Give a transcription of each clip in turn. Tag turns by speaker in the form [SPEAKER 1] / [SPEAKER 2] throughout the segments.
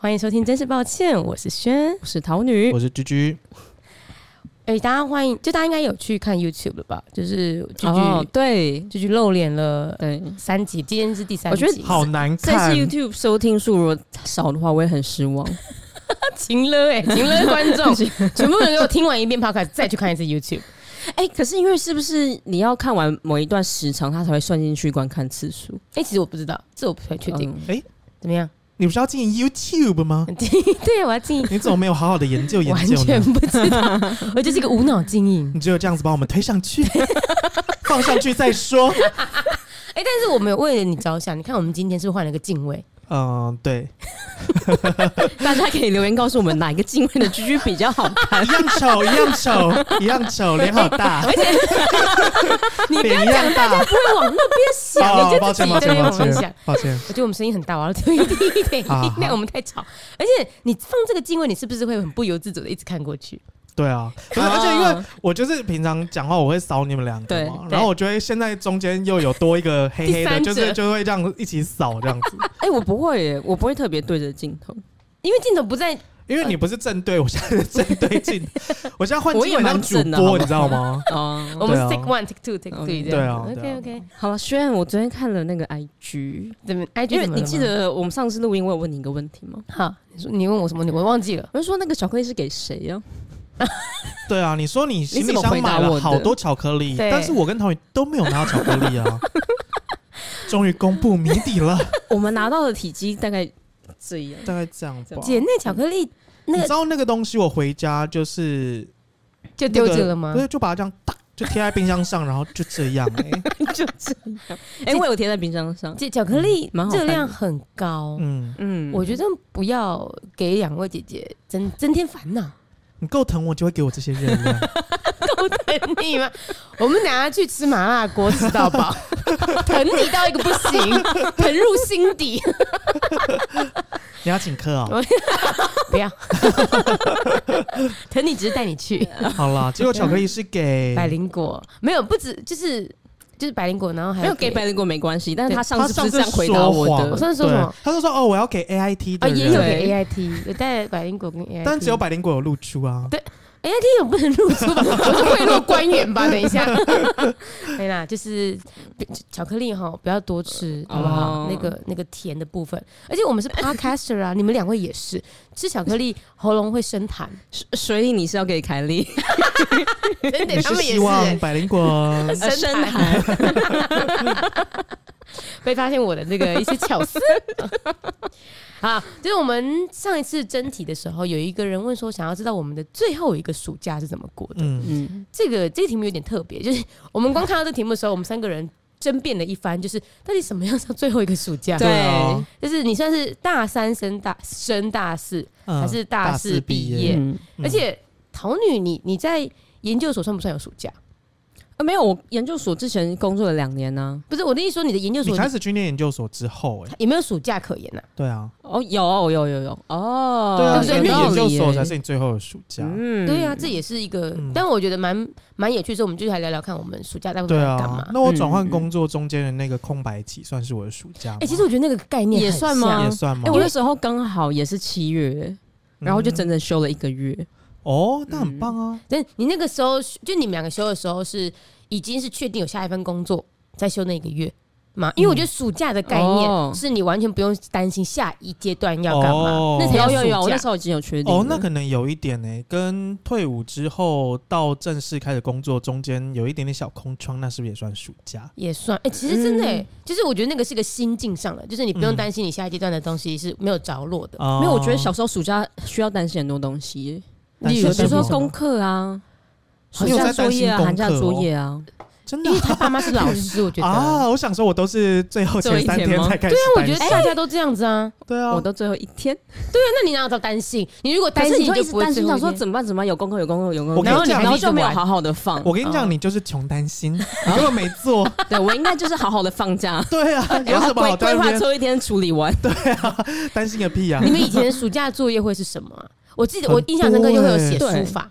[SPEAKER 1] 欢迎收听，真是抱歉，我是轩。
[SPEAKER 2] 我是桃女
[SPEAKER 3] 我，是居居，
[SPEAKER 1] 哎、大家欢迎，就大家应该有去看 YouTube 了吧？就是句句、
[SPEAKER 2] 哦，对
[SPEAKER 1] 句句露脸了
[SPEAKER 2] 对，
[SPEAKER 1] 三集，今天是第三集，
[SPEAKER 2] 我觉得
[SPEAKER 3] 好难
[SPEAKER 2] 但
[SPEAKER 3] 看
[SPEAKER 2] 是。YouTube 收听数如果少的话，我也很失望。
[SPEAKER 1] 晴了哎、晴了观众，全部人给我听完一遍 Podcast，再去看一次 YouTube。
[SPEAKER 2] 哎、可是因为是不是你要看完某一段时长，它才会算进去观看次数？
[SPEAKER 1] 哎、其实我不知道，这我不太确定，
[SPEAKER 2] 嗯
[SPEAKER 1] 怎么样？
[SPEAKER 3] 你不是要进 YouTube 吗？
[SPEAKER 1] 对，我要进，
[SPEAKER 3] 你怎么没有好好的研究研
[SPEAKER 1] 完
[SPEAKER 3] 究
[SPEAKER 1] 全
[SPEAKER 3] 呢？
[SPEAKER 1] 不知道，我就是一个无脑经营。
[SPEAKER 3] 你只有这样子把我们推上 去，放上去再说。
[SPEAKER 1] 哎、但是我们有为了你着想，你看我们今天是不是换了个敬畏？
[SPEAKER 3] 嗯，对，
[SPEAKER 2] 大家可以留言告诉我们哪一个敬畏的居居比较好看
[SPEAKER 3] 一。样丑，一样丑，一样 丑，脸好
[SPEAKER 1] 哎
[SPEAKER 3] 大， 脸一样大。
[SPEAKER 1] 不会往那边想，你
[SPEAKER 3] 哦，
[SPEAKER 1] 就
[SPEAKER 3] 抱
[SPEAKER 1] 自
[SPEAKER 3] 歉，
[SPEAKER 1] 己
[SPEAKER 3] 抱
[SPEAKER 1] 在
[SPEAKER 3] 歉，
[SPEAKER 1] 那边
[SPEAKER 3] 抱
[SPEAKER 1] 往那想
[SPEAKER 3] 歉。，抱歉。
[SPEAKER 1] 我觉得我们声音很大，我要注意一点
[SPEAKER 3] 好啊 好，
[SPEAKER 1] 那样我们太吵。而且你放这个敬畏，你是不是会很不由自主的一直看过去？
[SPEAKER 3] 对啊，不是
[SPEAKER 2] 啊
[SPEAKER 3] 而且因为我就是平常讲话我会扫你们两个嘛
[SPEAKER 1] 对，
[SPEAKER 3] 然后我觉得现在中间又有多一个黑黑的，
[SPEAKER 1] 第三者
[SPEAKER 3] 就是就会这样一起扫这样子，
[SPEAKER 2] 哎、我不会耶，我不会特别对着镜头。
[SPEAKER 1] 因为镜头不
[SPEAKER 2] 嗯
[SPEAKER 1] 在，
[SPEAKER 3] 因为你不是正对，我现在是正对镜， 我现在换
[SPEAKER 2] 我
[SPEAKER 3] 基
[SPEAKER 2] 也
[SPEAKER 3] 本
[SPEAKER 2] 蛮
[SPEAKER 3] 上主
[SPEAKER 2] 正的好
[SPEAKER 3] 播，
[SPEAKER 2] 吗
[SPEAKER 3] 你知道吗？
[SPEAKER 2] 哦、
[SPEAKER 1] 我们
[SPEAKER 3] 对
[SPEAKER 1] 是
[SPEAKER 3] 啊
[SPEAKER 1] take one、take two、take three 这
[SPEAKER 3] 对
[SPEAKER 1] 样
[SPEAKER 3] 啊
[SPEAKER 1] 子。
[SPEAKER 3] 对
[SPEAKER 1] OK
[SPEAKER 3] 啊
[SPEAKER 1] OK，
[SPEAKER 2] 好了，轩，我昨天看了那个 IG，
[SPEAKER 1] 怎么 IG
[SPEAKER 2] 因为
[SPEAKER 1] 怎么了
[SPEAKER 2] 你记
[SPEAKER 1] 吗
[SPEAKER 2] 得我们上次录音，我有问你一个问题吗？
[SPEAKER 1] 好，你说你问我什么？你我忘记了。
[SPEAKER 2] 我就说那个巧克力是给谁啊呀、
[SPEAKER 3] 对啊，你说你行李箱买
[SPEAKER 2] 你怎么回答
[SPEAKER 3] 了
[SPEAKER 2] 我的
[SPEAKER 3] 好多巧克力，
[SPEAKER 1] 对
[SPEAKER 3] 但是我跟陶宇都没有拿到巧克力啊。终于公布谜底了，
[SPEAKER 2] 我们拿到的体积大概这样。
[SPEAKER 3] 大概这样吧。
[SPEAKER 1] 姐，那巧克力那
[SPEAKER 3] 你
[SPEAKER 1] 个
[SPEAKER 3] 知道那个东西我回家就是
[SPEAKER 1] 就
[SPEAKER 3] 那
[SPEAKER 1] 丢
[SPEAKER 3] 个
[SPEAKER 1] 着了吗
[SPEAKER 3] 不？是，就把它这样哒就贴在冰箱上，然后就这 样哎、
[SPEAKER 2] 就这样。 哎、我有贴在冰箱上。
[SPEAKER 1] 姐，巧克力
[SPEAKER 2] 嗯蛮好看
[SPEAKER 1] 热
[SPEAKER 2] 的
[SPEAKER 1] 量很高，
[SPEAKER 3] 嗯，
[SPEAKER 2] 嗯
[SPEAKER 1] 我觉得不要给两位姐姐增增添烦恼。
[SPEAKER 3] 你够疼我就会给我这些热量。
[SPEAKER 1] 够疼你吗？我们等下去吃麻辣锅吃到 饱，疼你到一个不行，疼入心底。
[SPEAKER 3] 你要请客啊、
[SPEAKER 1] 不 要，疼你只是带你去
[SPEAKER 3] 好啦，结果巧克力是给
[SPEAKER 1] 百灵果，没有不止就是就是百灵果，然后还
[SPEAKER 2] 没有给百灵果没关系，但是他上
[SPEAKER 3] 他
[SPEAKER 2] 次
[SPEAKER 3] 上
[SPEAKER 2] 不是这样回答
[SPEAKER 3] 说
[SPEAKER 2] 哎我
[SPEAKER 3] 谎
[SPEAKER 1] 我
[SPEAKER 2] 的，
[SPEAKER 1] 上次说什么？
[SPEAKER 3] 对他就说哦，我要给 AIT 的
[SPEAKER 1] 啊，
[SPEAKER 3] 人，
[SPEAKER 1] 也有
[SPEAKER 2] 对
[SPEAKER 1] 给 AIT，有带百灵果跟 AIT，
[SPEAKER 3] 但只有百灵果有露出啊。
[SPEAKER 1] AIT 有不能入出吧？我是贿赂官员吧？等一 下，对啦，就是巧克力哈，不要多吃，好不好？
[SPEAKER 2] 哦
[SPEAKER 1] 那个那个甜的部分，而且我 们是 podcaster 啊，你们两位也是，吃巧克力喉咙会生痰，
[SPEAKER 2] 所所以你是要给凯 莉
[SPEAKER 1] 真
[SPEAKER 3] 你是希望百灵果
[SPEAKER 2] 呃
[SPEAKER 1] 生
[SPEAKER 2] 生
[SPEAKER 1] 痰
[SPEAKER 2] 孩，
[SPEAKER 1] 被发现我的那个一些巧思。 啊，就是我们上一次真题的时候，有一个人问说，想要知道我们的最后一个暑假是怎么过的。
[SPEAKER 3] 嗯，
[SPEAKER 2] 嗯，
[SPEAKER 1] 这个这个题目有点特别，就是我们光看到这题目的时候，我们三个人争辩了一番，就是到底什么样叫最后一个暑假？
[SPEAKER 2] 对
[SPEAKER 3] 啊，
[SPEAKER 1] 就是你算是大三升大升大四，
[SPEAKER 3] 嗯
[SPEAKER 1] 还是大四毕业
[SPEAKER 3] 嗯
[SPEAKER 2] 嗯
[SPEAKER 1] 而且桃女你你在研究所算不算有暑假？
[SPEAKER 2] 呃没有，我研究所之前工作了两年啊呢。
[SPEAKER 1] 不是我的意思说你的研究所
[SPEAKER 3] 你开始去念研究所之后、哎，
[SPEAKER 1] 有没有暑假可言呐、啊？
[SPEAKER 3] 对啊，
[SPEAKER 2] 哦，有有有有哦，
[SPEAKER 3] 对啊，
[SPEAKER 1] 对
[SPEAKER 3] 因
[SPEAKER 1] 不
[SPEAKER 3] 为研
[SPEAKER 1] 对
[SPEAKER 3] 究所才
[SPEAKER 2] 才
[SPEAKER 3] 是你最后的暑假。
[SPEAKER 2] 嗯
[SPEAKER 1] 对啊，这也是一个，
[SPEAKER 3] 嗯
[SPEAKER 1] 但我觉得蛮蛮有趣，所以我们就来聊聊看我们暑假大部分
[SPEAKER 3] 对
[SPEAKER 1] 在干
[SPEAKER 3] 啊
[SPEAKER 1] 嘛，。
[SPEAKER 3] 那我转换工作中间的那个空白期算是我的暑假吗？
[SPEAKER 1] 哎、其实啊我觉得那个概念
[SPEAKER 2] 也
[SPEAKER 1] 很
[SPEAKER 2] 算吗
[SPEAKER 1] 像
[SPEAKER 3] 也算吗？
[SPEAKER 2] 哎，我那时候刚好也是七月，然后就整
[SPEAKER 3] 嗯
[SPEAKER 2] 整休了一个月，
[SPEAKER 3] 哦，那很棒啊。
[SPEAKER 1] 但你那个时候就你们两个休的时候是已经是确定有下一份工作再休那一个月嘛？因为我
[SPEAKER 3] 嗯
[SPEAKER 1] 觉得暑假的概
[SPEAKER 2] 哦
[SPEAKER 1] 念是你完全不用担心下一阶段要干嘛，
[SPEAKER 3] 哦
[SPEAKER 1] 那才
[SPEAKER 2] 有
[SPEAKER 1] 叫
[SPEAKER 2] 有有，
[SPEAKER 1] 暑
[SPEAKER 2] 我那
[SPEAKER 1] 假。
[SPEAKER 2] 时候已经有确定
[SPEAKER 3] 哦，那
[SPEAKER 2] 了
[SPEAKER 3] 可能有一点呢、跟退伍之后到正式开始工作中间有一点点小空窗，那是不是也算暑假？
[SPEAKER 1] 也算哎、其实真的、欸
[SPEAKER 2] 嗯
[SPEAKER 1] 就是我觉得那个是个心境上的，就是你不用
[SPEAKER 3] 嗯
[SPEAKER 1] 担心你下一阶段的东西是没有着落的。
[SPEAKER 3] 哦
[SPEAKER 2] 没有，我觉得小时候暑假需要担心很多东西，
[SPEAKER 3] 担
[SPEAKER 2] 例
[SPEAKER 3] 心
[SPEAKER 2] 如比
[SPEAKER 3] 什
[SPEAKER 2] 如说
[SPEAKER 3] 么
[SPEAKER 2] 功课啊、暑
[SPEAKER 3] 你有
[SPEAKER 2] 假
[SPEAKER 3] 在
[SPEAKER 2] 作
[SPEAKER 3] 担心
[SPEAKER 2] 业啊、
[SPEAKER 3] 功
[SPEAKER 2] 寒假
[SPEAKER 3] 课哦
[SPEAKER 2] 作业啊。
[SPEAKER 3] 真的
[SPEAKER 1] 因为他爸妈是老师，我觉得，
[SPEAKER 3] 啊！我想说，我都是最后
[SPEAKER 2] 最后
[SPEAKER 3] 前
[SPEAKER 2] 一
[SPEAKER 3] 三
[SPEAKER 2] 天
[SPEAKER 3] 天
[SPEAKER 2] 吗
[SPEAKER 3] 才开始
[SPEAKER 1] 对啊，我
[SPEAKER 3] 担
[SPEAKER 1] 觉
[SPEAKER 3] 心。
[SPEAKER 1] 得大家都这样子啊。
[SPEAKER 3] 对啊，
[SPEAKER 2] 我到最后一天，
[SPEAKER 1] 对啊，那你哪有到担心？你如果
[SPEAKER 2] 但
[SPEAKER 1] 担
[SPEAKER 2] 是
[SPEAKER 1] 心，
[SPEAKER 2] 你就一
[SPEAKER 1] 就
[SPEAKER 2] 直
[SPEAKER 1] 不会
[SPEAKER 2] 担心，
[SPEAKER 1] 最后
[SPEAKER 2] 想
[SPEAKER 1] 一
[SPEAKER 2] 说
[SPEAKER 1] 天
[SPEAKER 2] 怎么办？怎么办？有功课，有功课，有功课，
[SPEAKER 3] 我跟
[SPEAKER 2] 然后
[SPEAKER 3] 你讲
[SPEAKER 2] 然
[SPEAKER 1] 你
[SPEAKER 2] 后
[SPEAKER 1] 一直
[SPEAKER 2] 就没有
[SPEAKER 1] 玩
[SPEAKER 2] 好好的放。
[SPEAKER 3] 我跟你
[SPEAKER 1] 哦
[SPEAKER 3] 讲，你就是穷担心， 你根本没 做。
[SPEAKER 2] 对我应该就是好好的放假，
[SPEAKER 3] 对啊，
[SPEAKER 1] 哎
[SPEAKER 3] 有
[SPEAKER 2] 然
[SPEAKER 3] 什
[SPEAKER 2] 后
[SPEAKER 3] 么
[SPEAKER 2] 规
[SPEAKER 3] 好
[SPEAKER 2] 规
[SPEAKER 3] 担
[SPEAKER 2] 划
[SPEAKER 3] 心
[SPEAKER 2] 最？后一天处理完。
[SPEAKER 3] 担心个屁啊！
[SPEAKER 1] 你们以前暑假作业会是什么啊、我记得我
[SPEAKER 3] 很多
[SPEAKER 1] 印象深刻就会有写
[SPEAKER 3] 欸
[SPEAKER 1] 书法，
[SPEAKER 3] 啊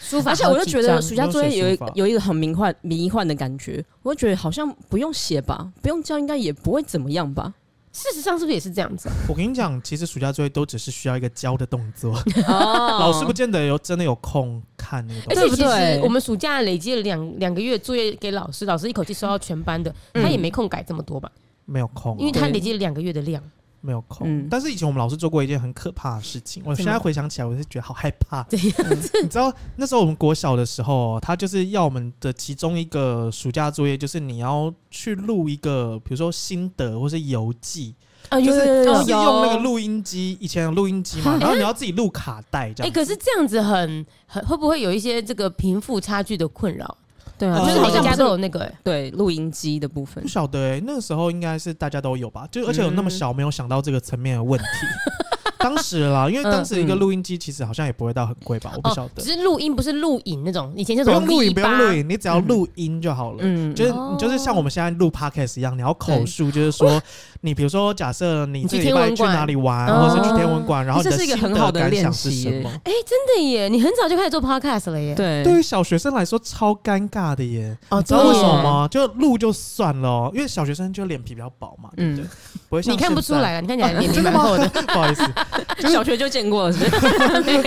[SPEAKER 1] 书法好
[SPEAKER 2] 而
[SPEAKER 1] 几
[SPEAKER 2] 且
[SPEAKER 1] 张，
[SPEAKER 2] 我就觉得暑假作业有
[SPEAKER 3] 有
[SPEAKER 2] 一
[SPEAKER 3] 写书法
[SPEAKER 2] 有一个很迷幻迷幻的感觉，我就觉得好像不用写吧，不用交应该也不会怎么样吧。
[SPEAKER 1] 事实上是不是也是这样子啊、
[SPEAKER 3] 我跟你讲，其实暑假作业都只是需要一个教的动作，
[SPEAKER 2] 哦
[SPEAKER 3] 老师不见得有真的有空看那个东
[SPEAKER 1] 而
[SPEAKER 3] 西。
[SPEAKER 1] 且
[SPEAKER 2] 对
[SPEAKER 1] 其
[SPEAKER 2] 不
[SPEAKER 1] 实
[SPEAKER 2] 对
[SPEAKER 1] 我们暑假累积了两两个月作业给老师，老师一口气收到全班的，
[SPEAKER 2] 嗯
[SPEAKER 1] 他也没空改这么多吧，
[SPEAKER 3] 没有空、
[SPEAKER 1] 因为
[SPEAKER 3] 啊，
[SPEAKER 1] 他累积了两个月的量。
[SPEAKER 3] 没有空、
[SPEAKER 2] 嗯
[SPEAKER 3] 但是以前我们老师做过一件很可怕的事情，我
[SPEAKER 1] 怎
[SPEAKER 3] 现
[SPEAKER 1] 么
[SPEAKER 3] 在回想起来，我是觉得好害怕。
[SPEAKER 1] 怎样子？
[SPEAKER 3] 你知道那时候我们国小的时候，他就是要我们的其中一个暑假作业，就是你要去录一个，比如说心得或是游记，
[SPEAKER 1] 啊，
[SPEAKER 3] 就
[SPEAKER 1] 有
[SPEAKER 3] 是
[SPEAKER 1] 有有
[SPEAKER 3] 就
[SPEAKER 1] 有
[SPEAKER 3] 是。用那个录音机，以前有录音机嘛，
[SPEAKER 1] 哈
[SPEAKER 3] 然后你要自己录卡带这
[SPEAKER 1] 哎、
[SPEAKER 3] 样。
[SPEAKER 1] 可是这样子很很会不会有一些这个贫富差距的困扰？
[SPEAKER 2] 对
[SPEAKER 3] 呃
[SPEAKER 2] 啊，
[SPEAKER 1] 就是
[SPEAKER 2] 是
[SPEAKER 1] 每
[SPEAKER 2] 好
[SPEAKER 1] 个
[SPEAKER 2] 像
[SPEAKER 1] 家
[SPEAKER 2] 不
[SPEAKER 1] 都
[SPEAKER 2] 是
[SPEAKER 1] 有那个、哎
[SPEAKER 2] 对录音机的部分
[SPEAKER 3] 不，晓得、欸，那个时候应该是大家都有吧，就而且有
[SPEAKER 1] 嗯
[SPEAKER 3] 那么小没有想到这个层面的问 题。当时啦，因为当时一
[SPEAKER 1] 嗯
[SPEAKER 3] 个录音机其实好像也不会到很贵吧，我不晓
[SPEAKER 1] 哦只
[SPEAKER 3] 得。
[SPEAKER 1] 是录音不是录影那种，以前叫
[SPEAKER 3] 不
[SPEAKER 1] 什
[SPEAKER 3] 用
[SPEAKER 1] 么
[SPEAKER 3] 录影，
[SPEAKER 1] V8
[SPEAKER 3] 不用录，影，你只要录音就好了。
[SPEAKER 2] 嗯，
[SPEAKER 3] 就是
[SPEAKER 1] 哦
[SPEAKER 3] 你就是像我们现在录 podcast 一样，你要口述，就是说你比如说假设你这
[SPEAKER 1] 去
[SPEAKER 3] 礼
[SPEAKER 1] 天
[SPEAKER 3] 拜
[SPEAKER 1] 文
[SPEAKER 3] 去
[SPEAKER 1] 馆
[SPEAKER 3] 哪里玩，
[SPEAKER 1] 哦
[SPEAKER 3] 或者是去天文馆，然后你的
[SPEAKER 2] 这是一个
[SPEAKER 3] 心
[SPEAKER 2] 很好
[SPEAKER 3] 得
[SPEAKER 2] 的
[SPEAKER 3] 感想
[SPEAKER 2] 练
[SPEAKER 3] 是
[SPEAKER 2] 习
[SPEAKER 3] 什
[SPEAKER 2] 耶
[SPEAKER 3] 么？
[SPEAKER 1] 哎真的耶！你很早就开始做 podcast 了耶。
[SPEAKER 2] 对
[SPEAKER 3] 对于小学生来说超尴尬的耶，
[SPEAKER 1] 哦
[SPEAKER 3] 你知道为什么
[SPEAKER 1] 对
[SPEAKER 3] 吗？就录就算了哦，因为小学生就脸皮比较薄嘛，对不对
[SPEAKER 2] 嗯？
[SPEAKER 3] 不会像
[SPEAKER 1] 你看不
[SPEAKER 3] 现
[SPEAKER 1] 出
[SPEAKER 3] 在 哦
[SPEAKER 1] 来啊，你看起来脸皮
[SPEAKER 3] 真的
[SPEAKER 1] 蛮
[SPEAKER 3] 吗
[SPEAKER 1] 厚的。？
[SPEAKER 3] 不好意思，
[SPEAKER 2] 哎小学就见过了，是不是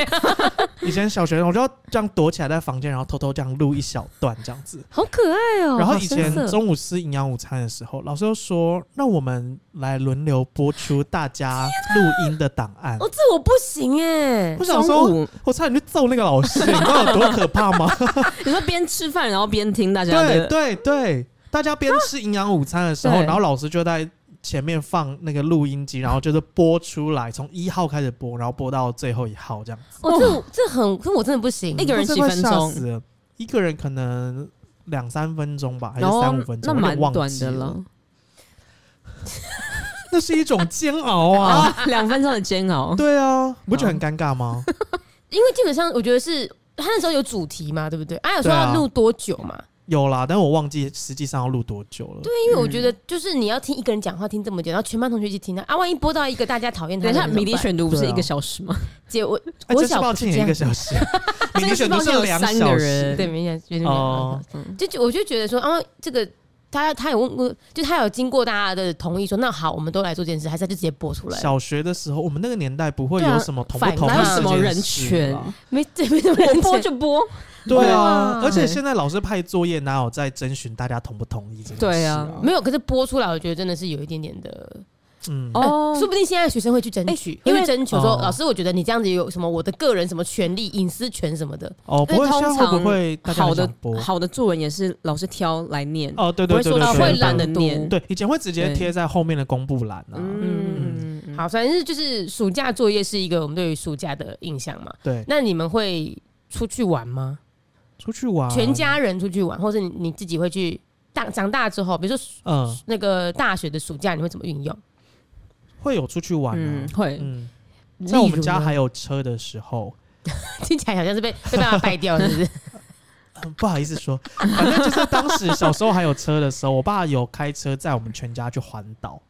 [SPEAKER 3] 以前小学我就要这样躲起来在房间，然后偷偷这样录一小段这样子。
[SPEAKER 1] 好可爱哦、
[SPEAKER 3] 然后
[SPEAKER 1] 好
[SPEAKER 3] 以
[SPEAKER 1] 深
[SPEAKER 3] 前
[SPEAKER 1] 色
[SPEAKER 3] 中午吃营养午餐的时候，老师就说让我们来轮流播出大家录音的档案。
[SPEAKER 1] 哦，这我不行哎、
[SPEAKER 3] 我想说，
[SPEAKER 2] 中午
[SPEAKER 3] 我差点去揍那个老师，你知道有多可怕 吗？
[SPEAKER 2] 你说边吃饭然后边听大家
[SPEAKER 3] 对
[SPEAKER 2] 的，
[SPEAKER 3] 对对，大家边吃营养午餐的时候，
[SPEAKER 2] 对
[SPEAKER 3] 然后老师就在前面放那个录音机，然后就是播出来，从一号开始播，然后播到最后一号这样子。
[SPEAKER 1] 哦，这这很，这我真的不行。
[SPEAKER 2] 一个人
[SPEAKER 3] 我真
[SPEAKER 2] 几
[SPEAKER 3] 快
[SPEAKER 2] 分
[SPEAKER 3] 吓
[SPEAKER 2] 钟
[SPEAKER 3] 死了一个人可能两三分钟吧，还是
[SPEAKER 2] 然后
[SPEAKER 3] 三五分
[SPEAKER 2] 哦
[SPEAKER 3] 钟？
[SPEAKER 2] 那
[SPEAKER 3] 我有
[SPEAKER 2] 蛮
[SPEAKER 3] 点忘
[SPEAKER 2] 短
[SPEAKER 3] 记
[SPEAKER 2] 的
[SPEAKER 3] 了，
[SPEAKER 2] 了，
[SPEAKER 3] 那是一种煎熬啊！
[SPEAKER 2] 啊，嗯两分钟的煎熬，
[SPEAKER 3] 对啊，你不觉得很尴尬吗？
[SPEAKER 1] 因为基本上我觉得是他那时候有主题嘛，对不对？啊，有说
[SPEAKER 3] 对啊
[SPEAKER 1] 要录多久嘛？
[SPEAKER 3] 有啦，但我忘记实际上要录多久了。
[SPEAKER 1] 对，因为我觉得就是你要听一个人讲话听这么久，然后全班同学一起听他啊，万一播到一个大家讨厌他的
[SPEAKER 2] 等一下
[SPEAKER 1] 人怎么办，
[SPEAKER 2] 米粒选读不是
[SPEAKER 3] 对啊
[SPEAKER 2] 一个小时吗？
[SPEAKER 1] 姐我
[SPEAKER 3] 哎，
[SPEAKER 1] 我
[SPEAKER 3] 真是
[SPEAKER 1] 小
[SPEAKER 3] 抱
[SPEAKER 1] 不是
[SPEAKER 3] 歉，
[SPEAKER 1] 这
[SPEAKER 3] 一
[SPEAKER 1] 样
[SPEAKER 3] 个小 时，明天选读是两
[SPEAKER 2] 这个是抱歉有三
[SPEAKER 3] 小
[SPEAKER 2] 个
[SPEAKER 3] 时
[SPEAKER 2] 人，
[SPEAKER 1] 对，明显觉得
[SPEAKER 3] 哦
[SPEAKER 1] 就就我就觉得说啊，这个他他有问过，就他有经过大家的同意说，那好，我们都来做这件事，还是他就直接播出来？
[SPEAKER 3] 小学的时候，我们那个年代不会
[SPEAKER 1] 对啊
[SPEAKER 3] 有什么同不同
[SPEAKER 1] 反
[SPEAKER 3] 意
[SPEAKER 1] 哪有
[SPEAKER 3] 这
[SPEAKER 1] 什
[SPEAKER 2] 么
[SPEAKER 3] 件
[SPEAKER 2] 人
[SPEAKER 3] 事
[SPEAKER 2] 权
[SPEAKER 3] 啦
[SPEAKER 1] 没 这没怎么
[SPEAKER 2] 我
[SPEAKER 1] 人
[SPEAKER 2] 播
[SPEAKER 1] 讲
[SPEAKER 2] 就播，
[SPEAKER 3] 对啊，
[SPEAKER 1] 哇
[SPEAKER 3] 而且现在老师派作业，哪有在征询大家同不同意这件事、
[SPEAKER 2] 对
[SPEAKER 3] 啊
[SPEAKER 2] 啊，
[SPEAKER 1] 没有，可是播出来，我觉得真的是有一点点的，呃
[SPEAKER 3] 嗯，
[SPEAKER 2] 哦
[SPEAKER 1] 哎说不定现在学生会去争取，
[SPEAKER 2] 哎
[SPEAKER 1] 因
[SPEAKER 2] 因为
[SPEAKER 1] 为征求说、
[SPEAKER 3] 哦
[SPEAKER 1] 老师，我觉得你这样子有什么我的个人什么权利、隐私权什么的，
[SPEAKER 3] 哦，不会，
[SPEAKER 2] 因为通
[SPEAKER 3] 现在会
[SPEAKER 2] 常
[SPEAKER 3] 不会大家
[SPEAKER 2] 好
[SPEAKER 3] 很
[SPEAKER 2] 的
[SPEAKER 3] 想播？
[SPEAKER 2] 好的作文也是老师挑来念，
[SPEAKER 3] 哦，对
[SPEAKER 2] 不
[SPEAKER 3] 对
[SPEAKER 2] 会
[SPEAKER 3] 对
[SPEAKER 2] 说
[SPEAKER 3] 对
[SPEAKER 1] 到
[SPEAKER 3] 对，
[SPEAKER 1] 会
[SPEAKER 3] 对
[SPEAKER 1] 懒得
[SPEAKER 3] 对
[SPEAKER 1] 念
[SPEAKER 3] 对，以前会直接
[SPEAKER 2] 对
[SPEAKER 3] 贴在后面的公布栏啊。
[SPEAKER 2] 嗯，嗯
[SPEAKER 1] 好，反正就是暑假作业是一个我们对于暑假的印象嘛。
[SPEAKER 3] 对，
[SPEAKER 1] 那你们会出去玩吗？
[SPEAKER 3] 出去玩，
[SPEAKER 1] 全家人出去玩，或是你你自己会去大长大之后，比如说
[SPEAKER 3] 嗯
[SPEAKER 1] 那个大学的暑假，你会怎么运用？
[SPEAKER 3] 会有出去玩啊
[SPEAKER 2] 嗯，。会，
[SPEAKER 3] 嗯，
[SPEAKER 1] 例
[SPEAKER 3] 在我们
[SPEAKER 1] 如
[SPEAKER 3] 家
[SPEAKER 1] 呢
[SPEAKER 3] 还有车的时候，
[SPEAKER 1] 听起来好像是被被 爸爸败掉，是不 是？
[SPEAKER 3] 嗯不好意思说，反正就是当时小时候还有车的时候，我爸有开车载我们全家去环岛，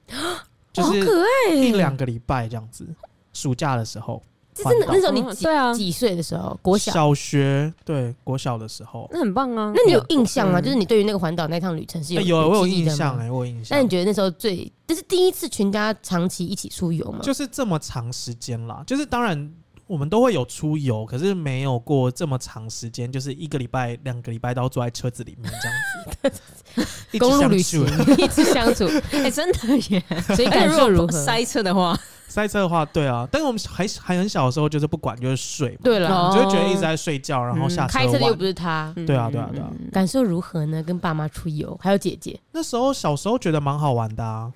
[SPEAKER 3] 就是
[SPEAKER 1] 哦爱
[SPEAKER 3] 一两个礼拜这样子，暑假的时候，
[SPEAKER 1] 这真的那时候
[SPEAKER 2] 嗯
[SPEAKER 1] 你几
[SPEAKER 2] 对啊，
[SPEAKER 1] 几岁的时候？国小？
[SPEAKER 3] 学对国小的时候，
[SPEAKER 2] 那很棒啊。
[SPEAKER 1] 那你有印象吗？
[SPEAKER 2] 嗯
[SPEAKER 1] 就是你对于那个环岛那趟旅程是有
[SPEAKER 3] 哎有我有
[SPEAKER 1] 记忆
[SPEAKER 3] 印
[SPEAKER 1] 的吗
[SPEAKER 3] 象哎，我有印象
[SPEAKER 1] 那你。觉得那时候最，这是第一次全家长期一起出游吗？
[SPEAKER 3] 就是这么长时间啦，就是当然我们都会有出游，可是没有过这么长时间，就是一个礼拜、两个礼拜都要坐在车子里面这样 子，一直
[SPEAKER 1] 公路
[SPEAKER 3] 相
[SPEAKER 1] 旅 行
[SPEAKER 3] 处
[SPEAKER 1] 一直相处，
[SPEAKER 2] 哎，真的耶，
[SPEAKER 1] 所以感受如何？
[SPEAKER 2] 塞车的话，
[SPEAKER 3] 塞车的话，对啊，但是我们还还很小的时候，就是不管就是睡嘛，
[SPEAKER 1] 对了，
[SPEAKER 2] 哦
[SPEAKER 3] 你就会觉得一直在睡觉，然后下车
[SPEAKER 1] 开车的又
[SPEAKER 3] 玩。
[SPEAKER 1] 不是他，
[SPEAKER 3] 对啊对啊对啊
[SPEAKER 2] 嗯
[SPEAKER 1] 感受如何呢？跟爸妈出游，还有姐姐，
[SPEAKER 3] 那时候小时候觉得蛮好玩的啊。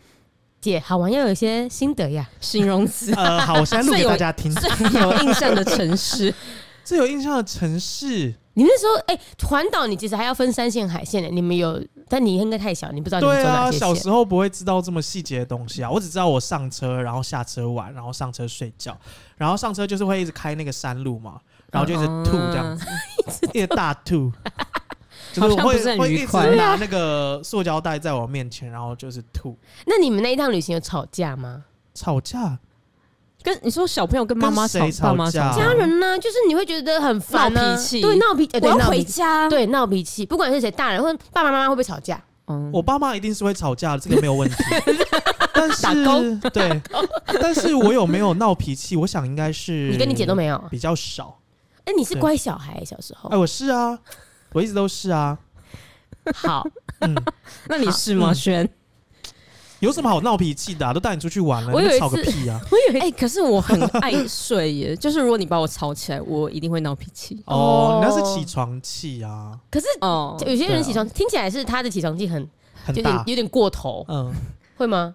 [SPEAKER 1] 姐好玩要有一些心得呀。
[SPEAKER 2] 形容词
[SPEAKER 3] 呃，好，我现在录给大家听。
[SPEAKER 2] 最有印象的城市，
[SPEAKER 3] 最有印象的城市，
[SPEAKER 2] 嗯
[SPEAKER 1] 你那时候哎，环岛你其实还要分山线海线的，你们有，但你应该太小，你不知道你们
[SPEAKER 3] 对
[SPEAKER 1] 走哪
[SPEAKER 3] 啊，
[SPEAKER 1] 些
[SPEAKER 3] 小
[SPEAKER 1] 线。
[SPEAKER 3] 时候不会知道这么细节的东西啊。我只知道我上车，然后下车玩，然后上车睡觉，然后上车就是会一直开那个山路嘛，
[SPEAKER 2] 嗯
[SPEAKER 3] 然后就一直吐这样
[SPEAKER 2] 哦
[SPEAKER 3] 子，一直大吐。就是我
[SPEAKER 2] 好像不
[SPEAKER 3] 会
[SPEAKER 2] 是很
[SPEAKER 3] 会
[SPEAKER 2] 愉
[SPEAKER 3] 一直
[SPEAKER 2] 快啊
[SPEAKER 3] 拿那个塑胶袋在我面前，然后就是吐。
[SPEAKER 1] 那你们那一趟旅行有吵架吗？
[SPEAKER 3] 吵架，
[SPEAKER 2] 跟你说小朋友跟妈妈吵
[SPEAKER 3] 跟谁，
[SPEAKER 2] 爸妈
[SPEAKER 3] 吵架
[SPEAKER 2] 吵，
[SPEAKER 1] 家人呢，就是你会觉得很烦啊
[SPEAKER 2] 闹脾气
[SPEAKER 1] 对，闹脾，呃对，闹脾气，
[SPEAKER 2] 家，
[SPEAKER 1] 对，闹脾气，不管是谁，大人或爸爸妈妈会不会吵架？
[SPEAKER 2] 嗯
[SPEAKER 3] 我爸妈一定是会吵架的，这个没有问题。但
[SPEAKER 1] 打
[SPEAKER 3] 是
[SPEAKER 1] 勾
[SPEAKER 3] 对，但是我有没有闹脾气？我想应该是
[SPEAKER 1] 你跟你姐都没有？哦
[SPEAKER 3] 比较少。
[SPEAKER 1] 哎，你是
[SPEAKER 3] 嗯对
[SPEAKER 1] 乖小孩，小时候
[SPEAKER 3] 哎，我是啊，我一直都是啊。
[SPEAKER 1] 好，
[SPEAKER 3] 嗯，
[SPEAKER 2] 那你是吗，
[SPEAKER 3] 嗯
[SPEAKER 2] 轩？
[SPEAKER 3] 有什么好闹脾气的啊？都带你出去玩了，
[SPEAKER 1] 我有
[SPEAKER 3] 你
[SPEAKER 1] 一
[SPEAKER 3] 吵个
[SPEAKER 1] 次
[SPEAKER 3] 屁啊！
[SPEAKER 1] 我以为
[SPEAKER 2] 哎、可是我很爱睡耶， 就是如果你把我吵起来，我一定会闹脾气。
[SPEAKER 3] 哦
[SPEAKER 1] 哦，
[SPEAKER 3] 那是起床气啊，
[SPEAKER 1] 可是
[SPEAKER 2] 哦，
[SPEAKER 1] 有些
[SPEAKER 3] 对啊
[SPEAKER 1] 人起床听起来是他的起床气很
[SPEAKER 3] 很
[SPEAKER 1] 有点
[SPEAKER 3] 大。
[SPEAKER 1] 有点过头，
[SPEAKER 3] 嗯，
[SPEAKER 1] 会吗？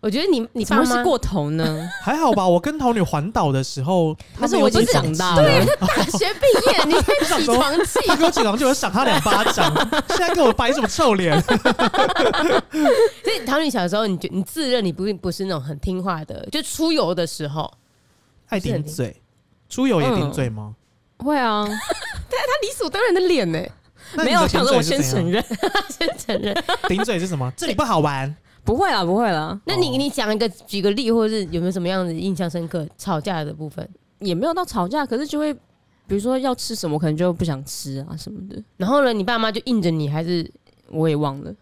[SPEAKER 1] 我觉得你你
[SPEAKER 2] 怎么
[SPEAKER 1] 爸
[SPEAKER 2] 会
[SPEAKER 1] 妈
[SPEAKER 2] 是过头呢？
[SPEAKER 3] 还好吧。我跟桃女环岛的时候，
[SPEAKER 2] 可
[SPEAKER 3] 他
[SPEAKER 2] 是
[SPEAKER 3] 没有
[SPEAKER 2] 我已经
[SPEAKER 3] 起床
[SPEAKER 2] 长
[SPEAKER 3] 气
[SPEAKER 2] 大
[SPEAKER 3] 啊
[SPEAKER 2] 了，
[SPEAKER 1] 大学毕业，你才起床气，
[SPEAKER 3] 他给我起床就有赏他两巴 掌，现在跟我摆什么臭脸？
[SPEAKER 1] 所以唐女小时候，你觉你自认你不不是那种很听话的，就出游的时候，
[SPEAKER 3] 爱顶嘴，出游也
[SPEAKER 1] 嗯
[SPEAKER 3] 顶嘴吗？
[SPEAKER 2] 会 啊，
[SPEAKER 1] 他理所当然的脸呢、
[SPEAKER 3] 那你
[SPEAKER 2] 没
[SPEAKER 3] 的
[SPEAKER 2] 有
[SPEAKER 3] 顶
[SPEAKER 2] 想
[SPEAKER 3] 嘴
[SPEAKER 2] 说我
[SPEAKER 3] 是
[SPEAKER 2] 先
[SPEAKER 3] 怎样
[SPEAKER 2] 承认，
[SPEAKER 1] 先承认。
[SPEAKER 3] 顶嘴是什 么？这里不好玩，
[SPEAKER 2] 不会啦，不会啦，
[SPEAKER 1] 那你
[SPEAKER 3] 哦
[SPEAKER 1] 你讲一个举个例，或者是有没有什么样的印象深刻吵架的部分？
[SPEAKER 2] 也没有到吵架，可是就会，比如说要吃什么，我可能就不想吃啊什么的，
[SPEAKER 1] 然后呢，你爸妈就硬着你，还是、
[SPEAKER 2] 我也忘了。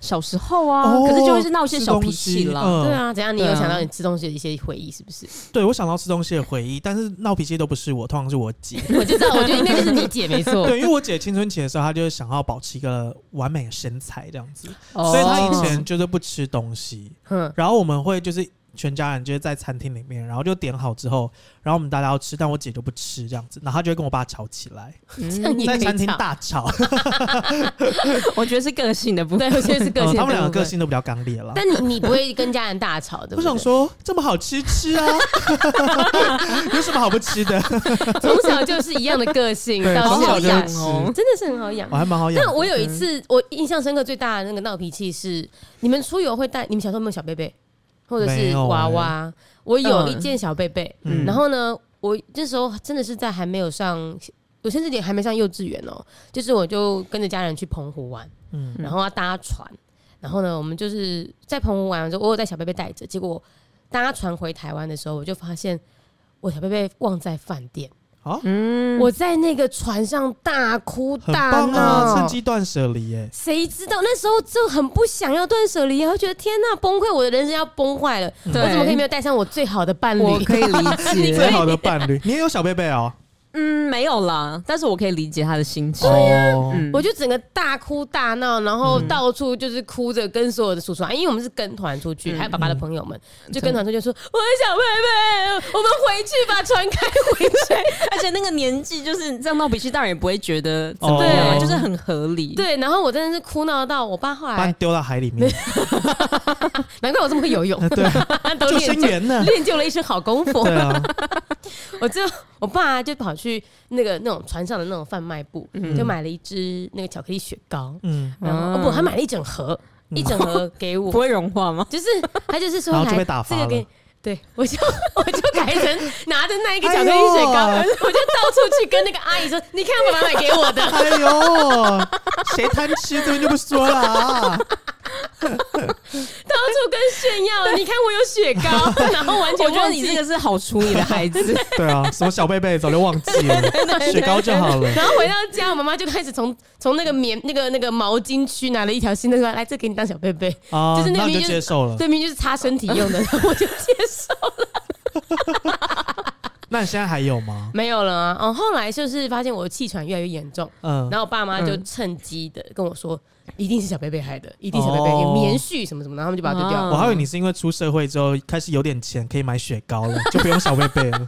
[SPEAKER 2] 小时候啊，
[SPEAKER 3] 哦
[SPEAKER 2] 可是就会是闹一些小脾气
[SPEAKER 3] 吃
[SPEAKER 2] 啦。
[SPEAKER 3] 东西嗯
[SPEAKER 1] 对啊？怎样？你有
[SPEAKER 2] 对啊
[SPEAKER 1] 想到你吃东西的一些回忆是不是？
[SPEAKER 3] 对我想到吃东西的回忆，但是闹脾气都不是我，通常是我姐。
[SPEAKER 1] 我就知道，我觉得应该就是你姐没错。
[SPEAKER 3] 对，因为我姐青春期的时候，她就是想要保持一个完美的身材这样子，
[SPEAKER 1] 哦
[SPEAKER 3] 所以她以前就是不吃东西。
[SPEAKER 1] 嗯，
[SPEAKER 3] 然后我们会就是全家人就是在餐厅里面，然后就点好之后，然后我们大家要吃，但我姐就不吃这样子，然后她就会跟我爸吵起来，
[SPEAKER 2] 嗯
[SPEAKER 1] 这样也可
[SPEAKER 3] 嗯在
[SPEAKER 1] 以
[SPEAKER 3] 餐厅
[SPEAKER 1] 吵。
[SPEAKER 3] 大吵。
[SPEAKER 2] 我觉得是个性的部分。
[SPEAKER 1] 对，我觉得是个性。
[SPEAKER 3] 嗯他们两个个。性都比较刚烈了。
[SPEAKER 1] 但你你不会跟家人大吵的，对
[SPEAKER 3] 我
[SPEAKER 1] 不对
[SPEAKER 3] 想说，这么好吃吃啊， 有什么好不吃的？
[SPEAKER 1] 从小就是一样的个性，
[SPEAKER 3] 对，
[SPEAKER 1] 到
[SPEAKER 3] 从小
[SPEAKER 1] 现
[SPEAKER 3] 就
[SPEAKER 1] 在
[SPEAKER 3] 会吃，
[SPEAKER 2] 哦
[SPEAKER 1] 真的是很好养
[SPEAKER 3] 我。还蛮好养
[SPEAKER 1] 但。我有一次，我印象深刻最大的那个闹脾气是，你们出游会带你们小时候有没有小贝贝，或者
[SPEAKER 3] 没
[SPEAKER 1] 是
[SPEAKER 3] 有
[SPEAKER 1] 娃
[SPEAKER 3] 欸
[SPEAKER 1] 娃？我有一
[SPEAKER 2] 嗯
[SPEAKER 1] 件小贝贝，
[SPEAKER 3] 嗯
[SPEAKER 1] 然后呢，我那时候真的是在还没有上，我甚至连还没上幼稚园哦、就是我就跟着家人去澎湖玩，
[SPEAKER 3] 嗯
[SPEAKER 1] 然后要搭船，然后呢，我们就是在澎湖玩的时候，我有带小贝贝带着，结果搭船回台湾的时候，我就发现我小贝贝忘在饭店，
[SPEAKER 2] 嗯
[SPEAKER 1] 我在那个船上大哭
[SPEAKER 3] 很
[SPEAKER 1] 大
[SPEAKER 3] 棒
[SPEAKER 1] 闹，
[SPEAKER 3] 啊，趁机断舍离耶。
[SPEAKER 1] 谁知道那时候就很不想要断舍离啊，会觉得天呐，崩溃，我的人生要崩坏了，
[SPEAKER 2] 对
[SPEAKER 1] 我怎么可以没有带上我最好的伴侣？
[SPEAKER 2] 我可以理
[SPEAKER 3] 最
[SPEAKER 2] 解，
[SPEAKER 3] 好的伴侣，你也有小贝贝 哦。
[SPEAKER 2] 嗯，没有啦，但是我可以理解他的心情。
[SPEAKER 1] 啊
[SPEAKER 3] 哦，
[SPEAKER 2] 嗯，
[SPEAKER 1] 我就整个大哭大闹，然
[SPEAKER 3] 嗯
[SPEAKER 1] 后到处就是哭着跟所有的叔叔阿姨，因为我们是跟团出
[SPEAKER 3] 嗯
[SPEAKER 1] 去，还有爸爸的朋友们，就跟团出去说：“我很想妹妹，我们回去把船开回去。
[SPEAKER 2] 而且那个年纪就是这样闹脾气，当然也不会觉得怎么样啊，
[SPEAKER 3] 哦
[SPEAKER 2] 就是很合”理。
[SPEAKER 1] 对，然后我真的是哭闹到我爸后
[SPEAKER 3] 把你
[SPEAKER 1] 来，
[SPEAKER 3] 丢到海里面，
[SPEAKER 1] 难怪我这么会游泳，
[SPEAKER 3] 对，啊
[SPEAKER 1] 都
[SPEAKER 3] 救
[SPEAKER 1] 练
[SPEAKER 3] 生
[SPEAKER 1] 就
[SPEAKER 3] 员呢？
[SPEAKER 1] 练就了一身好功夫
[SPEAKER 3] 啊对。啊，
[SPEAKER 1] 我最后我爸就跑去那个那种船上的那种贩卖部，就买了一支那个巧克力雪糕，
[SPEAKER 3] 嗯，
[SPEAKER 1] 然后、哦、不，他买了一整盒，
[SPEAKER 3] 嗯
[SPEAKER 1] 一整盒给我
[SPEAKER 2] 不，会融化吗？
[SPEAKER 1] 就是他就是 说
[SPEAKER 3] 然后就
[SPEAKER 1] 来
[SPEAKER 3] 被打
[SPEAKER 1] 这
[SPEAKER 3] 发
[SPEAKER 1] 个给
[SPEAKER 3] 了
[SPEAKER 1] 你。。对，我就 我就改成拿着那一个巧克力雪糕，
[SPEAKER 3] 哎呦
[SPEAKER 1] 我就到处去跟那个阿姨说：“你看我爸爸买给我 的。
[SPEAKER 3] 哎呦，谁贪吃这边就不说了啊。”
[SPEAKER 1] 到处跟炫耀，你看我有雪 糕，然后完全
[SPEAKER 2] 我觉得
[SPEAKER 1] 忘
[SPEAKER 2] 你这
[SPEAKER 1] 记。
[SPEAKER 2] 个是好处理的孩子，
[SPEAKER 3] 对啊，什么小贝贝早就忘记 了，雪糕就好了。
[SPEAKER 1] 然后回到家，我妈妈就开始从从那个棉那个那个毛巾区拿了一条新的出来，来这给你当小贝贝。
[SPEAKER 3] 啊，
[SPEAKER 1] 就是那
[SPEAKER 3] 那
[SPEAKER 1] 个
[SPEAKER 3] 你就
[SPEAKER 1] 就是
[SPEAKER 3] 接受了。
[SPEAKER 1] 对面就是擦身体用的， 我就接受
[SPEAKER 3] 那你现在还有吗？
[SPEAKER 1] 没有了啊。哦，后来就是发现我的气喘越来越严重，
[SPEAKER 3] 嗯
[SPEAKER 1] 然，后我爸妈就趁机的跟我说，一定是小贝贝害的，一定是小贝贝
[SPEAKER 3] 哦
[SPEAKER 1] 有棉絮什么什么，然后他们就把它丢掉了。
[SPEAKER 3] 我还以为你是因为出社会之后开始有点钱可以买雪糕了，就不用小贝贝了。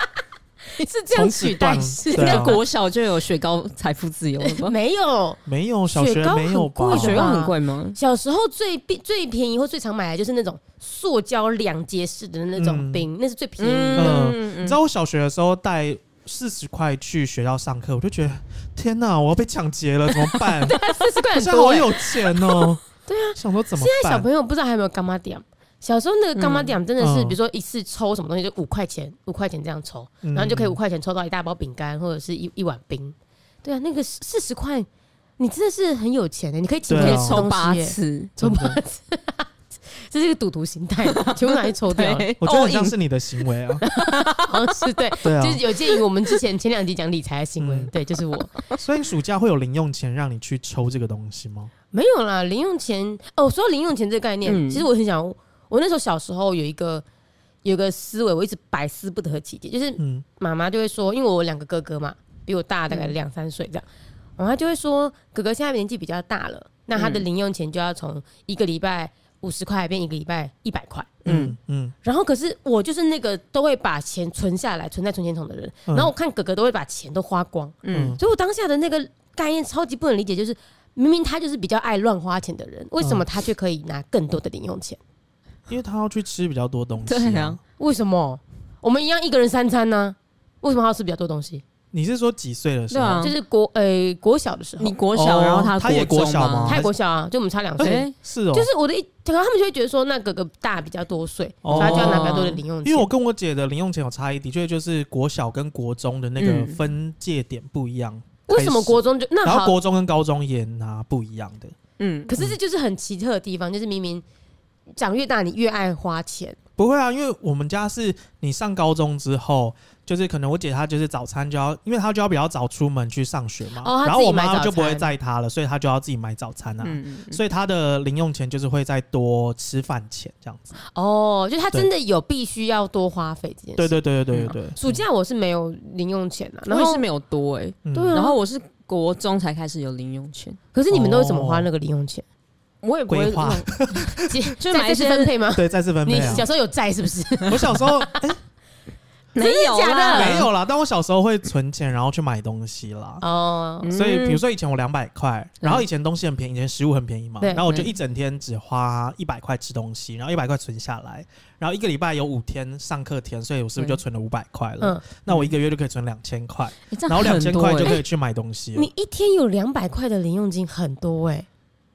[SPEAKER 1] 是 这样
[SPEAKER 3] 从此
[SPEAKER 1] 取代
[SPEAKER 3] 断
[SPEAKER 1] 是？
[SPEAKER 3] 对啊
[SPEAKER 2] 在国小就有雪糕财富自由了吧
[SPEAKER 1] 没有。
[SPEAKER 3] 没有，小学
[SPEAKER 1] 雪糕
[SPEAKER 3] 没有吧？
[SPEAKER 1] 很贵
[SPEAKER 2] 雪
[SPEAKER 1] 雪糕
[SPEAKER 2] 糕很贵吗？
[SPEAKER 1] 小时候最便最便宜或最常买的就是那种塑胶两节式的那种
[SPEAKER 3] 嗯
[SPEAKER 1] 冰，那是最便宜的。
[SPEAKER 3] 你知道我小学的时候带四十块去学校上课，我就觉得天哪，我要被抢劫了，怎么办？
[SPEAKER 1] 四十块
[SPEAKER 3] 好
[SPEAKER 1] 很
[SPEAKER 3] 像
[SPEAKER 1] 多、
[SPEAKER 3] 好
[SPEAKER 1] 欸。
[SPEAKER 3] 有钱哦。对啊，想说怎么
[SPEAKER 1] 现在小
[SPEAKER 3] 办？
[SPEAKER 1] 朋友不知道还有没有干妈点。小时候那个干妈点真的是，
[SPEAKER 3] 嗯
[SPEAKER 1] 比如说一次抽什么东西就五块钱，五块钱这样抽，
[SPEAKER 3] 嗯
[SPEAKER 1] 然后你就可以五块钱抽到一大包饼干或者是一一碗冰。对啊，那个四十块，你真的是很有钱的、你可以请
[SPEAKER 3] 对啊
[SPEAKER 1] 人吃
[SPEAKER 2] 抽
[SPEAKER 1] 东
[SPEAKER 2] 八
[SPEAKER 1] 西、耶
[SPEAKER 2] 次，
[SPEAKER 1] 抽
[SPEAKER 3] 真
[SPEAKER 1] 八
[SPEAKER 3] 的
[SPEAKER 1] 次，这是一个赌徒心态，全部拿去抽掉了，
[SPEAKER 2] 对，
[SPEAKER 3] 我觉得
[SPEAKER 2] all
[SPEAKER 3] 很像
[SPEAKER 2] in
[SPEAKER 3] 是你的行为啊。
[SPEAKER 1] 好像是对。
[SPEAKER 3] 对啊
[SPEAKER 1] 就，是有鉴于我们之前前两集讲理财的行为，
[SPEAKER 3] 嗯
[SPEAKER 1] 对，就是我
[SPEAKER 3] 所以暑假会有零用钱让你去抽这个东西吗？
[SPEAKER 1] 没有啦。零用钱哦，说到零用钱这个概念，
[SPEAKER 2] 嗯
[SPEAKER 1] 其实我很想，我那时候小时候有一个有一个思维，我一直百思不得其解，就是
[SPEAKER 3] 嗯，
[SPEAKER 1] 妈妈就会说，因为我有两个哥哥嘛，比我大大概两三岁这样，妈妈就会说，哥哥现在年纪比较大了，那他的
[SPEAKER 3] 嗯
[SPEAKER 1] 零用钱就要从一个礼拜五十块变一个礼拜一百块。
[SPEAKER 3] 嗯嗯，
[SPEAKER 1] 然后可是我就是那个都会把钱存下来，存在存钱筒的人。
[SPEAKER 3] 嗯
[SPEAKER 1] 然后我看哥哥都会把钱都花光，
[SPEAKER 2] 嗯
[SPEAKER 1] 所以我当下的那个概念超级不能理解，就是明明他就是比较爱乱花钱的人，为什么他却可以拿更多的零用钱？
[SPEAKER 3] 因为他要去吃比较多东西、
[SPEAKER 2] 对
[SPEAKER 3] 啊
[SPEAKER 2] 啊。
[SPEAKER 1] 为什么我们一样一个人三餐呢、为什么他要吃比较多东西？
[SPEAKER 3] 你是说几岁的时
[SPEAKER 2] 对
[SPEAKER 3] 候？
[SPEAKER 2] 啊
[SPEAKER 1] 就是国呃国小的时候
[SPEAKER 2] 嗯你，国小，
[SPEAKER 3] 哦
[SPEAKER 2] 然后
[SPEAKER 3] 他也
[SPEAKER 2] 国
[SPEAKER 3] 国小吗
[SPEAKER 2] 吗？
[SPEAKER 1] 泰国小啊，就我们差两岁，
[SPEAKER 2] 哎，
[SPEAKER 3] 是哦，
[SPEAKER 1] 就是我的一，可能他们就会觉得说，那哥哥大比较多岁，
[SPEAKER 3] 哦
[SPEAKER 1] 所以他就要拿比较多的零用钱。
[SPEAKER 3] 因为我跟我姐的零用钱有差异，的确就是国小跟国中的那个分界点不一样。
[SPEAKER 1] 嗯为什么国中就啊
[SPEAKER 3] 开
[SPEAKER 1] 那
[SPEAKER 3] 始？然后
[SPEAKER 1] 好？
[SPEAKER 3] 国中跟高中也拿不一样的，
[SPEAKER 2] 嗯，
[SPEAKER 1] 可是这就是很奇特的地方，就是明明长越大，你越爱花钱，
[SPEAKER 3] 不会啊，因为我们家是你上高中之后，就是可能我姐她就是早餐就要，因为她就要比较早出门去上学嘛，
[SPEAKER 1] 哦她自己
[SPEAKER 3] 然后我
[SPEAKER 1] 买早
[SPEAKER 3] 妈
[SPEAKER 1] 餐
[SPEAKER 3] 就不会载她了，所以她就要自己买早餐啊，
[SPEAKER 2] 嗯，嗯嗯
[SPEAKER 3] 所以她的零用钱就是会再多吃饭钱这样子。
[SPEAKER 1] 哦，就是他真的有必须要多花费这件事。
[SPEAKER 3] 对对对对对对对，
[SPEAKER 1] 暑假我是没有零用钱的、然
[SPEAKER 2] 我也
[SPEAKER 1] 后
[SPEAKER 2] 是没有多哎，
[SPEAKER 3] 嗯
[SPEAKER 1] 对啊
[SPEAKER 2] 然后我是国中才开始有零用钱，
[SPEAKER 1] 可是你们都是怎么花那个零用钱？
[SPEAKER 2] 我也不会
[SPEAKER 3] 嗯规划
[SPEAKER 2] 弄
[SPEAKER 1] 就
[SPEAKER 2] 就买一些
[SPEAKER 1] 分配吗？
[SPEAKER 3] 对再次分
[SPEAKER 1] 你
[SPEAKER 3] 配啊
[SPEAKER 1] 小。时候有债是不是？
[SPEAKER 3] 我小时候
[SPEAKER 2] 没有
[SPEAKER 1] 真的假
[SPEAKER 2] 啦
[SPEAKER 1] 的
[SPEAKER 3] 没有啦，但我小时候会存钱，然后去买东西啦。
[SPEAKER 1] 哦，
[SPEAKER 2] 嗯
[SPEAKER 3] 所以，比如说以前我两百块，然后以前东西很便宜，以前食物很便宜嘛，
[SPEAKER 1] 对
[SPEAKER 3] 然后我就一整天只花一百块吃东西，然后一百块存下来，然后一个礼拜有五天上课天，所以我是不是就
[SPEAKER 2] 对
[SPEAKER 3] 存了五百块了？
[SPEAKER 1] 嗯，
[SPEAKER 3] 那我一个月就可以存两千块，
[SPEAKER 2] 欸这样
[SPEAKER 3] 然后两千
[SPEAKER 2] 很多
[SPEAKER 3] 块就
[SPEAKER 2] 欸
[SPEAKER 3] 可以去买东西了。
[SPEAKER 1] 你一天有两百块的零用金，很多哎、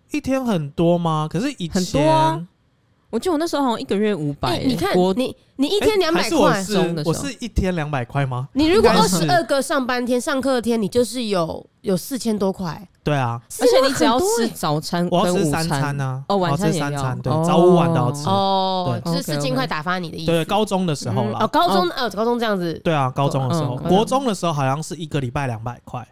[SPEAKER 3] 一天很多吗？可是以前
[SPEAKER 2] 很多啊我记得我那时候好像一个月五
[SPEAKER 1] 哎
[SPEAKER 2] 百，欸
[SPEAKER 1] 你看
[SPEAKER 2] 国
[SPEAKER 1] 你你一
[SPEAKER 3] 哎
[SPEAKER 1] 天两
[SPEAKER 3] 还
[SPEAKER 1] 百
[SPEAKER 3] 是我
[SPEAKER 1] 块，
[SPEAKER 2] 中
[SPEAKER 3] 是
[SPEAKER 2] 的时候
[SPEAKER 3] 我是一天两百块吗？
[SPEAKER 1] 你如果
[SPEAKER 3] 应
[SPEAKER 1] 二
[SPEAKER 3] 该是
[SPEAKER 1] 十二个上班天、上课天，你就是有有四千多块，
[SPEAKER 3] 对啊，
[SPEAKER 1] 而
[SPEAKER 2] 而且你只要
[SPEAKER 1] 多
[SPEAKER 2] 吃
[SPEAKER 1] 欸
[SPEAKER 2] 早餐
[SPEAKER 3] 我
[SPEAKER 2] 跟
[SPEAKER 3] 要吃
[SPEAKER 2] 嗯午
[SPEAKER 3] 三餐啊，
[SPEAKER 2] 哦
[SPEAKER 3] 我
[SPEAKER 2] 晚
[SPEAKER 3] 要
[SPEAKER 2] 餐
[SPEAKER 3] 吃
[SPEAKER 2] 也
[SPEAKER 3] 三
[SPEAKER 2] 要
[SPEAKER 3] 餐，对
[SPEAKER 2] 哦，
[SPEAKER 3] 早午晚都要吃。
[SPEAKER 1] 哦，就是
[SPEAKER 2] 对
[SPEAKER 1] 四千块打发你的意思。
[SPEAKER 3] 对，高中的时候
[SPEAKER 2] 嗯
[SPEAKER 3] 啦，
[SPEAKER 1] 哦，高中呃，高中这样子，
[SPEAKER 3] 对啊，高中的时候，
[SPEAKER 2] 嗯高
[SPEAKER 3] 国中的时候好像是一个礼拜两百块，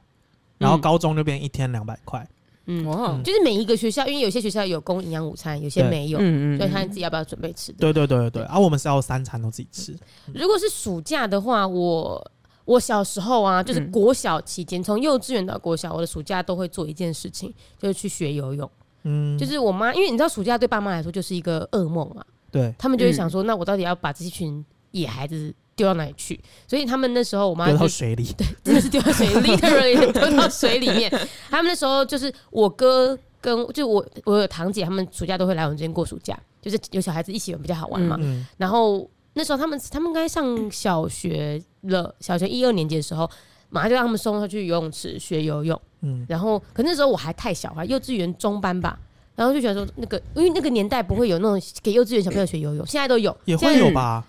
[SPEAKER 3] 然后高中就变一天两百块。
[SPEAKER 1] 嗯，
[SPEAKER 2] 哇，
[SPEAKER 1] 就是每一个学校，因为有些学校有供营养午餐，有些
[SPEAKER 3] 对
[SPEAKER 1] 没有，
[SPEAKER 2] 嗯
[SPEAKER 1] 所以看自己要不要准备吃的。
[SPEAKER 3] 对对对对对，啊，我们是要三餐都自己吃。
[SPEAKER 1] 如果是暑假的话，我我小时候啊，就是
[SPEAKER 2] 嗯
[SPEAKER 1] 国小期间，从、幼稚园到国小，我的暑假都会做一件事情，就是去学游泳。
[SPEAKER 3] 嗯，
[SPEAKER 1] 就是我妈，因为你知道暑假对爸妈来说就是一个噩梦嘛，
[SPEAKER 3] 对，
[SPEAKER 1] 他们就会想
[SPEAKER 3] 嗯
[SPEAKER 1] 说，那我到底要把这群野孩子丢到哪里去？所以他们那时候我妈
[SPEAKER 3] 丢
[SPEAKER 1] 就
[SPEAKER 3] 到水里。
[SPEAKER 1] 真的是丢到水 ，literally 丢到水里面。他们那时候就是我哥跟就我我有堂姐，他们暑假都会来我们这边过暑假，就是有小孩子一起玩比较好玩嘛。
[SPEAKER 3] 嗯，
[SPEAKER 1] 然后那时候他们他们应该上小学了，小学一二年级的时候，马上就让他们送他去游泳池学游泳。
[SPEAKER 3] 嗯
[SPEAKER 1] 然后，可那时候我还太小，还幼稚园中班吧。然后就觉得说，那个因为那个年代不会有那种给幼稚园小朋友学游泳，现在都有，
[SPEAKER 3] 也会
[SPEAKER 1] 现在
[SPEAKER 3] 有吧？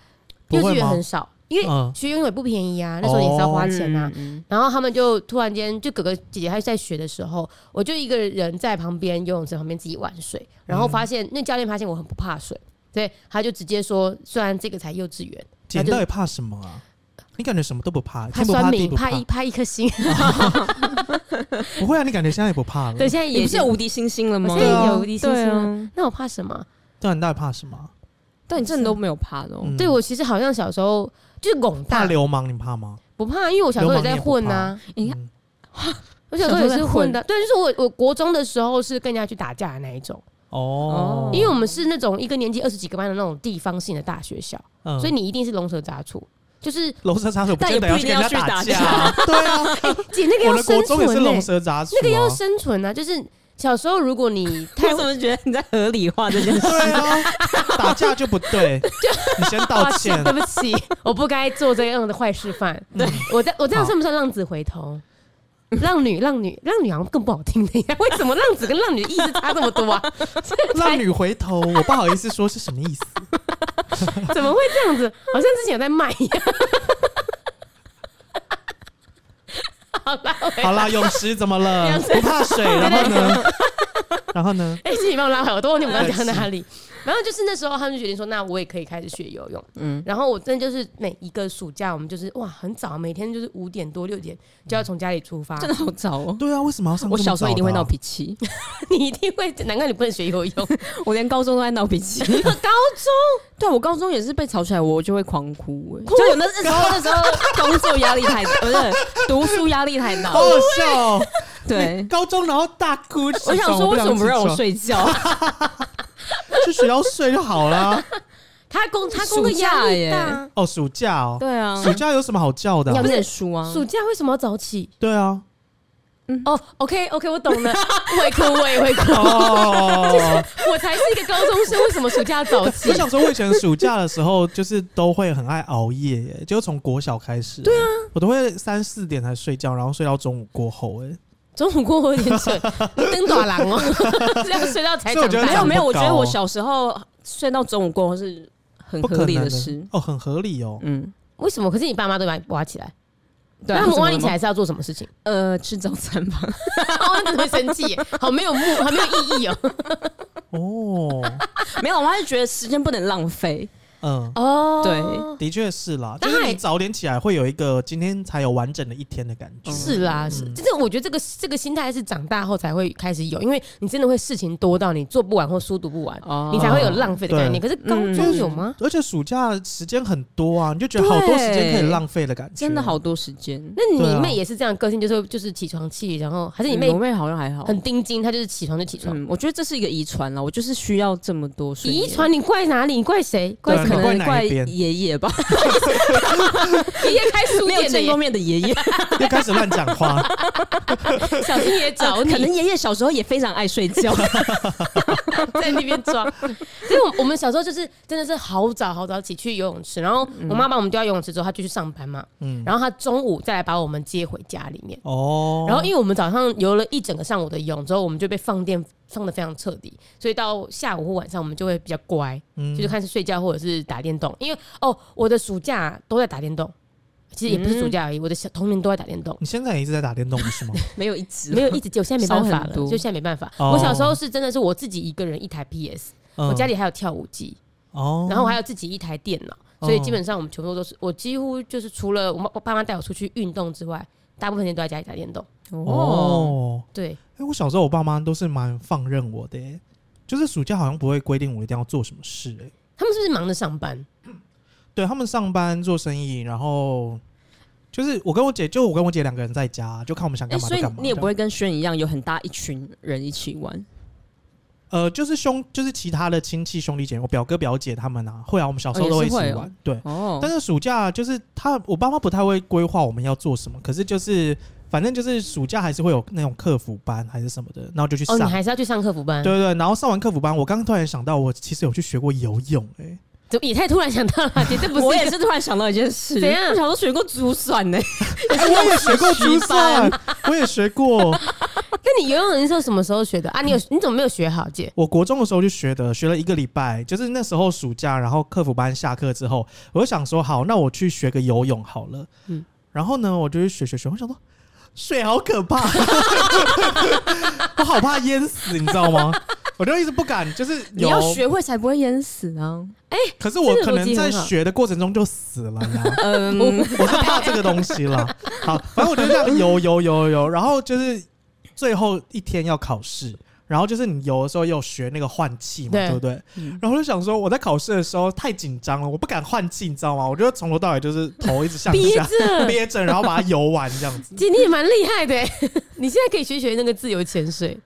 [SPEAKER 3] 不
[SPEAKER 1] 幼稚
[SPEAKER 3] 会
[SPEAKER 1] 园
[SPEAKER 3] 吗
[SPEAKER 1] 很？少，因为
[SPEAKER 3] 嗯，哦
[SPEAKER 1] 学游泳也不便宜啊，那时候也是要花钱啊。
[SPEAKER 2] 嗯
[SPEAKER 1] 然后他们就突然间，就哥哥姐姐还在学的时候，我就一个人在旁边游泳池旁边自己玩水，然后发现那教练发现我很不怕水，所以他就直接说，虽然这个才幼稚园，
[SPEAKER 3] 姐，你
[SPEAKER 1] 就
[SPEAKER 3] 到底怕什么啊？你感觉什么都不怕，
[SPEAKER 1] 怕
[SPEAKER 3] 天不
[SPEAKER 1] 酸
[SPEAKER 3] 怕地
[SPEAKER 1] 民，
[SPEAKER 3] 不怕，
[SPEAKER 1] 怕一怕一颗星，
[SPEAKER 3] 不会啊？你感觉现在也不怕了？
[SPEAKER 1] 对，
[SPEAKER 3] 对
[SPEAKER 1] 现在
[SPEAKER 2] 你
[SPEAKER 1] 也
[SPEAKER 2] 不是有无敌星星了吗？
[SPEAKER 1] 我现在有无敌星星
[SPEAKER 2] 对
[SPEAKER 1] 了
[SPEAKER 2] 啊，
[SPEAKER 1] 那我怕什么？
[SPEAKER 3] 啊，你到底怕什么啊？
[SPEAKER 2] 但你真的都没有怕的哦，
[SPEAKER 3] 嗯
[SPEAKER 1] 对我其实好像小时候就是拱
[SPEAKER 3] 怕
[SPEAKER 1] 大，
[SPEAKER 3] 流氓，你怕吗？
[SPEAKER 1] 不怕，因为我小时候也在混啊，
[SPEAKER 2] 你看
[SPEAKER 3] 嗯
[SPEAKER 1] 我小时候也是混的，对，就是我我国中的时候是跟人家去打架的那一种，
[SPEAKER 3] 哦
[SPEAKER 2] 哦，
[SPEAKER 1] 因为我们是那种一个年级二十几个班的那种地方性的大学校，
[SPEAKER 3] 嗯
[SPEAKER 1] 所以你一定是龙蛇杂处。就是
[SPEAKER 3] 龙蛇杂处不
[SPEAKER 2] 但也
[SPEAKER 3] 见得
[SPEAKER 2] 不
[SPEAKER 3] 要
[SPEAKER 2] 一
[SPEAKER 3] 去跟
[SPEAKER 2] 定要
[SPEAKER 3] 人
[SPEAKER 2] 去
[SPEAKER 3] 家
[SPEAKER 2] 打
[SPEAKER 3] 架啊，对啊，
[SPEAKER 1] 姐那个
[SPEAKER 3] 我
[SPEAKER 1] 要
[SPEAKER 3] 的
[SPEAKER 1] 生
[SPEAKER 3] 国中也是
[SPEAKER 1] 存呢、
[SPEAKER 3] 龙蛇杂处啊，
[SPEAKER 1] 那个要生存啊，就是小时候如果你太
[SPEAKER 2] 他怎么觉得你在合理化这件事？
[SPEAKER 3] 对啊，打架就不对，你先道歉
[SPEAKER 1] 对。不起，我不该做这样的坏示范。对我这我这样算不算浪子回头？浪女，浪女，浪女好像更不好听的呀？ 为什么浪子跟浪女的意思差这么多啊？
[SPEAKER 3] 浪女回头，我不好意思说是什么 意思。
[SPEAKER 1] 怎么会这样子？好像之前有在卖一样。 好啦，我
[SPEAKER 2] 啊
[SPEAKER 3] 好啦，泳池怎么了？
[SPEAKER 1] 泳池
[SPEAKER 3] 不怕水，然后呢？然后呢？
[SPEAKER 1] 哎、自己帮我拉回来，我都忘记我们要讲到哪里。然后就是那时候他们就决定说，那我也可以开始学游泳。
[SPEAKER 2] 嗯
[SPEAKER 1] 嗯，然后我真的就是每一个暑假，我们就是哇，很早，每天就是五点多六点就要从家里出发。
[SPEAKER 2] 真的好早哦。
[SPEAKER 3] 对啊，为什么要上？
[SPEAKER 2] 我小时候一定会闹，脾气，
[SPEAKER 1] 你一定会，难怪 你不能学游泳。
[SPEAKER 2] 我连高中都在闹脾气。
[SPEAKER 1] 高中
[SPEAKER 2] 对，啊我高中也是被吵起来，我就会狂 哭、欸。
[SPEAKER 1] 哭
[SPEAKER 2] 就我那那时候那时候工作压力太大，不是读书压力太 大
[SPEAKER 3] 好。好笑哦。
[SPEAKER 2] 对，
[SPEAKER 3] 高中然后大哭，
[SPEAKER 2] 我想说
[SPEAKER 3] 不
[SPEAKER 2] 为什么不让我
[SPEAKER 3] 起
[SPEAKER 2] 睡觉？
[SPEAKER 3] 床？去学校睡就好啦。
[SPEAKER 1] 他工他工作压力大，
[SPEAKER 3] 哦，暑假哦，
[SPEAKER 2] 对啊，
[SPEAKER 3] 暑假有什么好叫的
[SPEAKER 2] 要
[SPEAKER 3] 啊？
[SPEAKER 2] 念书啊。
[SPEAKER 1] 嗯暑假为什么要早起？
[SPEAKER 3] 对 啊，
[SPEAKER 1] 哦，OK OK，我懂了， 我也哭，我也会 哭。
[SPEAKER 3] 哦，
[SPEAKER 1] 我才是一个高中生，为什么暑假要早起
[SPEAKER 3] 我？想说，我以前暑假的时候就是都会很爱熬夜耶，就从国小开始。对啊，我都会三四点才睡觉，然后睡到中午过后。哎，
[SPEAKER 1] 中午过后有点 蠢，灯短郎哦， 这样睡到
[SPEAKER 3] 所
[SPEAKER 1] 才
[SPEAKER 3] 以
[SPEAKER 1] 长
[SPEAKER 3] 我觉得
[SPEAKER 2] 没
[SPEAKER 1] 大。
[SPEAKER 2] 有
[SPEAKER 3] 长
[SPEAKER 2] 没有，
[SPEAKER 3] 不
[SPEAKER 2] 我觉得
[SPEAKER 3] 高
[SPEAKER 2] 我小时候睡到中午过后是很
[SPEAKER 3] 不
[SPEAKER 2] 合
[SPEAKER 3] 可
[SPEAKER 2] 理
[SPEAKER 3] 能
[SPEAKER 2] 的事。
[SPEAKER 3] 哦，很合理哦。
[SPEAKER 2] 嗯，
[SPEAKER 1] 为什么？可是你爸妈都把你挖起来，
[SPEAKER 2] 对
[SPEAKER 1] 那
[SPEAKER 2] 啊。
[SPEAKER 1] 他们挖你
[SPEAKER 2] 为什么
[SPEAKER 1] 起来是要做什么事 情？
[SPEAKER 2] 呃，吃早餐吧。
[SPEAKER 1] 哦，那你会生气耶，好没有目，好没有意义哦。
[SPEAKER 3] 哦，
[SPEAKER 2] 没有，我还是觉得时间不能浪费。
[SPEAKER 3] 嗯，
[SPEAKER 1] 哦，
[SPEAKER 2] 对
[SPEAKER 3] 的确是啦，就
[SPEAKER 1] 但
[SPEAKER 3] 是
[SPEAKER 1] 他
[SPEAKER 3] 你
[SPEAKER 1] 也
[SPEAKER 3] 早点起来会有一个今天才有完整的一天的感觉。
[SPEAKER 1] 是啦，是，就是嗯我觉得这个这个心态是长大后才会开始有，因为你真的会事情多到你做不完或书读不完，
[SPEAKER 2] 哦
[SPEAKER 1] 你才会有浪费的概念。可是高中
[SPEAKER 2] 嗯
[SPEAKER 1] 有吗？
[SPEAKER 3] 而且暑假时间很多啊，你就觉得好多时间可以浪费的感觉，
[SPEAKER 2] 真的好多时间。
[SPEAKER 1] 那你
[SPEAKER 3] 对啊
[SPEAKER 1] 妹也是这样个性，就是就是起床气，然后还是你
[SPEAKER 2] 嗯
[SPEAKER 1] 妹
[SPEAKER 2] 我妹好像还好。
[SPEAKER 1] 很盯紧，她就是起床就起床。
[SPEAKER 2] 嗯，我觉得这是一个遗传了，我就是需要这么多睡眠。
[SPEAKER 1] 遗传你怪哪里？你怪谁？怪
[SPEAKER 3] 对啊
[SPEAKER 1] 什
[SPEAKER 2] 可
[SPEAKER 1] 么？
[SPEAKER 3] 怪
[SPEAKER 2] 能
[SPEAKER 3] 哪一
[SPEAKER 2] 怪
[SPEAKER 3] 边
[SPEAKER 2] 爷爷吧，
[SPEAKER 1] 爷爷开书
[SPEAKER 2] 没有
[SPEAKER 1] 店的
[SPEAKER 2] 见过
[SPEAKER 1] 耶，
[SPEAKER 2] 面的爷爷，
[SPEAKER 3] 又开始乱讲话。
[SPEAKER 1] 小心也找你
[SPEAKER 2] 可，能爷爷小时候也非常爱睡觉。
[SPEAKER 1] 在那边抓。 所以，我我们小时候就是真的是好早好早起去游泳池，然后我妈把我们丢到游泳池之后，她就去上班嘛，
[SPEAKER 3] 嗯，
[SPEAKER 1] 然后她中午再来把我们接回家里面。
[SPEAKER 3] 哦，
[SPEAKER 1] 然后，因为我们早上游了一整个上午的泳之后，我们就被放电放的非常彻底，所以到下午或晚上我们就会比较乖，
[SPEAKER 3] 嗯
[SPEAKER 1] 就是看是睡觉或者是打电动。因为哦，我的暑假都在打电动，其实也不是暑假而已，我的小童年都在打电动。
[SPEAKER 3] 你现在也一直在打电动不是吗？
[SPEAKER 2] 没有一直
[SPEAKER 1] 没有一直接，我现在没办
[SPEAKER 2] 少
[SPEAKER 1] 法
[SPEAKER 2] 很
[SPEAKER 1] 了，
[SPEAKER 2] 多
[SPEAKER 1] 就现在没办法。
[SPEAKER 3] 哦
[SPEAKER 1] 我小时候是真的是我自己一个人一台 PS，、
[SPEAKER 3] 嗯
[SPEAKER 1] 我家里还有跳舞机，
[SPEAKER 3] 哦，
[SPEAKER 1] 然后我还有自己一台电脑，所以基本上我们全部都是我几乎就是除了我妈我爸妈带我出去运动之外，大部分时间都在家里打电动。
[SPEAKER 2] 哦，
[SPEAKER 3] 哦，
[SPEAKER 1] 对，
[SPEAKER 3] 哎、我小时候我爸妈都是蛮放任我的耶、就是暑假好像不会规定我一定要做什么事、哎，
[SPEAKER 1] 他们是不是忙着上班？
[SPEAKER 3] 对他们上班做生意，然后就是我跟我姐，就我跟我姐两个人在家，就看我们想
[SPEAKER 2] 哎，
[SPEAKER 3] 干嘛
[SPEAKER 2] 所
[SPEAKER 3] 就
[SPEAKER 2] 以
[SPEAKER 3] 干嘛、
[SPEAKER 2] 你也不会跟轩一样有很大一群人一起玩，
[SPEAKER 3] 呃，就是兄，就是其他的亲戚兄弟姐妹，我表哥表姐他们啊，会啊，我们小时候
[SPEAKER 2] 哦
[SPEAKER 3] 都
[SPEAKER 2] 也
[SPEAKER 3] 会一
[SPEAKER 2] 是
[SPEAKER 3] 起
[SPEAKER 2] 会哦
[SPEAKER 3] 玩，对。
[SPEAKER 2] 哦
[SPEAKER 3] 但，是暑假就是他，我爸妈不太会规划我们要做什么，可是就是反正就是暑假还是会有那种客服班还是什么的，然后就去
[SPEAKER 1] 哦，
[SPEAKER 3] 上。
[SPEAKER 1] 你还是要去上客服班？
[SPEAKER 3] 对对对，然后上完客服班，我刚刚突然想到，我其实有去学过游泳、哎，
[SPEAKER 1] 怎么也太突然想到了，姐这不是
[SPEAKER 2] 我也是突然想到一件事，
[SPEAKER 1] 怎样
[SPEAKER 2] 我小时候学过珠算欸呢，
[SPEAKER 3] 哎我也学过珠算，我也学过。
[SPEAKER 1] 那你游泳的时候什么时候学的啊？你有你怎么没有学好姐？
[SPEAKER 3] 我国中的时候就学的，学了一个礼拜，就是那时候暑假，然后客服班下课之后，我就想说，好，那我去学个游泳好了。
[SPEAKER 1] 嗯
[SPEAKER 3] 然后呢，我就去学学学，我想说。水好可怕， 我好怕淹死，你知道吗？我就一直不敢，就是
[SPEAKER 2] 你
[SPEAKER 3] 有
[SPEAKER 2] 要，学会才不会淹死啊。
[SPEAKER 3] 可是我
[SPEAKER 1] 这个
[SPEAKER 3] 可
[SPEAKER 1] 逻
[SPEAKER 3] 能
[SPEAKER 1] 辑
[SPEAKER 3] 在
[SPEAKER 1] 很好
[SPEAKER 3] 学的过程中就死了呀。
[SPEAKER 2] 嗯，
[SPEAKER 3] 我是怕这个东西啦。好，反正我就这样游游游游，然后就是最后一天要考试，然后就是你游的时候也有学那个换气嘛，
[SPEAKER 1] 对
[SPEAKER 3] 对不对
[SPEAKER 2] 嗯？
[SPEAKER 3] 然后我就想说，我在考试的时候太紧张了，我不敢换气，你知道吗？我就从头到尾就是头一直向
[SPEAKER 1] 憋
[SPEAKER 3] 下
[SPEAKER 1] 着，
[SPEAKER 3] 憋着，然后把它游完这 样子。
[SPEAKER 1] 姐你也蛮厉害的欸， 你现在可以学学那个自由潜水。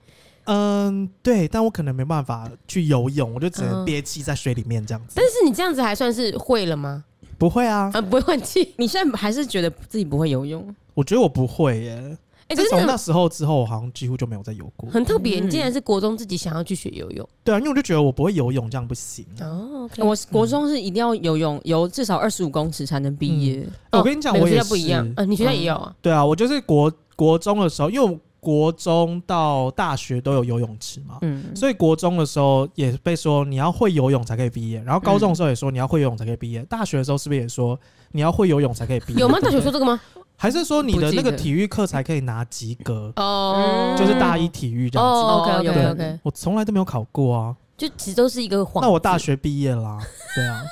[SPEAKER 3] 嗯，对，但我可能没办法去游泳，我就只能憋气在水里面这样子
[SPEAKER 1] 嗯但。是你这样子还算是会了吗？
[SPEAKER 3] 不会啊，
[SPEAKER 1] 啊，不会换气。
[SPEAKER 2] 你现在还是觉得自己不会游泳？
[SPEAKER 3] 我觉得我不会耶。自
[SPEAKER 1] 哎、可是
[SPEAKER 3] 从
[SPEAKER 1] 那
[SPEAKER 3] 那时候之后，我好像几乎就没有再游过。
[SPEAKER 1] 很特别，
[SPEAKER 2] 嗯
[SPEAKER 1] 你竟然是国中自己想要去学游泳
[SPEAKER 3] 对啊，因为我就觉得我不会游泳，这样不行。啊
[SPEAKER 1] 哦。OK
[SPEAKER 2] 我国中是一定要游泳，游至少二十五公尺才能毕业。
[SPEAKER 3] 欸我跟你讲，
[SPEAKER 1] 哦每
[SPEAKER 3] 我
[SPEAKER 1] 个学
[SPEAKER 3] 也
[SPEAKER 1] 校不一样
[SPEAKER 3] 是，
[SPEAKER 1] 呃，你学校也有啊？
[SPEAKER 3] 对啊，我就是国国中的时候，因为我国中到大学都有游泳池嘛，
[SPEAKER 2] 嗯，
[SPEAKER 3] 所以国中的时候也被说你要会游泳才可以毕业，然后高中的时候也说你要会游泳才可以毕
[SPEAKER 1] 嗯
[SPEAKER 3] 业，大学的时候是不是也说你要会游泳才可以毕业？
[SPEAKER 1] 有吗？
[SPEAKER 3] 对
[SPEAKER 1] 大
[SPEAKER 3] 不
[SPEAKER 1] 学
[SPEAKER 3] 对
[SPEAKER 1] 说这个吗？
[SPEAKER 3] 还是说你的那
[SPEAKER 2] 不记
[SPEAKER 3] 个
[SPEAKER 2] 得
[SPEAKER 3] 体育课才可以拿及格，
[SPEAKER 1] 哦
[SPEAKER 3] 就是大一体育这样子？
[SPEAKER 1] 哦，OK OK
[SPEAKER 2] 对
[SPEAKER 1] OK，
[SPEAKER 3] 我从来都没有考过啊，
[SPEAKER 1] 就其实都是一个谎。
[SPEAKER 3] 那我大学毕业 啦，对啊，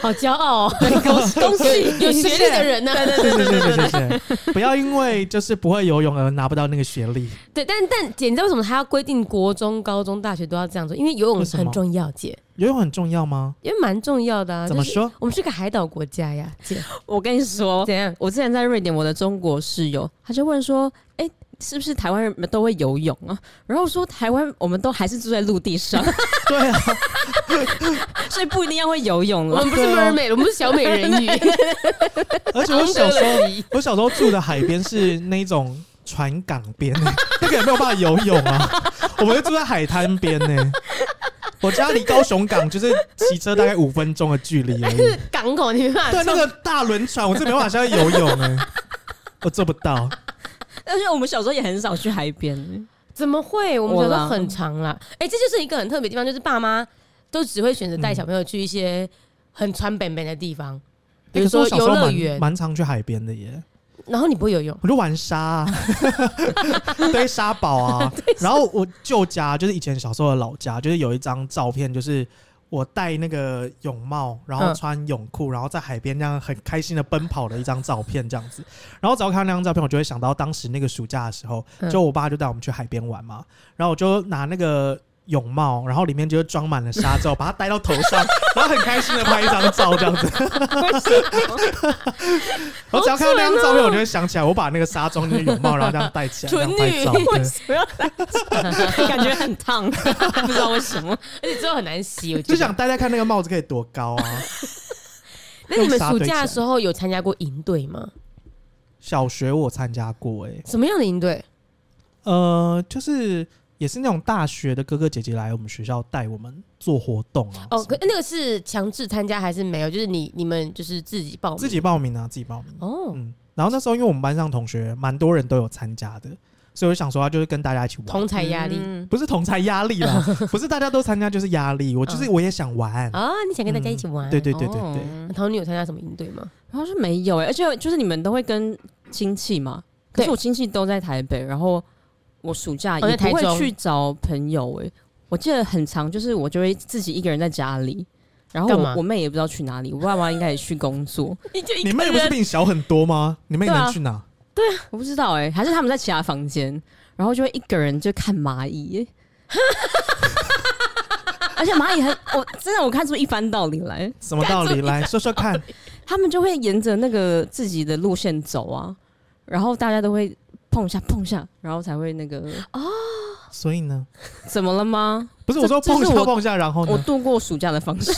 [SPEAKER 1] 好骄傲、 哦，
[SPEAKER 2] 恭喜恭喜，
[SPEAKER 1] 有学历的人呢、啊
[SPEAKER 3] 谢谢谢谢谢谢，不要因为就是不会游泳而拿不到那个学历，
[SPEAKER 1] 对，但但姐，你知道为什么他要规定国中、高中、大学都要这样做？因为游泳
[SPEAKER 3] 为什么
[SPEAKER 1] 很重要，姐，
[SPEAKER 3] 游泳很重要吗？
[SPEAKER 1] 因为蛮重要的啊。
[SPEAKER 3] 怎么
[SPEAKER 1] 就是
[SPEAKER 3] 说？
[SPEAKER 1] 我们是个海岛国家呀， 姐，
[SPEAKER 2] 我跟你说，
[SPEAKER 1] 怎样？
[SPEAKER 2] 我之前在瑞典，我的中国室友他就问说：“哎、是不是台湾人都会游泳啊？”然后我说：“台湾我们都还是住在陆地上，
[SPEAKER 3] 对啊，
[SPEAKER 2] 所以不一定要会游泳
[SPEAKER 1] 我
[SPEAKER 2] 了。
[SPEAKER 1] 们不是
[SPEAKER 3] 对啊
[SPEAKER 1] mermaid，我们不是小美 人鱼，
[SPEAKER 3] 而且我小时候我小时候住的海边是那种船港边、欸那个也没有办法游泳啊，我们就住在海滩边呢、我家离高雄港就是骑车大概五分钟的距离 而已。
[SPEAKER 1] 港口你没办法
[SPEAKER 3] 对，那个大轮船，我真没办法下去游泳哎、我做不到。
[SPEAKER 2] 但是我们小时候也很少去海边，
[SPEAKER 1] 怎么会？我们
[SPEAKER 2] 我
[SPEAKER 1] 觉得
[SPEAKER 2] 啦
[SPEAKER 1] 很长啦。哎、这就是一个很特别的地方，就是爸妈都只会选择带小朋友去一些很穿本本的地
[SPEAKER 3] 嗯
[SPEAKER 1] 方，比如
[SPEAKER 3] 可是我
[SPEAKER 1] 说
[SPEAKER 3] 小
[SPEAKER 1] 游
[SPEAKER 3] 时候
[SPEAKER 1] 乐
[SPEAKER 3] 蛮
[SPEAKER 1] 园，
[SPEAKER 3] 蛮常去海边的耶，
[SPEAKER 1] 然后你不会游泳，
[SPEAKER 3] 我就玩沙、 啊，堆沙堡啊。然后我舅家就是以前小时候的老家，就是有一张照片，就是我戴那个泳帽，然后
[SPEAKER 1] 嗯
[SPEAKER 3] 穿泳裤，然后在海边这样很开心的奔跑的一张照片，这样子。然后只要看到那张照片，我就会想到当时那个暑假的时候，
[SPEAKER 1] 嗯
[SPEAKER 3] 就我爸就带我们去海边玩嘛，然后我就拿那个。泳帽，然后里面就是装满了 沙之后，把它戴到头上，然后很开心的拍一张照，这样 子。我只要看到那张照片，
[SPEAKER 1] 哦
[SPEAKER 3] 我就会想起来，我把那个纱装进去泳帽，然后这样戴起来，这样拍照。对
[SPEAKER 2] 感觉很 烫，不知道为什么。
[SPEAKER 1] 而且之后很难洗。我觉
[SPEAKER 3] 就
[SPEAKER 1] 得
[SPEAKER 3] 想戴戴看那个帽子可以多高啊！
[SPEAKER 1] 那你
[SPEAKER 3] 用
[SPEAKER 1] 们
[SPEAKER 3] 沙
[SPEAKER 1] 暑
[SPEAKER 3] 堆起
[SPEAKER 1] 假
[SPEAKER 3] 来
[SPEAKER 1] 的时候有参加过营队吗？
[SPEAKER 3] 小学我参加过、欸，
[SPEAKER 1] 什么样的营队？
[SPEAKER 3] 呃，就是也是那种大学的哥哥姐姐来我们学校带我们做活动啊。
[SPEAKER 1] 哦，
[SPEAKER 3] 什么
[SPEAKER 1] 可那个是强制参加还是没有？就是你你们就是自己报名
[SPEAKER 3] 自己报名啊，自己报名。
[SPEAKER 1] 哦，
[SPEAKER 3] 嗯，然后那时候因为我们班上同学蛮多人都有参加的，所以我就想说，就是跟大家一起玩
[SPEAKER 1] 同，才压力
[SPEAKER 2] 嗯
[SPEAKER 3] 不是同才压力 啦，不是大家都参加就是压力，我
[SPEAKER 2] 嗯
[SPEAKER 3] 就是我也想玩。嗯
[SPEAKER 1] 啊、你想跟大家一起玩？
[SPEAKER 3] 对对对对
[SPEAKER 2] 哦
[SPEAKER 3] 对，
[SPEAKER 1] 桃女有参加什么营队吗？
[SPEAKER 2] 然后是没有哎、而且就是你们都会跟亲戚嘛，可
[SPEAKER 1] 对
[SPEAKER 2] 是我亲戚都在台北，然后我暑假
[SPEAKER 1] 哦在
[SPEAKER 2] 也
[SPEAKER 1] 台
[SPEAKER 2] 不
[SPEAKER 1] 中
[SPEAKER 2] 会去找朋友哎、我记得很长，就是我就会自己一个人在家里，然后
[SPEAKER 1] 干嘛
[SPEAKER 2] 我我妹也不知道去哪里，我爸妈应该也去工 作，
[SPEAKER 1] 你就
[SPEAKER 3] 你妹不是比你小很多吗？你妹
[SPEAKER 2] 对啊
[SPEAKER 3] 能去哪？
[SPEAKER 2] 我不知道哎、还是他们在其他房间，然后就会一个人就看蚂蚁、 欸。而且蚂蚁很，我真的我看出一番道理来，
[SPEAKER 3] 什么道理？来说说 看。
[SPEAKER 2] 他们就会沿着那个自己的路线走啊，然后大家都会碰一下碰一下，然后才会那个
[SPEAKER 3] 所以呢，
[SPEAKER 2] 怎么了吗？
[SPEAKER 3] 不是
[SPEAKER 2] 这
[SPEAKER 3] 我说
[SPEAKER 2] 这
[SPEAKER 3] 碰一
[SPEAKER 2] 是
[SPEAKER 3] 下
[SPEAKER 2] 我
[SPEAKER 3] 碰一下，然后
[SPEAKER 2] 我
[SPEAKER 3] 呢，
[SPEAKER 2] 度过暑假 的方式，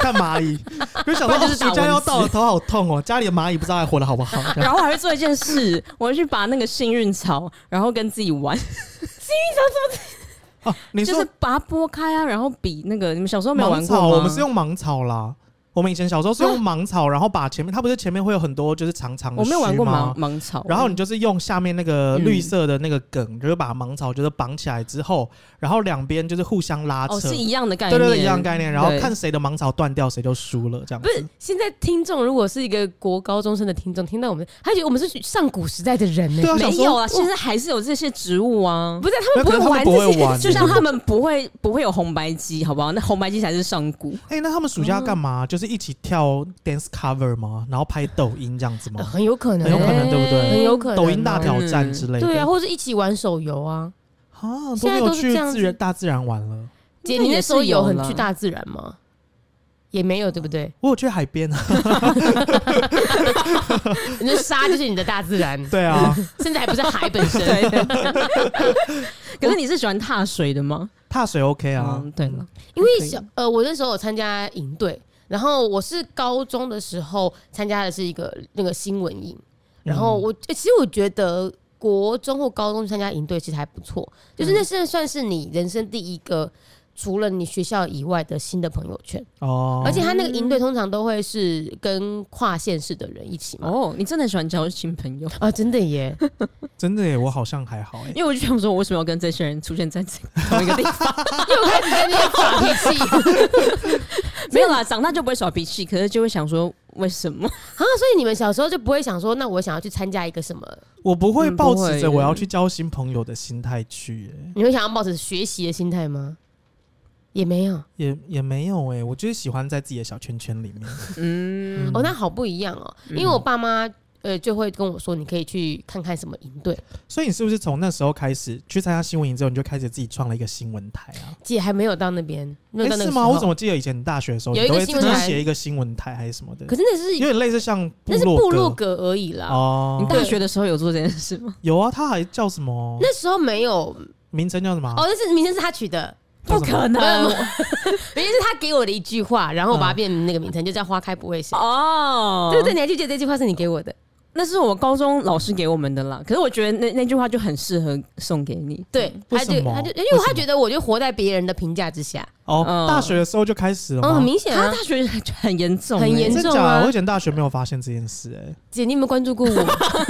[SPEAKER 3] 看蚂 蚁，就想说
[SPEAKER 2] 不然就
[SPEAKER 3] 哦
[SPEAKER 2] 是打
[SPEAKER 3] 暑假要
[SPEAKER 2] 蚊子
[SPEAKER 3] 到了，头好痛哦，家里的蚂蚁不知道还活得好不 好。这样
[SPEAKER 2] 然后还会做一件事，我会去拔那个幸运草，然后跟自己玩，
[SPEAKER 3] 哦，你
[SPEAKER 2] 就是
[SPEAKER 3] 说
[SPEAKER 2] 把它剥开啊，然后比那个你们小时候没有玩
[SPEAKER 3] 芒
[SPEAKER 2] 过
[SPEAKER 3] 草，
[SPEAKER 2] 吗？
[SPEAKER 3] 我们是用芒草啦。我们以前小时候是用芒草，然后把前面，它不是前面会有很多就是长长的
[SPEAKER 2] 我没有玩过
[SPEAKER 3] 须
[SPEAKER 2] 芒
[SPEAKER 3] 吗？
[SPEAKER 2] 芒草，
[SPEAKER 3] 然后你就是用下面那个
[SPEAKER 2] 嗯
[SPEAKER 3] 绿色的那个梗，就是把芒草就是绑起来之后，然后两边就是互相拉扯，
[SPEAKER 2] 哦是
[SPEAKER 3] 对
[SPEAKER 2] 一样的概
[SPEAKER 3] 对
[SPEAKER 2] 念，
[SPEAKER 3] 对，一样概念。然后
[SPEAKER 2] 对
[SPEAKER 3] 看谁的芒草断掉，谁就输了，这样
[SPEAKER 1] 不是
[SPEAKER 3] 子。，
[SPEAKER 1] 现在听众如果是一个国高中生的听众，听到我们，他觉得我们是上古时代的人呢、
[SPEAKER 3] 对啊，想
[SPEAKER 2] 没
[SPEAKER 3] 说
[SPEAKER 2] 有啊，现在还是有这些植物啊。
[SPEAKER 1] 不是他们
[SPEAKER 3] 没有可是
[SPEAKER 1] 不会
[SPEAKER 3] 他
[SPEAKER 1] 玩
[SPEAKER 3] 们
[SPEAKER 1] 这
[SPEAKER 3] 不会
[SPEAKER 1] 些，
[SPEAKER 3] 玩
[SPEAKER 2] 就像他们不会不会有红白机，好不好？那红白机才是上古，
[SPEAKER 3] 哎、那他们暑假干嘛？就是一起跳 dance cover 吗？然后拍抖音这样子
[SPEAKER 1] 呃
[SPEAKER 3] 吗？
[SPEAKER 1] 很有可
[SPEAKER 3] 很
[SPEAKER 1] 能、
[SPEAKER 3] 有可能，对不
[SPEAKER 1] 很
[SPEAKER 3] 对？
[SPEAKER 1] 有可能哦
[SPEAKER 3] 抖音大挑战之类的。
[SPEAKER 1] 对啊，或者一起玩手游啊。
[SPEAKER 3] 啊，都
[SPEAKER 1] 现
[SPEAKER 3] 没
[SPEAKER 1] 在
[SPEAKER 3] 有
[SPEAKER 1] 都是
[SPEAKER 3] 去
[SPEAKER 1] 这样子
[SPEAKER 3] 自然大自然玩了。
[SPEAKER 1] 姐，
[SPEAKER 2] 那
[SPEAKER 1] 你那
[SPEAKER 2] 也
[SPEAKER 1] 时候
[SPEAKER 2] 是
[SPEAKER 1] 有
[SPEAKER 2] 有
[SPEAKER 1] 很
[SPEAKER 2] 啦
[SPEAKER 1] 去大自然吗？也没有，对不对？
[SPEAKER 3] 我有去海边啊。
[SPEAKER 1] 你说沙就是你的大自 然，
[SPEAKER 3] 对啊，
[SPEAKER 1] 甚至还不是海本身。
[SPEAKER 2] 对。 可是你是喜欢踏水的吗？
[SPEAKER 3] 踏水 OK 啊。
[SPEAKER 2] 嗯，对了，
[SPEAKER 1] 因为小呃，我那时候有参加营队，然后我是高中的时候参加的是一个那个新闻营，
[SPEAKER 2] 嗯
[SPEAKER 1] 然后
[SPEAKER 3] 嗯
[SPEAKER 1] 我、欸其实我觉得国中或高中参加营队其实还不错，
[SPEAKER 2] 嗯
[SPEAKER 1] 就是那是算是你人生第一个。除了你学校以外的新的朋友圈，
[SPEAKER 3] 哦，
[SPEAKER 1] 而且他那个营队通常都会是跟跨县市的人一起嘛。
[SPEAKER 2] 哦，你真的很喜欢交新朋友，
[SPEAKER 1] 啊，真的耶！
[SPEAKER 3] 真的耶，我好像还好哎。
[SPEAKER 2] 因为我就想说，我为什么要跟这些人出现在这同一个地方？
[SPEAKER 1] 又开始在那边耍脾气 啊！
[SPEAKER 2] 没有啦，长大就不会耍脾气，可是就会想说，为什么？
[SPEAKER 1] 所以你们小时候就不会想说，那我想要去参加一个什么？
[SPEAKER 3] 我不会
[SPEAKER 2] 嗯
[SPEAKER 3] 抱
[SPEAKER 2] 不
[SPEAKER 3] 持
[SPEAKER 2] 会
[SPEAKER 3] 着我要去交新朋友的心态去耶。
[SPEAKER 1] 你会想要抱着学习的心态吗？也没有
[SPEAKER 3] 也也没有哎、我就是喜欢在自己的小圈圈 里面。
[SPEAKER 2] 嗯，
[SPEAKER 1] 哦，那好不一样哦，因为我爸妈呃就会跟我说，你可以去看看什么营队，
[SPEAKER 3] 所以你是不是从那时候开始去参加新闻营之后，你就开始自己创了一个新闻台啊？
[SPEAKER 1] 姐还没有到那边，没有
[SPEAKER 3] 诶
[SPEAKER 1] 到那
[SPEAKER 3] 是
[SPEAKER 1] 个
[SPEAKER 3] 吗？
[SPEAKER 1] 时
[SPEAKER 3] 我
[SPEAKER 1] 候
[SPEAKER 3] 怎么记得以前大学的时候，
[SPEAKER 1] 有
[SPEAKER 3] 你都
[SPEAKER 1] 一个
[SPEAKER 3] 会
[SPEAKER 1] 新
[SPEAKER 3] 自
[SPEAKER 1] 闻
[SPEAKER 3] 己
[SPEAKER 1] 台
[SPEAKER 3] 写一个新闻台还是什么的
[SPEAKER 1] 可，是那是
[SPEAKER 3] 有点类似像部
[SPEAKER 1] 那是
[SPEAKER 3] 落
[SPEAKER 1] 部落
[SPEAKER 3] 格
[SPEAKER 1] 格啊而已啦，
[SPEAKER 2] 你
[SPEAKER 3] 哦。
[SPEAKER 2] 大学的时候有做这件事吗？
[SPEAKER 3] 有啊，它还叫什么？
[SPEAKER 1] 那时候没有哦，
[SPEAKER 3] 名称叫什么啊？
[SPEAKER 1] 那是名称是他取的，
[SPEAKER 3] 叫什么，
[SPEAKER 1] 能，名称是他给我的一句话，然后我把它变成那个名称，就叫花开不会谢。
[SPEAKER 2] 哦，
[SPEAKER 1] 对不对？你还记得这句话是你给我的？
[SPEAKER 2] 那是我高中老师给我们的啦。可是我觉得那那句话就很适合送给你。
[SPEAKER 1] 对，
[SPEAKER 3] 嗯为
[SPEAKER 1] 他就
[SPEAKER 3] 什么
[SPEAKER 1] 他就，
[SPEAKER 3] 为
[SPEAKER 1] 因为
[SPEAKER 3] 什
[SPEAKER 1] 他
[SPEAKER 3] 么
[SPEAKER 1] 觉得我就活在别人的评价之下，
[SPEAKER 3] 哦
[SPEAKER 2] 嗯，
[SPEAKER 3] 大学的时候就开始了
[SPEAKER 1] 嗯，
[SPEAKER 3] 吗
[SPEAKER 1] 很？明显
[SPEAKER 2] 他
[SPEAKER 1] 啊
[SPEAKER 2] 大。学很严重欸、
[SPEAKER 1] 很严
[SPEAKER 3] 真
[SPEAKER 1] 重
[SPEAKER 3] 假
[SPEAKER 1] 啊
[SPEAKER 3] 的？我以前大学没有发现这件事哎，
[SPEAKER 1] 姐，你有没有关注过我？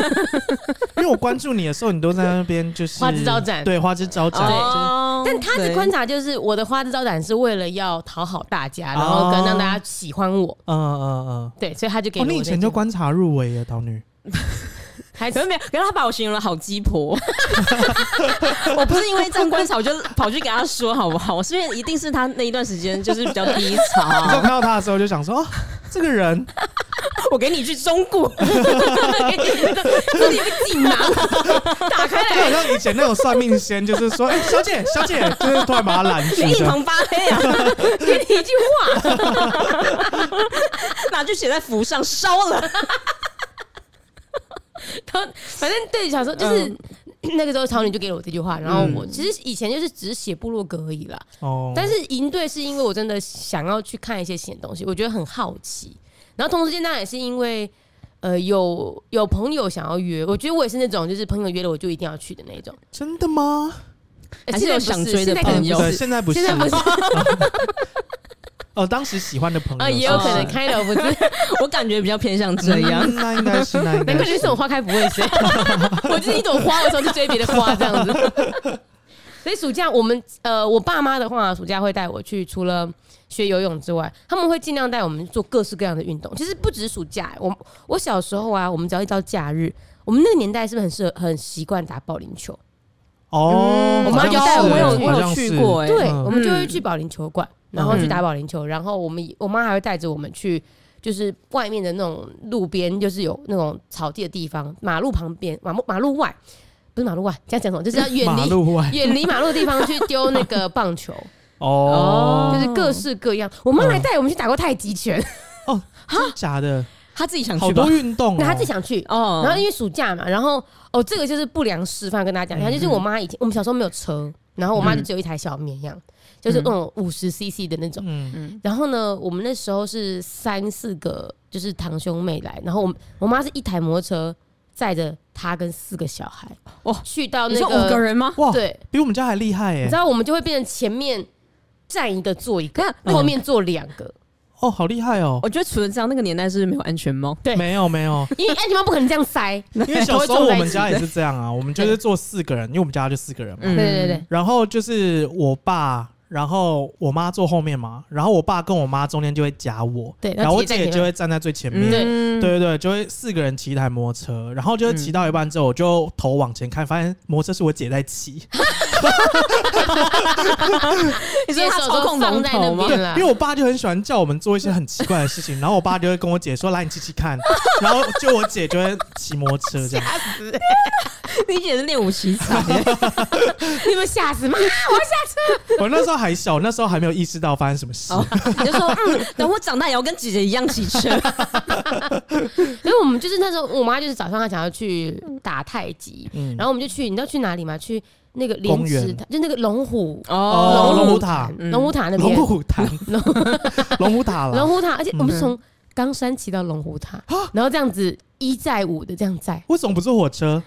[SPEAKER 3] 因为我关注你的时候，你都在那边就是
[SPEAKER 1] 花枝招展
[SPEAKER 3] 对，花枝招展。
[SPEAKER 2] 哦
[SPEAKER 1] 但他的
[SPEAKER 2] 对
[SPEAKER 1] 观察就是，我的花枝招展是为了要讨好大家，然后
[SPEAKER 3] 哦
[SPEAKER 1] 跟让大家喜欢我。
[SPEAKER 3] 嗯嗯
[SPEAKER 1] 对，所以他就
[SPEAKER 3] 嗯。
[SPEAKER 1] 给
[SPEAKER 3] 哦，
[SPEAKER 1] 了我
[SPEAKER 3] 你以
[SPEAKER 1] 这
[SPEAKER 3] 前就
[SPEAKER 1] 句话
[SPEAKER 3] 观察入围耶，桃女。
[SPEAKER 1] 还
[SPEAKER 2] 可是没有，可是他把我形容的好鸡婆。 我不是因为这样观察，我就跑去给他说好不好？我是因为一定是他那一段时间就是比较低
[SPEAKER 1] 哦
[SPEAKER 3] 你知道
[SPEAKER 2] 潮。
[SPEAKER 3] 看到他的时候就想说，哦，这个人
[SPEAKER 2] 我给你去中 国，
[SPEAKER 1] 自己被自己拿，打开
[SPEAKER 3] 就好像以前那种算命仙，就是说，哎、小 姐，小姐，就是突然把他拦住
[SPEAKER 2] 一
[SPEAKER 3] 的。
[SPEAKER 2] 旁发黑啊！
[SPEAKER 1] 给你一句话，
[SPEAKER 2] 拿去写在符上烧了。
[SPEAKER 1] 然后反正对，小时候就是、
[SPEAKER 3] 嗯
[SPEAKER 1] 那个时候，曹女就给了我这句话，然后我、其实以前就是只写部落格而已啦，
[SPEAKER 3] 哦，
[SPEAKER 1] 但是营队是因为我真的想要去看一些新的东西，我觉得很好奇。然后同时间当然也是因为，呃，有有朋友想要约，我觉得我也是那种就是朋友约了我就一定要去的那种。
[SPEAKER 3] 真的吗？哦
[SPEAKER 1] 呃
[SPEAKER 2] 还是有
[SPEAKER 1] 现在不
[SPEAKER 2] 想追
[SPEAKER 1] 现
[SPEAKER 2] 的
[SPEAKER 1] 在可能
[SPEAKER 2] 朋友
[SPEAKER 1] 不
[SPEAKER 3] 对，
[SPEAKER 1] 是
[SPEAKER 3] 现在不是，
[SPEAKER 1] 哎现在不是，
[SPEAKER 3] 哦，当时喜欢的朋友
[SPEAKER 1] 啊，
[SPEAKER 3] 是不是，
[SPEAKER 1] 也有可能
[SPEAKER 2] 哦
[SPEAKER 1] 开了不是，
[SPEAKER 2] 我感觉比较偏向这 样。
[SPEAKER 3] 嗯那应该是，那应
[SPEAKER 1] 难
[SPEAKER 3] 该
[SPEAKER 1] 怪就是
[SPEAKER 3] 是
[SPEAKER 1] 这种花开不会谢。 我就是一朵花，我时候去追别的花这样子。所以暑假我们呃，我爸妈的话，暑假会带我去，除了学游泳之外，他们会尽量带我们做各式各样的运动。其实不只是暑假，我我小时候啊，我们只要一到假日，我们那个年代是不是很适合很习惯打保龄球？
[SPEAKER 3] 哦，
[SPEAKER 1] 嗯我
[SPEAKER 3] 好
[SPEAKER 1] 妈
[SPEAKER 3] 像
[SPEAKER 1] 有带
[SPEAKER 3] 是
[SPEAKER 1] 我有
[SPEAKER 3] 好
[SPEAKER 2] 我
[SPEAKER 3] 像
[SPEAKER 2] 有去
[SPEAKER 3] 是
[SPEAKER 2] 过哎
[SPEAKER 1] 对，
[SPEAKER 3] 嗯
[SPEAKER 1] 我们就会去保龄球馆，然后去打保龄球，然后我们也我妈还会带着我们去。就是外面的那种路边，就是有那种草地的地方，马路旁边，马路马路外，不是马路外，这样讲什么？就是要远
[SPEAKER 3] 马
[SPEAKER 1] 离
[SPEAKER 3] 路外
[SPEAKER 1] 远离马路的地方去丢那个棒球，就
[SPEAKER 3] 哦
[SPEAKER 1] 是各式各样。我妈还带我们去打过太极拳，
[SPEAKER 3] 哦，真的假的，
[SPEAKER 2] 他自己想
[SPEAKER 3] 好
[SPEAKER 2] 去吧
[SPEAKER 3] 多？运动哦，
[SPEAKER 1] 那她自己想去。
[SPEAKER 2] 哦，
[SPEAKER 1] 然后因为暑假嘛，然后哦，这个就是不良示范，跟大家讲一下，
[SPEAKER 3] 嗯
[SPEAKER 1] 就是我妈以前我们小时候没有车，然后我妈就只有一台小绵羊，就是那种五十 CC 的那种。
[SPEAKER 3] 嗯，
[SPEAKER 1] 然后呢，我们那时候是三四个，就是堂兄妹来，然后我们我妈是一台摩托车载着她跟四个小孩，
[SPEAKER 2] 哇
[SPEAKER 1] 哇，去到
[SPEAKER 2] 你
[SPEAKER 1] 那
[SPEAKER 2] 说五个人吗？
[SPEAKER 3] 哇，
[SPEAKER 1] 对，
[SPEAKER 3] 比我们家还厉害
[SPEAKER 1] 你
[SPEAKER 3] 哎
[SPEAKER 1] 知，道我们就会变成前面站一个坐一个，
[SPEAKER 2] 那
[SPEAKER 1] 后面坐两个，
[SPEAKER 3] 哦，好厉害哦，
[SPEAKER 2] 我觉得除了这样，那个年代是不是没有安全帽。
[SPEAKER 1] 对
[SPEAKER 3] 没有没 有，
[SPEAKER 1] 因为安全帽不可能这样塞，
[SPEAKER 2] 因
[SPEAKER 3] 因为小时候
[SPEAKER 1] 都会
[SPEAKER 3] 我
[SPEAKER 1] 坐在一起
[SPEAKER 3] 们家也是这样啊，我们就是坐四个人，因为我们家就四个人嘛。
[SPEAKER 1] 对对对，
[SPEAKER 3] 然后就是我爸，然后我妈坐后面嘛，然后我爸跟我妈中间就会夹我，
[SPEAKER 1] 对
[SPEAKER 3] 然后我
[SPEAKER 1] 然后姐
[SPEAKER 3] 姐
[SPEAKER 1] 姐在前面
[SPEAKER 3] 就会站在最前面。
[SPEAKER 1] 嗯
[SPEAKER 3] 对
[SPEAKER 1] 对
[SPEAKER 3] 对对，就会四个人骑一台摩托车，然后就是骑到一半之后，我就头往前看，发现摩托车是我姐在骑，
[SPEAKER 2] 你说他
[SPEAKER 1] 手
[SPEAKER 2] 操控
[SPEAKER 1] 都放
[SPEAKER 2] 龙
[SPEAKER 1] 在
[SPEAKER 2] 头
[SPEAKER 1] 那
[SPEAKER 2] 吗？
[SPEAKER 1] 边
[SPEAKER 3] 因
[SPEAKER 1] 啦
[SPEAKER 3] 为。我爸就很喜欢叫我们做一些很奇怪的事情，然后我爸就会跟我姐说：“来，你骑骑看。”然后就我姐就会骑摩托车这样，
[SPEAKER 2] 你姐是练武奇才，
[SPEAKER 1] 你们吓死吗？
[SPEAKER 3] 我那时候还小，那时候还没有意识到发生什么事。
[SPEAKER 2] 哦你就说嗯，等我长大也要跟姐姐一样骑车。
[SPEAKER 1] 因为我们就是那时候，我妈就是早上她想要去打太极，
[SPEAKER 3] 嗯，
[SPEAKER 1] 然后我们就去，你知道去哪里吗？去那个莲
[SPEAKER 3] 公园
[SPEAKER 1] 池，就那个龙虎
[SPEAKER 3] 哦龙虎塔
[SPEAKER 1] 潭龙虎塔那边
[SPEAKER 3] 龙，虎 潭，龙虎塔
[SPEAKER 1] 龙
[SPEAKER 3] 了。
[SPEAKER 1] 虎塔，而且
[SPEAKER 3] 嗯
[SPEAKER 1] 我们是从冈山骑到龙虎塔，
[SPEAKER 3] 啊
[SPEAKER 1] 然后这样子一载五的这样载，
[SPEAKER 3] 为什么不坐火车？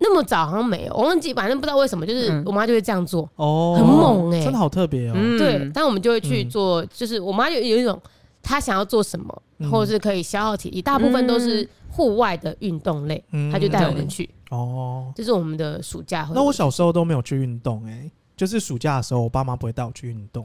[SPEAKER 1] 那么早好像没有，我忘记，反正不知道为什么，就是
[SPEAKER 2] 嗯
[SPEAKER 1] 我妈就会这样做。
[SPEAKER 3] 哦，
[SPEAKER 1] 很猛欸
[SPEAKER 3] 真的好特别哦。
[SPEAKER 2] 嗯
[SPEAKER 1] 对，但我们就会去
[SPEAKER 3] 嗯
[SPEAKER 1] 做，就是我妈有有一种她想要做什么，
[SPEAKER 3] 嗯
[SPEAKER 1] 或者是可以消耗体力，大部分都是户外的运动类，
[SPEAKER 3] 嗯
[SPEAKER 1] 她就带我们去，
[SPEAKER 3] 哦。
[SPEAKER 1] 这是我们的暑假会。
[SPEAKER 3] 那我小时候都没有去运动、欸，就是暑假的时候，我爸妈不会带我去运动，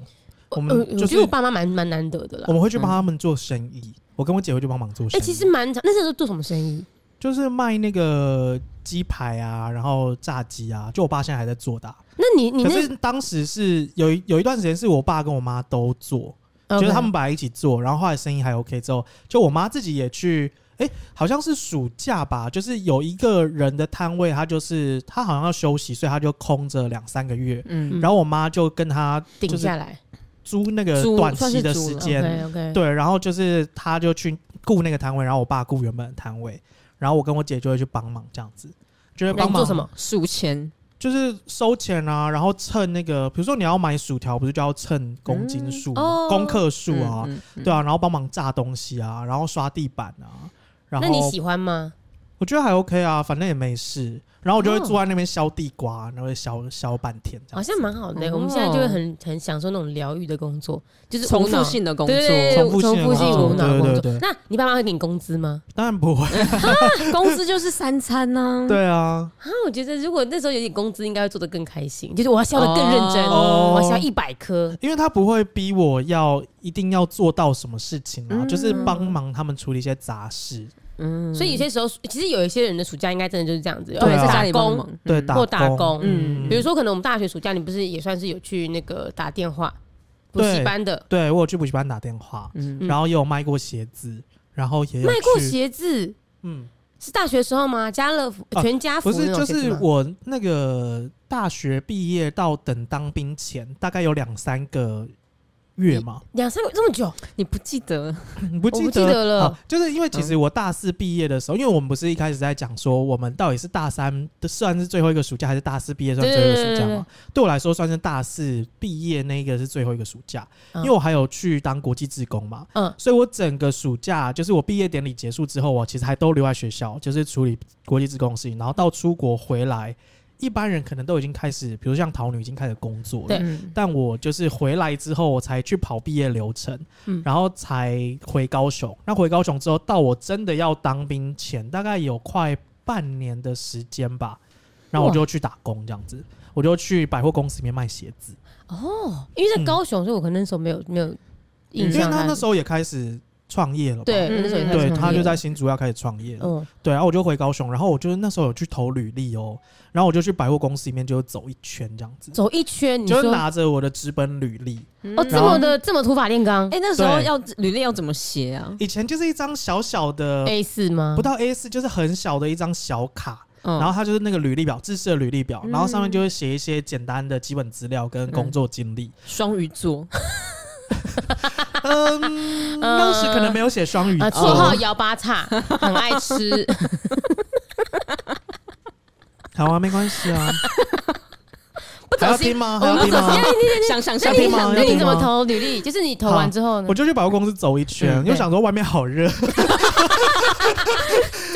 [SPEAKER 3] 我
[SPEAKER 1] 呃
[SPEAKER 3] 们
[SPEAKER 1] 我
[SPEAKER 3] 就
[SPEAKER 1] 觉
[SPEAKER 3] 是
[SPEAKER 1] 得我爸妈蛮蛮难得的啦
[SPEAKER 3] 我。们会去帮他们做生意，我跟我姐会去帮忙做
[SPEAKER 1] 啊
[SPEAKER 3] 生
[SPEAKER 1] 哎，
[SPEAKER 3] 意，
[SPEAKER 1] 其实蛮长，那时候做什么生意？
[SPEAKER 3] 就是卖那个鸡排啊，然后炸鸡啊，就我爸现在还在做的啊、
[SPEAKER 1] 那你你
[SPEAKER 3] 可
[SPEAKER 1] 那
[SPEAKER 3] 是当时是有一有一段时间是我爸跟我妈都做，
[SPEAKER 1] OK 哦
[SPEAKER 3] 觉得他们本来一起做，然后后来生意还 OK 之后，就我妈自己也去，哎、好像是暑假吧，就是有一个人的摊位，他就是他好像要休息，所以他就空着两三个月，
[SPEAKER 2] 嗯
[SPEAKER 1] 嗯
[SPEAKER 3] 然后我妈就跟他
[SPEAKER 1] 顶
[SPEAKER 3] 就是
[SPEAKER 1] 下来
[SPEAKER 3] 租那个
[SPEAKER 2] 租
[SPEAKER 3] 短
[SPEAKER 2] 算
[SPEAKER 3] 期
[SPEAKER 2] 是
[SPEAKER 3] 的
[SPEAKER 2] 租
[SPEAKER 3] 时
[SPEAKER 2] 了
[SPEAKER 3] 间，
[SPEAKER 1] ，OK OK，
[SPEAKER 3] 对，然后就是他就去雇那个摊位，然后我爸雇原本的摊位，然后我跟我姐就会去帮忙这样子，就会
[SPEAKER 1] 那
[SPEAKER 3] 帮
[SPEAKER 1] 你
[SPEAKER 3] 忙
[SPEAKER 1] 做什么？
[SPEAKER 2] 数钱
[SPEAKER 3] 就是收钱啊，然后称那个，比如说你要买薯条，不是就要称公斤数、
[SPEAKER 1] 哦
[SPEAKER 3] 公克数啊，，
[SPEAKER 2] 嗯嗯
[SPEAKER 3] 对啊，然后帮忙炸东西啊，然后刷地板啊，然后
[SPEAKER 1] 那你喜欢吗？
[SPEAKER 3] 我觉得还 OK 啊，反正也没事，然后我就会坐在那边削地瓜，然后削削半天这
[SPEAKER 1] 好
[SPEAKER 3] 样子，
[SPEAKER 1] 像蛮好的、欸
[SPEAKER 2] 哦
[SPEAKER 1] 我们现在就会很很享受那种疗愈的工作，就是
[SPEAKER 2] 重
[SPEAKER 1] 无脑
[SPEAKER 2] 复性的工作
[SPEAKER 1] 对，对对
[SPEAKER 3] 重复性的
[SPEAKER 1] 重复性
[SPEAKER 2] 工作
[SPEAKER 1] 无脑的工作。
[SPEAKER 3] 对对对
[SPEAKER 1] 那你爸妈会给你工资吗？
[SPEAKER 3] 当然不会，
[SPEAKER 2] 工资就是三餐呢。
[SPEAKER 3] 对啊，
[SPEAKER 1] 啊，我觉得如果那时候有点工资，应该会做的更开心，就是我要笑的更认真，
[SPEAKER 3] 哦
[SPEAKER 1] 我要笑一百颗。
[SPEAKER 3] 因为他不会逼我要一定要做到什么事情啊，
[SPEAKER 2] 嗯
[SPEAKER 3] 就是帮忙他们处理一些杂事，
[SPEAKER 2] 嗯，
[SPEAKER 1] 所以有呃些时候，其实有一些人的暑假应该真的就是这样子，
[SPEAKER 3] 对
[SPEAKER 2] 对，
[SPEAKER 3] 啊
[SPEAKER 2] 在
[SPEAKER 1] 打
[SPEAKER 2] 家里帮
[SPEAKER 1] 工
[SPEAKER 2] 忙，嗯
[SPEAKER 3] 对，
[SPEAKER 1] 或打
[SPEAKER 3] 工
[SPEAKER 1] 工，
[SPEAKER 2] 嗯
[SPEAKER 1] 比如说可能我们大学暑假，你不是也算是有去那个打电话补
[SPEAKER 3] 对
[SPEAKER 1] 习班的，
[SPEAKER 3] 对我有去补习班打电话，
[SPEAKER 2] 嗯，
[SPEAKER 3] 然后也有卖过鞋子，然后也有
[SPEAKER 1] 卖过
[SPEAKER 3] 去，
[SPEAKER 1] 鞋子
[SPEAKER 3] 嗯，
[SPEAKER 1] 是大学时候吗？家乐福、
[SPEAKER 3] 啊
[SPEAKER 1] 全家福
[SPEAKER 3] 不
[SPEAKER 1] 那
[SPEAKER 3] 是，
[SPEAKER 1] 种
[SPEAKER 3] 就
[SPEAKER 1] 鞋子
[SPEAKER 3] 是
[SPEAKER 1] 吗
[SPEAKER 3] 我那个大学毕业到等当兵前，大概有两三个月嘛，
[SPEAKER 1] 两三个这么久，
[SPEAKER 2] 你不记得
[SPEAKER 3] 你不
[SPEAKER 1] 我
[SPEAKER 3] 记
[SPEAKER 1] 不记得了嗯
[SPEAKER 3] 好就是因为其实我大四毕业的时候，因为我们不是一开始在讲说我们到底是大三的算是最后一个暑假，还是大四毕业算
[SPEAKER 1] 对
[SPEAKER 3] 最后一个暑假
[SPEAKER 1] 对对
[SPEAKER 3] 嘛？对我来说，算是大四毕业那一个是最后一个暑假，
[SPEAKER 1] 嗯
[SPEAKER 3] 因为我还有去当国际志工嘛，
[SPEAKER 1] 嗯
[SPEAKER 3] 所以我整个暑假就是我毕业典礼结束之后，我其实还都留在学校，就是处理国际志工的事情，然后到出国回来，一般人可能都已经开始，比如像桃女已经开始工作了，
[SPEAKER 1] 对
[SPEAKER 2] 嗯
[SPEAKER 3] 但我就是回来之后，我才去跑毕业流程，
[SPEAKER 1] 嗯
[SPEAKER 3] 然后才回高雄。那回高雄之后，到我真的要当兵前，大概有快半年的时间吧。然后我就去打工，这样子，我就去百货公司里面卖鞋子，
[SPEAKER 1] 哦，
[SPEAKER 3] 嗯
[SPEAKER 1] 因为在高雄，所以我可能那时候没有没有印
[SPEAKER 3] 因为
[SPEAKER 1] 象。
[SPEAKER 3] 他那时候也开始创业了嘛。
[SPEAKER 1] 对
[SPEAKER 2] 嗯
[SPEAKER 1] 那时候也开始
[SPEAKER 3] 对
[SPEAKER 1] 创业
[SPEAKER 3] 他就在新竹要开始创业了。
[SPEAKER 1] 嗯，
[SPEAKER 3] 对，然后我就回高雄，然后我就是那时候有去投履历哦，然后我就去百货公司里面就走一圈这样子，
[SPEAKER 1] 走一圈，你
[SPEAKER 3] 就
[SPEAKER 1] 说
[SPEAKER 3] 是拿着我的纸本履历，
[SPEAKER 1] 哦，这么的这么土法炼钢
[SPEAKER 2] 哎、那时候
[SPEAKER 3] 对
[SPEAKER 2] 要履历要怎么写啊？
[SPEAKER 3] 以前就是一张小小的
[SPEAKER 1] A 四吗？
[SPEAKER 3] 呃不到 A 四，就是很小的一张小卡，
[SPEAKER 2] 嗯
[SPEAKER 3] 然后它就是那个履历表，自式的履历表，
[SPEAKER 2] 嗯
[SPEAKER 3] 然后上面就会写一些简单的基本资料
[SPEAKER 1] 嗯
[SPEAKER 3] 跟工作经历。
[SPEAKER 2] 双鱼座，
[SPEAKER 3] 嗯，当时可能没有写双鱼
[SPEAKER 1] 啊，
[SPEAKER 3] 座，
[SPEAKER 1] 绰号摇八叉，很爱 吃。
[SPEAKER 3] 好啊，没关系啊。
[SPEAKER 1] 不
[SPEAKER 3] 还
[SPEAKER 1] 走
[SPEAKER 3] 要
[SPEAKER 1] 心
[SPEAKER 3] 听吗？
[SPEAKER 1] 我
[SPEAKER 3] 还
[SPEAKER 1] 们
[SPEAKER 3] 要
[SPEAKER 1] 不
[SPEAKER 3] 听
[SPEAKER 1] 走
[SPEAKER 3] 吗
[SPEAKER 1] 心。？
[SPEAKER 2] 哦想想
[SPEAKER 1] 那
[SPEAKER 2] 想
[SPEAKER 1] 哎你
[SPEAKER 3] 听吗
[SPEAKER 1] 那
[SPEAKER 3] 要
[SPEAKER 1] 你
[SPEAKER 3] 听
[SPEAKER 1] 怎么
[SPEAKER 3] 吗
[SPEAKER 1] 投履历？就是你投完之后呢
[SPEAKER 3] 我？就去百货公司走一圈，
[SPEAKER 2] 嗯
[SPEAKER 3] 因为想说外面好热。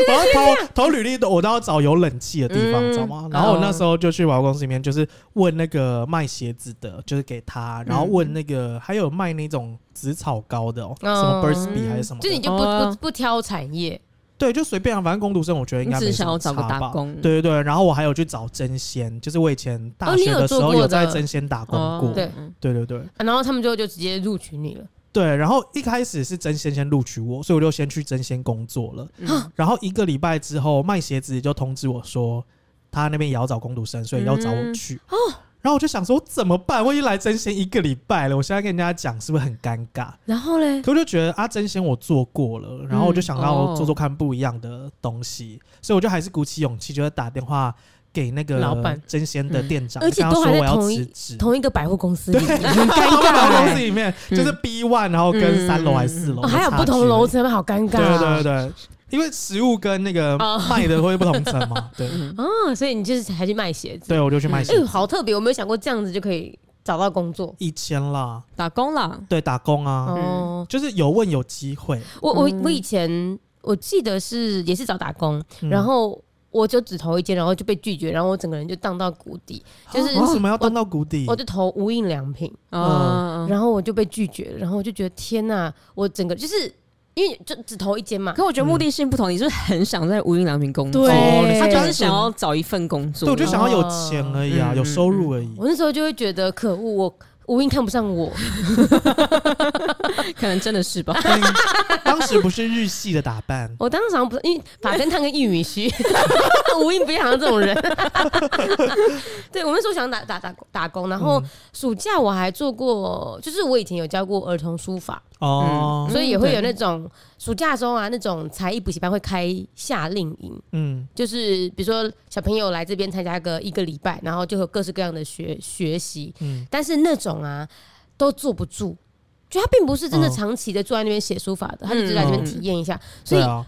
[SPEAKER 3] 然后投投履历的，我都要找有冷气的地方，
[SPEAKER 2] 嗯
[SPEAKER 3] 知道吗？然后我
[SPEAKER 2] 哦
[SPEAKER 3] 那时候就去百货公司里面，就是问那个卖鞋子的，就是给他，然后问那个还有卖那种紫草膏的哦，
[SPEAKER 1] 嗯
[SPEAKER 3] 什么 Burt's Bee 还是什么
[SPEAKER 1] 就你
[SPEAKER 3] 的，
[SPEAKER 1] 就不
[SPEAKER 2] 哦
[SPEAKER 1] 不不挑产业，
[SPEAKER 3] 对，就随便啊，反正工读生我觉得应
[SPEAKER 2] 你
[SPEAKER 3] 该
[SPEAKER 2] 只
[SPEAKER 3] 没
[SPEAKER 2] 是
[SPEAKER 3] 什
[SPEAKER 2] 想
[SPEAKER 3] 么
[SPEAKER 2] 要找个
[SPEAKER 3] 差
[SPEAKER 2] 打
[SPEAKER 3] 吧。
[SPEAKER 2] 工，
[SPEAKER 3] 对对对，然后我还有去找真仙，就是我以前大
[SPEAKER 1] 哦你
[SPEAKER 3] 学
[SPEAKER 1] 有
[SPEAKER 3] 的时
[SPEAKER 1] 做
[SPEAKER 3] 候
[SPEAKER 1] 过
[SPEAKER 3] 有在
[SPEAKER 1] 的
[SPEAKER 3] 真仙打工
[SPEAKER 2] 哦
[SPEAKER 3] 过，
[SPEAKER 1] 对
[SPEAKER 3] 对对对。
[SPEAKER 1] 啊然后他们就就直接录取你了。
[SPEAKER 3] 对，然后一开始是真仙先录取我，所以我就先去真仙工作了。
[SPEAKER 2] 嗯
[SPEAKER 3] 然后一个礼拜之后，卖鞋子就通知我说，他那边也要找工读生，所以要找我去。
[SPEAKER 1] 嗯
[SPEAKER 3] 哦，然后我就想说怎么办？我已经来真仙一个礼拜了，我现在跟人家讲是不是很尴尬？
[SPEAKER 1] 然后嘞，
[SPEAKER 3] 可我就觉得啊，真仙我做过了，然后我就想要
[SPEAKER 2] 哦
[SPEAKER 3] 做做看不一样的东西，所以我就还是鼓起勇气，就是打电话给那个
[SPEAKER 1] 老板
[SPEAKER 3] 真仙的店长，
[SPEAKER 1] 嗯而且
[SPEAKER 3] 跟他
[SPEAKER 1] 都还
[SPEAKER 3] 说
[SPEAKER 1] 在
[SPEAKER 3] 我要
[SPEAKER 1] 同一
[SPEAKER 3] 辞职。
[SPEAKER 1] 同一个百货公司里
[SPEAKER 3] 对，
[SPEAKER 1] 面，
[SPEAKER 3] 很尴 尬。公司里 面就是 B one，然后跟
[SPEAKER 2] 嗯
[SPEAKER 3] 三楼还是四楼
[SPEAKER 1] 欸嗯哦
[SPEAKER 3] 的
[SPEAKER 1] 还有
[SPEAKER 3] 差
[SPEAKER 1] 不
[SPEAKER 3] 距
[SPEAKER 1] 同楼，层，好尴尬
[SPEAKER 3] 对
[SPEAKER 1] 啊。
[SPEAKER 3] 对对对，因为食物跟那个
[SPEAKER 1] 哦
[SPEAKER 3] 卖的会不同层 嘛，对
[SPEAKER 1] 啊，所以你就是还去卖鞋子。
[SPEAKER 3] 对，我就去卖
[SPEAKER 1] 哎
[SPEAKER 3] 鞋
[SPEAKER 1] 呦，
[SPEAKER 3] 子。
[SPEAKER 1] 好特别，我没有想过这样子就可以找到工作。
[SPEAKER 3] 一千啦，
[SPEAKER 2] 打工啦，
[SPEAKER 3] 对，打工啊，
[SPEAKER 1] 哦，
[SPEAKER 3] 就是有问有机会，
[SPEAKER 1] 我我
[SPEAKER 2] 嗯
[SPEAKER 1] 我以前我记得是也是找打工，
[SPEAKER 3] 嗯
[SPEAKER 1] 然后我就只投一间，然后就被拒绝，然后我整个人就荡到谷底，就是
[SPEAKER 3] 啊为什么要当到谷底
[SPEAKER 1] 我？就投无印良品，
[SPEAKER 2] 嗯，
[SPEAKER 1] 然后我就被拒绝了，然后我就觉得天呐，我整个就是因为就只投一间嘛，
[SPEAKER 2] 可我觉得目的性不同，你是不是很想在无印良品工作，
[SPEAKER 3] 哦你
[SPEAKER 1] 对，
[SPEAKER 3] 是
[SPEAKER 2] 他就
[SPEAKER 3] 单
[SPEAKER 2] 是
[SPEAKER 3] 纯
[SPEAKER 2] 想要找一份工作，
[SPEAKER 3] 对，我就想要有
[SPEAKER 1] 哦
[SPEAKER 3] 钱而已啊，
[SPEAKER 2] 嗯
[SPEAKER 3] 有收入
[SPEAKER 2] 嗯
[SPEAKER 3] 而已。
[SPEAKER 1] 我那时候就会觉得可恶，我吴英看不上我，
[SPEAKER 2] 可能真的 是
[SPEAKER 1] 嗯
[SPEAKER 2] 吧。
[SPEAKER 3] 当时不是日系的打扮，
[SPEAKER 1] 我当时好像不是因为发根烫跟玉米须， 吴英不是好像这种人。 对，我那时候想打打打打工，然
[SPEAKER 3] 嗯
[SPEAKER 1] 后暑假我还做过，就是我以前有教过儿童书法，
[SPEAKER 3] 哦，
[SPEAKER 1] 所以也会有那种暑假中啊，那种才艺补习班会开夏令营，
[SPEAKER 3] 嗯
[SPEAKER 1] 就是比如说小朋友来这边参加个一个礼拜，然后就有各式各样的学学习，
[SPEAKER 3] 嗯，
[SPEAKER 1] 但是那种啊都坐不住。就他并不是真的
[SPEAKER 3] 哦嗯
[SPEAKER 1] 长期的坐在那边写书法的，他就只是来这边体验一下。所
[SPEAKER 3] 对
[SPEAKER 1] 以
[SPEAKER 3] 啊，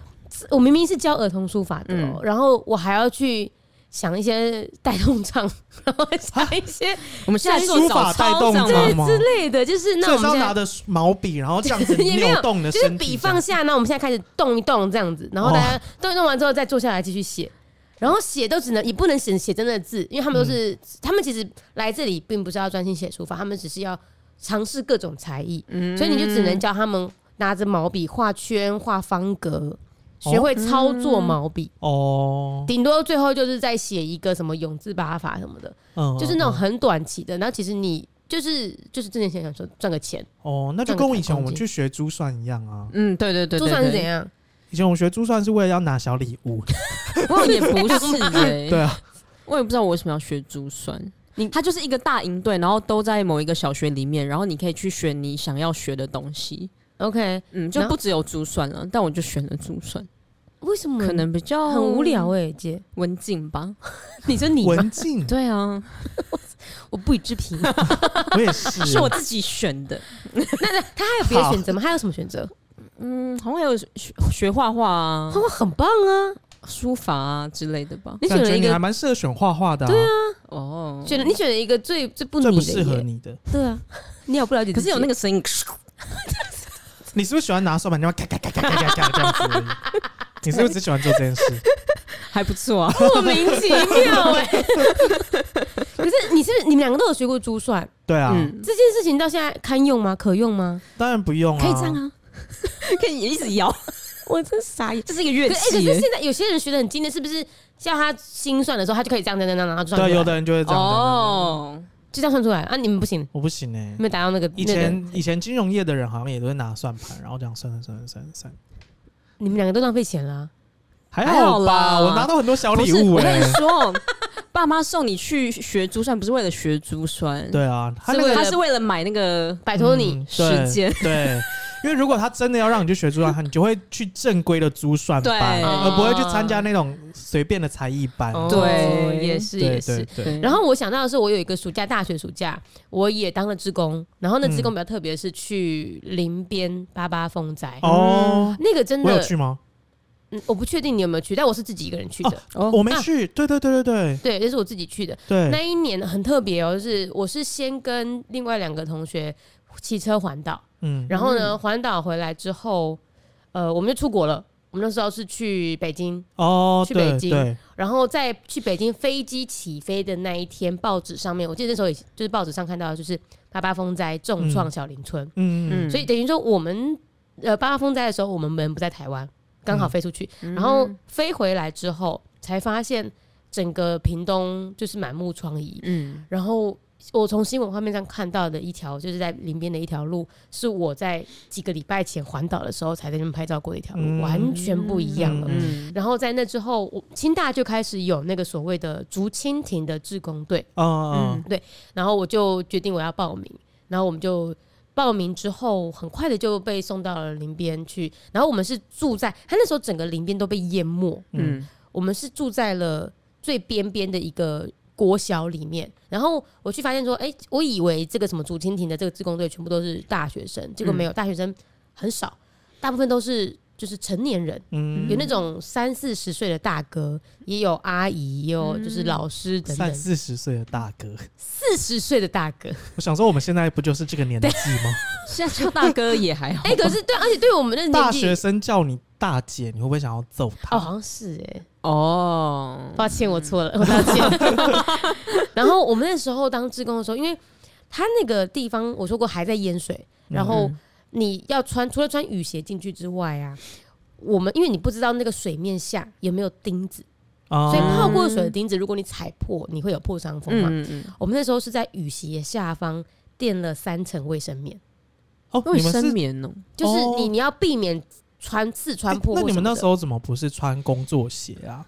[SPEAKER 1] 我明明是教儿童书法的、
[SPEAKER 3] 嗯
[SPEAKER 1] 哦，然后我还要去想一些带 动唱，然后想一些
[SPEAKER 2] 我们现在做
[SPEAKER 3] 啊书
[SPEAKER 2] 早
[SPEAKER 3] 法带
[SPEAKER 2] 操
[SPEAKER 3] 动
[SPEAKER 2] 这样
[SPEAKER 3] 吗
[SPEAKER 2] 吗？
[SPEAKER 1] 对之类的，就是那
[SPEAKER 3] 所
[SPEAKER 1] 我
[SPEAKER 3] 以是要
[SPEAKER 1] 们现
[SPEAKER 3] 拿
[SPEAKER 1] 在。
[SPEAKER 3] 着毛笔，然后这样子
[SPEAKER 1] 也没有
[SPEAKER 3] 扭动你的
[SPEAKER 1] 就是
[SPEAKER 3] 身体，
[SPEAKER 1] 比放下，那我们现在开始动一动这样子，然后大家动一动完之后再坐下来继续写，然后写都只能也不能写写真的字，因为他们都是、
[SPEAKER 3] 嗯
[SPEAKER 1] 他们其实来这里并不是要专心写书法，他们只是要尝试各种才艺，
[SPEAKER 3] 嗯
[SPEAKER 1] 所以你就只能教他们拿着毛笔画圈、画方格，
[SPEAKER 3] 哦
[SPEAKER 1] 学会操
[SPEAKER 3] 嗯
[SPEAKER 1] 作毛笔。
[SPEAKER 3] 这样哦，
[SPEAKER 1] 顶多最后就是再写一个什么永字八法什么的，
[SPEAKER 3] 嗯
[SPEAKER 1] 就是那种很短期的。然后其实你就是就是之前想想说赚个钱，
[SPEAKER 3] 哦，那就跟我以前我们去学珠算一样啊。
[SPEAKER 2] 嗯，对对对，
[SPEAKER 1] 珠
[SPEAKER 2] 对
[SPEAKER 1] 算是
[SPEAKER 2] 对
[SPEAKER 1] 怎样？
[SPEAKER 3] 以前我们学珠算是为了要拿小礼物，
[SPEAKER 2] 我也不是 哎、
[SPEAKER 3] 对啊，
[SPEAKER 2] 我也不知道我为什么要学珠算。它就是一个大营队，然后都在某一个小学里面，然后你可以去选你想要学的东西。
[SPEAKER 1] OK，
[SPEAKER 2] 嗯，就
[SPEAKER 1] 然后
[SPEAKER 2] 不只有珠算了，但我就选了珠算，
[SPEAKER 1] 为什
[SPEAKER 3] 嗯
[SPEAKER 1] 么
[SPEAKER 2] 可能比较
[SPEAKER 1] 很无
[SPEAKER 3] 欸
[SPEAKER 1] 聊
[SPEAKER 2] 欸
[SPEAKER 1] 哎、姐？
[SPEAKER 2] 文静吧。
[SPEAKER 1] 你说你吗
[SPEAKER 3] 文静，
[SPEAKER 2] 对 啊，
[SPEAKER 1] 我不予 置评。
[SPEAKER 3] 我也是，
[SPEAKER 2] 是我自己选的。
[SPEAKER 1] 他还有别的选择吗？还有什么选择？
[SPEAKER 2] 嗯，好像还有学学画画啊
[SPEAKER 1] 他、、会很棒啊！
[SPEAKER 2] 书法啊之类的吧。
[SPEAKER 1] 你选
[SPEAKER 3] 感
[SPEAKER 1] 了
[SPEAKER 3] 觉
[SPEAKER 1] 一
[SPEAKER 3] 你啊还
[SPEAKER 1] 个，
[SPEAKER 3] 蛮适合选画画的，对啊，
[SPEAKER 2] 哦，
[SPEAKER 1] 选了你选了一个最最不
[SPEAKER 3] 最
[SPEAKER 1] 你
[SPEAKER 3] 不
[SPEAKER 1] 的
[SPEAKER 3] 适合
[SPEAKER 1] 耶。
[SPEAKER 3] 你的。
[SPEAKER 1] 对啊，你好不了解自
[SPEAKER 2] 可
[SPEAKER 1] 己。
[SPEAKER 2] 是有那个声音，
[SPEAKER 3] 你是不是喜欢拿手板这样咔咔咔咔咔咔咔这样子而已？你是不是只喜欢做这件事？
[SPEAKER 2] 还不错啊。
[SPEAKER 1] 莫名其 妙哎、可是你是不是你们两个都有学过珠算？
[SPEAKER 3] 对啊，
[SPEAKER 2] 嗯，
[SPEAKER 1] 这件事情到现在堪用吗？可用吗？
[SPEAKER 3] 当然不用啊，
[SPEAKER 2] 可以这样啊，可以一直摇，
[SPEAKER 1] 我真傻眼。
[SPEAKER 2] 这是一个乐
[SPEAKER 1] 可是、哎，可是
[SPEAKER 2] 器耶。
[SPEAKER 1] 现在有些人学的很精的，是不是？叫他心算的时候，他就可以这样、这样、这样，然后就算出
[SPEAKER 3] 对，
[SPEAKER 1] 来
[SPEAKER 3] 有的人就会这样。哦，
[SPEAKER 2] 哦，
[SPEAKER 1] 就这样算出来啊！你们不行，
[SPEAKER 3] 我不行哎
[SPEAKER 1] 你，们达到那个
[SPEAKER 3] 以
[SPEAKER 1] 那个，
[SPEAKER 3] 前以前金融业的人好像也都会拿算盘，然后这样算算算算算，
[SPEAKER 1] 你们两个都浪费钱了。
[SPEAKER 3] 还
[SPEAKER 2] 还好
[SPEAKER 3] 好吧？
[SPEAKER 2] 啦
[SPEAKER 3] 我拿到很多小
[SPEAKER 2] 不
[SPEAKER 3] 礼
[SPEAKER 2] 是，
[SPEAKER 3] 物
[SPEAKER 2] 我
[SPEAKER 3] 哎
[SPEAKER 2] 跟你。说，爸妈送你去学珠算，不是为了学珠算，
[SPEAKER 3] 对啊，他
[SPEAKER 2] 是
[SPEAKER 3] 那
[SPEAKER 2] 为
[SPEAKER 3] 个
[SPEAKER 2] 了，他是为了买那个
[SPEAKER 1] 摆脱你，
[SPEAKER 3] 嗯
[SPEAKER 2] 时间。
[SPEAKER 3] 对对，因为如果他真的要让你去学珠算，他你就会去正规的珠算班，
[SPEAKER 2] 对
[SPEAKER 3] 而不会去参加那种随便的才艺班。
[SPEAKER 1] 哦
[SPEAKER 2] 对
[SPEAKER 1] 也是
[SPEAKER 3] 对对
[SPEAKER 1] 也是。
[SPEAKER 3] 对，
[SPEAKER 1] 然后我想到的是，我有一个暑假，大学暑假，我也当了志工。然后那志工比较特别，是去林边八八风灾，
[SPEAKER 3] 哦，
[SPEAKER 1] 那个真
[SPEAKER 3] 我有
[SPEAKER 1] 的，
[SPEAKER 3] 去吗？
[SPEAKER 1] 嗯，我不确定你有没有去，但我是自己一个人去的。
[SPEAKER 2] 哦
[SPEAKER 3] 我没
[SPEAKER 1] 啊
[SPEAKER 3] 去。对对对对
[SPEAKER 1] 对，这是我自己去的。
[SPEAKER 3] 对
[SPEAKER 1] 那
[SPEAKER 3] 对，
[SPEAKER 1] 一年很特别哦，就是我是先跟另外两个同学骑车环岛，
[SPEAKER 3] 嗯
[SPEAKER 1] 然后呢，环岛回来之后，呃，我们就出国了。我们那时候是去北京，
[SPEAKER 3] 哦，
[SPEAKER 1] 去北
[SPEAKER 3] 对
[SPEAKER 1] 京
[SPEAKER 3] 对，
[SPEAKER 1] 然后在去北京飞机起飞的那一天，报纸上面，我记得那时候也就是报纸上看到的就是八八风灾重创小林村，
[SPEAKER 3] 嗯嗯
[SPEAKER 2] 嗯
[SPEAKER 1] 所以等于说我们呃八八风灾的时候，我们人不在台
[SPEAKER 3] 嗯
[SPEAKER 1] 湾，刚好飞出去，然后飞回来之后才发现整个屏东就是满目疮痍，
[SPEAKER 2] 嗯，
[SPEAKER 1] 然后我从新闻画面上看到的一条，就是在林边的一条路，是我在几个礼拜前环岛的时候才在那边拍照过的一条路，
[SPEAKER 3] 嗯
[SPEAKER 1] 完全不一样了。
[SPEAKER 2] 嗯
[SPEAKER 1] 然后在那之后，我清大就开始有那个所谓的竹蜻蜓的志工队，
[SPEAKER 3] 嗯嗯
[SPEAKER 1] 然后我就决定我要报名，然后我们就报名之后，很快的就被送到了林边去。然后我们是住在他那时候整个林边都被淹没，
[SPEAKER 2] 嗯
[SPEAKER 1] 我们是住在了最边边的一个国小里面，然后我去发现说，哎、我以为这个什么竹蜻蜓的这个志工队全部都是大学生，结果没有，大学生很少，大部分都是就是成年人，
[SPEAKER 3] 嗯，
[SPEAKER 1] 有那种三四十岁的大哥，也有阿姨，也有就是老师等
[SPEAKER 3] 三
[SPEAKER 1] 等，
[SPEAKER 3] 四十岁的大哥，
[SPEAKER 1] 四十岁的大哥，
[SPEAKER 3] 我想说我们现在不就是这个年纪吗？
[SPEAKER 2] 现在叫大哥也还好。
[SPEAKER 1] 哎、可是对，而且对我们的
[SPEAKER 3] 大
[SPEAKER 1] 年纪
[SPEAKER 3] 学。生叫你大姐，你会不会想要揍他
[SPEAKER 1] 哦，？好像是哎、
[SPEAKER 2] 哦，
[SPEAKER 1] 抱歉，我错了，我道歉。嗯 然后我们那时候当志工的时候，因为他那个地方我说过还在淹水，然后你要穿除了穿雨鞋进去之外啊，我们因为你不知道那个水面下有没有钉子，
[SPEAKER 3] 哦
[SPEAKER 1] 所以泡过水的钉子，如果你踩破，你会有破伤风嘛。
[SPEAKER 2] 嗯嗯
[SPEAKER 1] 我们那时候是在雨鞋下方垫了三层卫生棉，
[SPEAKER 3] 哦，
[SPEAKER 2] 卫
[SPEAKER 3] 你们
[SPEAKER 2] 生
[SPEAKER 3] 是
[SPEAKER 2] 棉哦，
[SPEAKER 1] 就是你
[SPEAKER 3] 哦
[SPEAKER 1] 你要避免穿刺穿
[SPEAKER 3] 欸
[SPEAKER 1] 破
[SPEAKER 3] 那
[SPEAKER 1] 或
[SPEAKER 3] 你
[SPEAKER 1] 什
[SPEAKER 3] 们那
[SPEAKER 1] 么
[SPEAKER 3] 时
[SPEAKER 1] 的。
[SPEAKER 3] 候怎么不是穿工作鞋啊？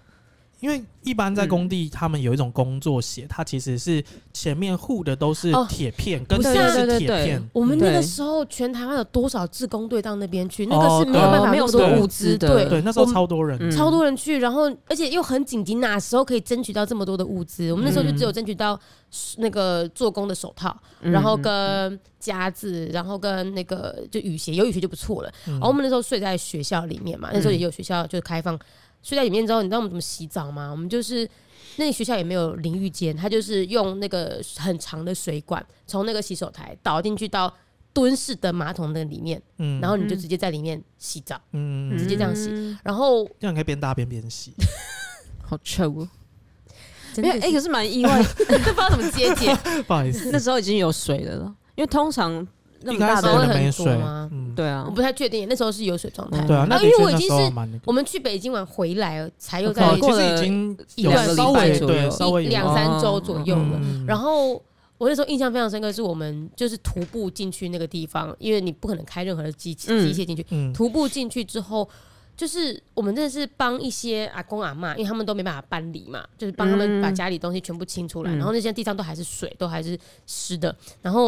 [SPEAKER 3] 因为一般
[SPEAKER 1] 嗯
[SPEAKER 3] 在工地，他们有一种工作鞋，它其实是前面护的都是
[SPEAKER 1] 哦
[SPEAKER 3] 铁片，跟
[SPEAKER 1] 不是
[SPEAKER 3] 的
[SPEAKER 1] 啊
[SPEAKER 2] 对
[SPEAKER 3] 是
[SPEAKER 2] 对
[SPEAKER 3] 铁
[SPEAKER 2] 对
[SPEAKER 3] 片。嗯
[SPEAKER 1] 我们那个
[SPEAKER 2] 对
[SPEAKER 1] 时候，全台湾有多少志工队到那边去？
[SPEAKER 3] 哦
[SPEAKER 1] 那个是没有办法
[SPEAKER 2] 对
[SPEAKER 1] 那么多
[SPEAKER 3] 没有
[SPEAKER 1] 物
[SPEAKER 3] 物
[SPEAKER 1] 资，
[SPEAKER 2] 资的
[SPEAKER 1] 对，
[SPEAKER 3] 对，那时候
[SPEAKER 1] 我们
[SPEAKER 3] 超多人。
[SPEAKER 2] 嗯
[SPEAKER 1] 超多人去，然后而且又很紧急，哪时候可以争取到这么多的物资？我们那时候就只有争取到那个做工的手套，
[SPEAKER 2] 嗯
[SPEAKER 1] 然后跟夹子，然后跟那个就雨鞋，有雨鞋就不错了。
[SPEAKER 3] 嗯
[SPEAKER 1] 然后我们那时候睡在学校里面嘛，那时候也有学校就开放，睡在里面之后，你知道我们怎么洗澡吗？我们就是那个学校也没有淋浴间，它就是用那个很长的水管从那个洗手台倒进去到蹲式的马桶的里面，
[SPEAKER 3] 嗯
[SPEAKER 1] 然后你就直接在里面洗澡，
[SPEAKER 3] 嗯，
[SPEAKER 1] 直接这样洗
[SPEAKER 2] 嗯
[SPEAKER 1] 然后
[SPEAKER 3] 这样可以边大便边 洗。
[SPEAKER 2] 好臭哦。
[SPEAKER 1] 真
[SPEAKER 2] 没有，
[SPEAKER 1] 的
[SPEAKER 2] 哎，
[SPEAKER 1] 是
[SPEAKER 2] 可是蛮意 外，
[SPEAKER 1] 不知道怎么接解，
[SPEAKER 3] 不好意思，
[SPEAKER 2] 那时候已经有水的了，因为通常那
[SPEAKER 3] 一
[SPEAKER 2] 么
[SPEAKER 3] 开
[SPEAKER 2] 大
[SPEAKER 3] 始
[SPEAKER 1] 的
[SPEAKER 3] 可
[SPEAKER 2] 的
[SPEAKER 1] 会
[SPEAKER 3] 能没
[SPEAKER 1] 很多
[SPEAKER 3] 水。
[SPEAKER 1] 吗
[SPEAKER 3] 嗯，
[SPEAKER 2] 对啊
[SPEAKER 1] 我，不太确定，那时候是有水状态。
[SPEAKER 3] 对啊，那
[SPEAKER 1] 然
[SPEAKER 3] 的
[SPEAKER 1] 后因为
[SPEAKER 3] 确
[SPEAKER 1] 我已
[SPEAKER 3] 那
[SPEAKER 1] 经
[SPEAKER 3] 时候
[SPEAKER 1] 是
[SPEAKER 3] 蛮那个。
[SPEAKER 1] 我们去北京玩回来，才又在
[SPEAKER 2] 哦
[SPEAKER 3] 对，
[SPEAKER 2] 过
[SPEAKER 3] 就
[SPEAKER 2] 了
[SPEAKER 3] 是已经
[SPEAKER 2] 一
[SPEAKER 3] 有
[SPEAKER 2] 两个礼
[SPEAKER 3] 稍
[SPEAKER 2] 拜
[SPEAKER 3] 微
[SPEAKER 2] 左右
[SPEAKER 3] 对稍微有哦
[SPEAKER 1] 一两三周左右了。
[SPEAKER 3] 嗯
[SPEAKER 1] 然后我那时候印象非常深刻，是我们就是徒步进去那个地方，因为你不可能开任何的机器
[SPEAKER 2] 嗯
[SPEAKER 1] 机械进去。
[SPEAKER 3] 嗯
[SPEAKER 1] 徒步进去之后，就是我们真的是帮一些阿公阿嬷，因为他们都没办法搬离嘛，就是帮他们
[SPEAKER 2] 嗯
[SPEAKER 1] 把家里东西全部清出来，
[SPEAKER 2] 嗯
[SPEAKER 1] 然后那些地上都还是水，都还是湿的。然后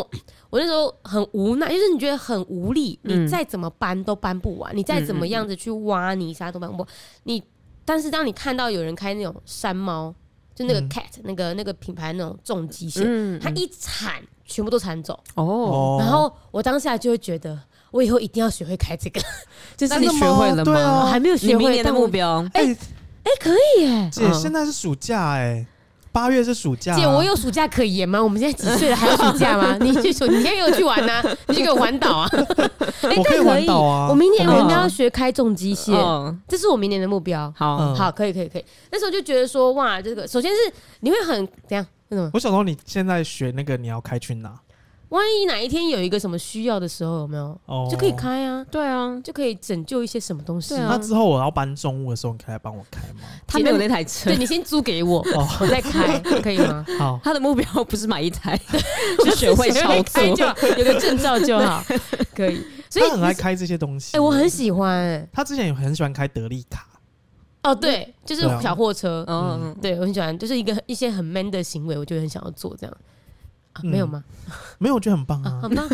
[SPEAKER 1] 我那时候很无奈，就是你觉得很无力，
[SPEAKER 2] 嗯
[SPEAKER 1] 你再怎么搬都搬不完，你再怎么样子去挖泥沙都搬不完。你但是当你看到有人开那种山猫，就那个
[SPEAKER 3] 嗯
[SPEAKER 1] cat、那个那个品牌那种重机械，
[SPEAKER 2] 嗯
[SPEAKER 1] 它一铲全部都铲走，
[SPEAKER 2] 哦，
[SPEAKER 1] 然后我当下就会觉得，我以后一定要学会开这个， 就是
[SPEAKER 2] 那你
[SPEAKER 1] 哎、
[SPEAKER 2] 学会了
[SPEAKER 3] 真的吗对
[SPEAKER 2] 吗？
[SPEAKER 3] 啊
[SPEAKER 1] 还没有学会
[SPEAKER 2] 你明年的
[SPEAKER 1] 但我
[SPEAKER 2] 目标，
[SPEAKER 3] 哎，
[SPEAKER 1] 可以耶，
[SPEAKER 3] 姐，
[SPEAKER 2] 嗯
[SPEAKER 3] 现在是暑假哎，八月是暑假啊。
[SPEAKER 1] 姐，我有暑假可以演吗？我们现在几岁了，还有暑 假吗？你去暑，你现在给我去玩呐、你去给我环岛啊！哎
[SPEAKER 3] 我可以
[SPEAKER 1] 但
[SPEAKER 3] 环岛啊
[SPEAKER 1] 我明年
[SPEAKER 2] 我可以
[SPEAKER 1] 我应该要学开重机械，
[SPEAKER 2] 嗯，
[SPEAKER 1] 这是我明年的目标。
[SPEAKER 2] 好，
[SPEAKER 3] 嗯
[SPEAKER 1] 好，可以，可以，可以。那时候就觉得说，哇，这个首先是你会很怎样？为什么？
[SPEAKER 3] 我想说你现在学那个你要开去哪？
[SPEAKER 1] 万一哪一天有一个什么需要的时候，有没有
[SPEAKER 3] 哦，
[SPEAKER 1] 就可以开啊？
[SPEAKER 2] 对啊，
[SPEAKER 1] 就可以拯救一些什么东西
[SPEAKER 2] 对？啊
[SPEAKER 3] 那之后我要搬重物的时候，你可以来帮我开吗？
[SPEAKER 2] 他没有那台车
[SPEAKER 1] 对，你先租给 我，
[SPEAKER 3] 哦
[SPEAKER 1] 我再开，可以吗？
[SPEAKER 3] 好，
[SPEAKER 2] 他的目标不是买 一台， 是学会操作
[SPEAKER 1] 学会开。就好，有个证照就好，可以。所以
[SPEAKER 3] 他很爱开这些东西。
[SPEAKER 1] 哎、我很喜欢哎、
[SPEAKER 3] 他之前也很喜欢开德利卡，
[SPEAKER 1] 哦，对，就是
[SPEAKER 3] 对啊
[SPEAKER 1] 小货车，
[SPEAKER 2] 嗯，
[SPEAKER 1] 对我很喜欢，就是一个一些很 man 的行为，我就很想要做这样。啊，
[SPEAKER 3] 嗯
[SPEAKER 1] 没有吗？
[SPEAKER 3] 没有，我觉得很棒啊
[SPEAKER 1] 好。吧，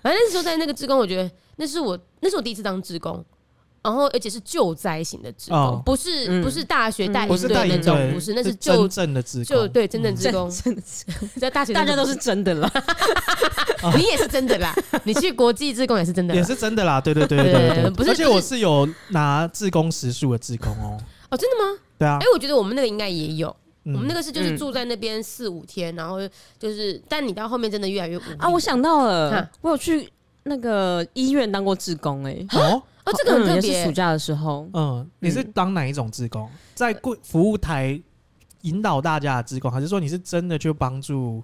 [SPEAKER 1] 反正那时候在那个志工，我觉得那是我那是我第一次当志工，然后而且是救灾型的志工，
[SPEAKER 3] 哦
[SPEAKER 1] 不是、
[SPEAKER 2] 嗯
[SPEAKER 1] 不是大学带
[SPEAKER 3] 不
[SPEAKER 1] 营
[SPEAKER 3] 是
[SPEAKER 1] 队
[SPEAKER 3] 带
[SPEAKER 1] 那
[SPEAKER 3] 营
[SPEAKER 1] 种，
[SPEAKER 3] 队，
[SPEAKER 1] 不是，那是
[SPEAKER 3] 真
[SPEAKER 1] 救
[SPEAKER 3] 正的职
[SPEAKER 1] 救
[SPEAKER 3] 工，嗯
[SPEAKER 1] 对真正志工，
[SPEAKER 2] 真的，
[SPEAKER 1] 在大学
[SPEAKER 2] 大家都是真的啦。
[SPEAKER 1] 你也是真的啦，你去国际志工也是真 的
[SPEAKER 3] 也
[SPEAKER 1] 啦，
[SPEAKER 3] 是真的啦。对对对
[SPEAKER 1] 对
[SPEAKER 3] 对对，
[SPEAKER 1] 不是
[SPEAKER 3] 而且我是有拿自工时数的自工哦。
[SPEAKER 1] 哦，真的吗？
[SPEAKER 3] 对啊
[SPEAKER 1] 哎、，我觉得我们那个应该也有。
[SPEAKER 3] 嗯
[SPEAKER 1] 我们那个是就是
[SPEAKER 2] 嗯
[SPEAKER 1] 住在那边四五天，然后就是，但你到后面真的越来越无力
[SPEAKER 2] 啊，我想到了
[SPEAKER 1] 哈，
[SPEAKER 2] 我有去那个医院当过志工，哎，
[SPEAKER 3] 哦，
[SPEAKER 1] 哦，这个很
[SPEAKER 2] 嗯
[SPEAKER 1] 特
[SPEAKER 2] 也是暑
[SPEAKER 1] 别，
[SPEAKER 2] 假的时候，
[SPEAKER 3] 嗯，你是当哪一种自工？在贵服务台引导大家的自工，还是说你是真的去帮助？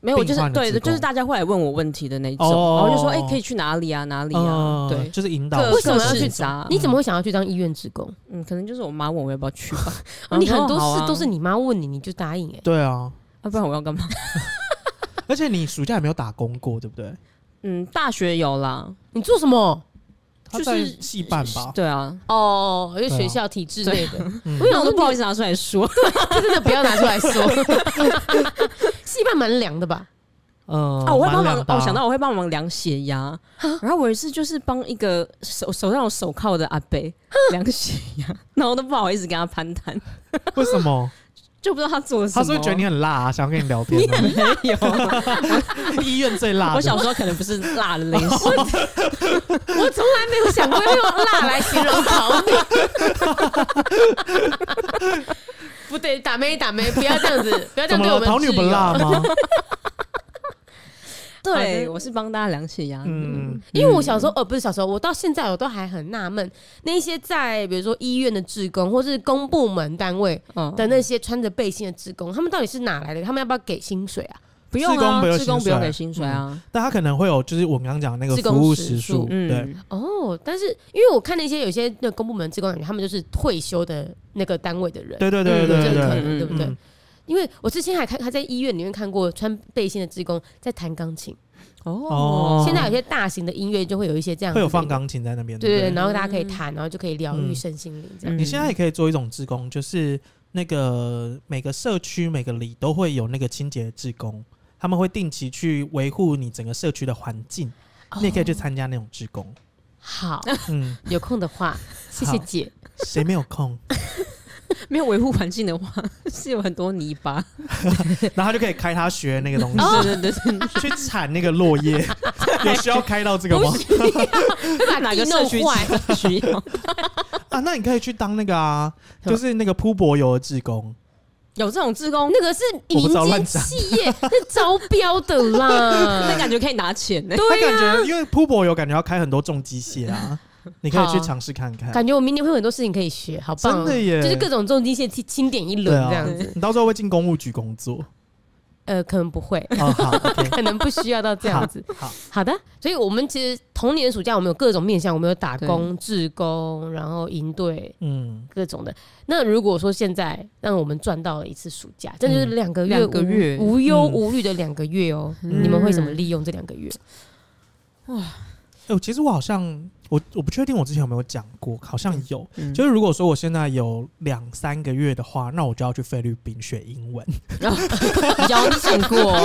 [SPEAKER 2] 没有，我就
[SPEAKER 3] 病
[SPEAKER 2] 是
[SPEAKER 3] 患的
[SPEAKER 2] 对
[SPEAKER 3] 志，工
[SPEAKER 2] 就是大家会来问我问题的那种，
[SPEAKER 3] 哦
[SPEAKER 2] 然后就说，哎，可以去哪里啊？哪里啊？
[SPEAKER 3] 嗯
[SPEAKER 2] 对，
[SPEAKER 3] 就是引导
[SPEAKER 2] 各
[SPEAKER 1] 为什么要去
[SPEAKER 2] 各市杂？
[SPEAKER 1] 你怎么会想要去当医院职工？。
[SPEAKER 2] 嗯，可能就是我妈问我要不要 去吧
[SPEAKER 3] 嗯
[SPEAKER 1] 你很多
[SPEAKER 2] 然
[SPEAKER 1] 事
[SPEAKER 2] 后
[SPEAKER 3] 啊
[SPEAKER 2] 说
[SPEAKER 1] 都是，你妈问你，你就答应哎、
[SPEAKER 3] 对啊，
[SPEAKER 2] 要、啊、不然我要干嘛？
[SPEAKER 3] 而且你暑假也没有打工过，对不对？
[SPEAKER 2] 嗯，大学有啦，
[SPEAKER 1] 你做什么？
[SPEAKER 3] 他
[SPEAKER 2] 就是
[SPEAKER 3] 在戏办吧，
[SPEAKER 2] 对啊，
[SPEAKER 1] 哦，就学校体制类的，
[SPEAKER 3] 嗯
[SPEAKER 1] 我有
[SPEAKER 2] 那我都不好意
[SPEAKER 1] 思，
[SPEAKER 2] 思拿出来说。
[SPEAKER 1] 这真的不要拿出来 说。戏办蛮凉的吧？
[SPEAKER 3] 嗯
[SPEAKER 2] 啊，我会帮忙，
[SPEAKER 3] 蛮凉啊
[SPEAKER 2] 哦
[SPEAKER 3] 的啊
[SPEAKER 2] 我想到我会帮忙量血压，然后我有一次就是帮一个手手上有手铐的阿伯
[SPEAKER 3] 啊
[SPEAKER 2] 量血压， 然后我都不好意思跟他攀谈，
[SPEAKER 3] 为什么？
[SPEAKER 2] 就不知道他做了什
[SPEAKER 3] 他
[SPEAKER 2] 么。
[SPEAKER 3] 是不是觉得你很辣、啊，想要跟你聊天、啊？
[SPEAKER 2] 没有啊，
[SPEAKER 3] 医院最辣的，
[SPEAKER 2] 我小时候可能不是辣的 类型，
[SPEAKER 1] 我从来没有想过要用辣来形容桃女。 不对，打妹打妹，不要这 样子，不要这
[SPEAKER 3] 怎
[SPEAKER 1] 样
[SPEAKER 3] 么了？
[SPEAKER 1] 对我们哦
[SPEAKER 3] 桃女
[SPEAKER 1] 挚
[SPEAKER 3] 不
[SPEAKER 1] 友
[SPEAKER 3] 辣吗？
[SPEAKER 1] 好
[SPEAKER 2] 对
[SPEAKER 1] 的
[SPEAKER 2] 我是帮大家量血压。嗯，
[SPEAKER 3] 嗯，
[SPEAKER 1] 因为我小时候，呃，不是小时候，我到现在我都还很纳闷，那些在比如说医院的职工，或是公部门单位
[SPEAKER 2] 嗯
[SPEAKER 1] 的那些穿着背心的职工，他们到底是哪来的？他们要不要给薪水啊？
[SPEAKER 2] 不用
[SPEAKER 3] 志工
[SPEAKER 2] 啊
[SPEAKER 3] 不，用
[SPEAKER 2] 志工
[SPEAKER 3] 薪
[SPEAKER 2] 不用
[SPEAKER 3] 水
[SPEAKER 2] 给薪水啊。
[SPEAKER 3] 但他可能会有，就是我刚刚讲的那个
[SPEAKER 1] 自贡
[SPEAKER 3] 服务
[SPEAKER 1] 时
[SPEAKER 3] 时数，
[SPEAKER 1] 数
[SPEAKER 3] 对，
[SPEAKER 2] 嗯，
[SPEAKER 1] 哦，但是因为我看那些有些那公部门职工，他们就是退休的那个单位的人，
[SPEAKER 3] 对对对
[SPEAKER 1] 有这
[SPEAKER 3] 对
[SPEAKER 1] 个可
[SPEAKER 3] 对
[SPEAKER 1] 能，
[SPEAKER 2] 嗯
[SPEAKER 1] 对不对
[SPEAKER 3] 嗯？
[SPEAKER 1] 因为我之前还看还在医院里面看过穿背心的职工在弹钢琴，
[SPEAKER 3] 哦
[SPEAKER 1] 现在有些大型的音乐就会有一些这样子
[SPEAKER 3] 会
[SPEAKER 1] 的
[SPEAKER 3] 有放钢琴在那边，
[SPEAKER 1] 对对
[SPEAKER 3] 不
[SPEAKER 1] 对，
[SPEAKER 3] 对？
[SPEAKER 1] 然后大家可以弹，然后就可以疗愈身心灵这样。
[SPEAKER 2] 嗯
[SPEAKER 3] 你现在也可以做一种志工，就是那个每个社区每个里都会有那个清洁志工，他们会定期去维护你整个社区的环境，你也可以去参加那种志工。
[SPEAKER 1] 好，
[SPEAKER 3] 嗯，
[SPEAKER 1] 有空的话，谢谢姐。
[SPEAKER 3] 谁没有空？
[SPEAKER 2] 没有维护环境的话， 是有很多泥巴。
[SPEAKER 3] 然后他就可以开他学那个东西，
[SPEAKER 2] 对对对，
[SPEAKER 3] 去铲那个落叶，有需要开到这个吗？
[SPEAKER 2] 看哪个社区
[SPEAKER 1] 地弄坏
[SPEAKER 2] 需要？
[SPEAKER 3] 啊，那你可以去当那个啊，
[SPEAKER 1] 什么
[SPEAKER 3] 就是那个铺柏油的志工。
[SPEAKER 2] 有这种志工，
[SPEAKER 1] 那个是
[SPEAKER 3] 我不
[SPEAKER 1] 民
[SPEAKER 3] 知道
[SPEAKER 1] 间
[SPEAKER 3] 乱讲
[SPEAKER 1] 企业，那招标的
[SPEAKER 2] 那
[SPEAKER 1] 啦。
[SPEAKER 2] 感觉可以拿钱呢。
[SPEAKER 3] 他
[SPEAKER 1] 对
[SPEAKER 3] 感觉因为铺柏油感觉要开很多重机械啊，你可以去
[SPEAKER 1] 好
[SPEAKER 3] 尝试看看。
[SPEAKER 1] 感觉我明年会有很多事情可以学，好棒哦！
[SPEAKER 3] 哎真的耶
[SPEAKER 1] 就是各种重机械清清点一
[SPEAKER 3] 对
[SPEAKER 1] 轮
[SPEAKER 3] 啊
[SPEAKER 1] 这样子。
[SPEAKER 3] 你到时候会进公务局工作。
[SPEAKER 1] 呃，可能不会，
[SPEAKER 3] 哦，好，OK，
[SPEAKER 1] 可能不需要到这样子。
[SPEAKER 3] 好，
[SPEAKER 1] 好的，所以我们其实童年暑假我们有各种面向，我们有打工、志工，然后营队
[SPEAKER 3] 嗯，
[SPEAKER 1] 各种的。那如果说现在让我们赚到了一次暑假，这就是两个月
[SPEAKER 2] 两个
[SPEAKER 1] 无
[SPEAKER 2] 月
[SPEAKER 1] 无忧
[SPEAKER 3] 嗯
[SPEAKER 1] 无虑的两个月哦，
[SPEAKER 2] 嗯
[SPEAKER 1] 你们会怎么利用这两个月？
[SPEAKER 3] 哎、我其实我好像我我不确定我之前有没有讲过，好像有。
[SPEAKER 2] 嗯
[SPEAKER 3] 就是如果说我现在有两三个月的话，那我就要去菲律宾学英 文。
[SPEAKER 2] 有你讲过，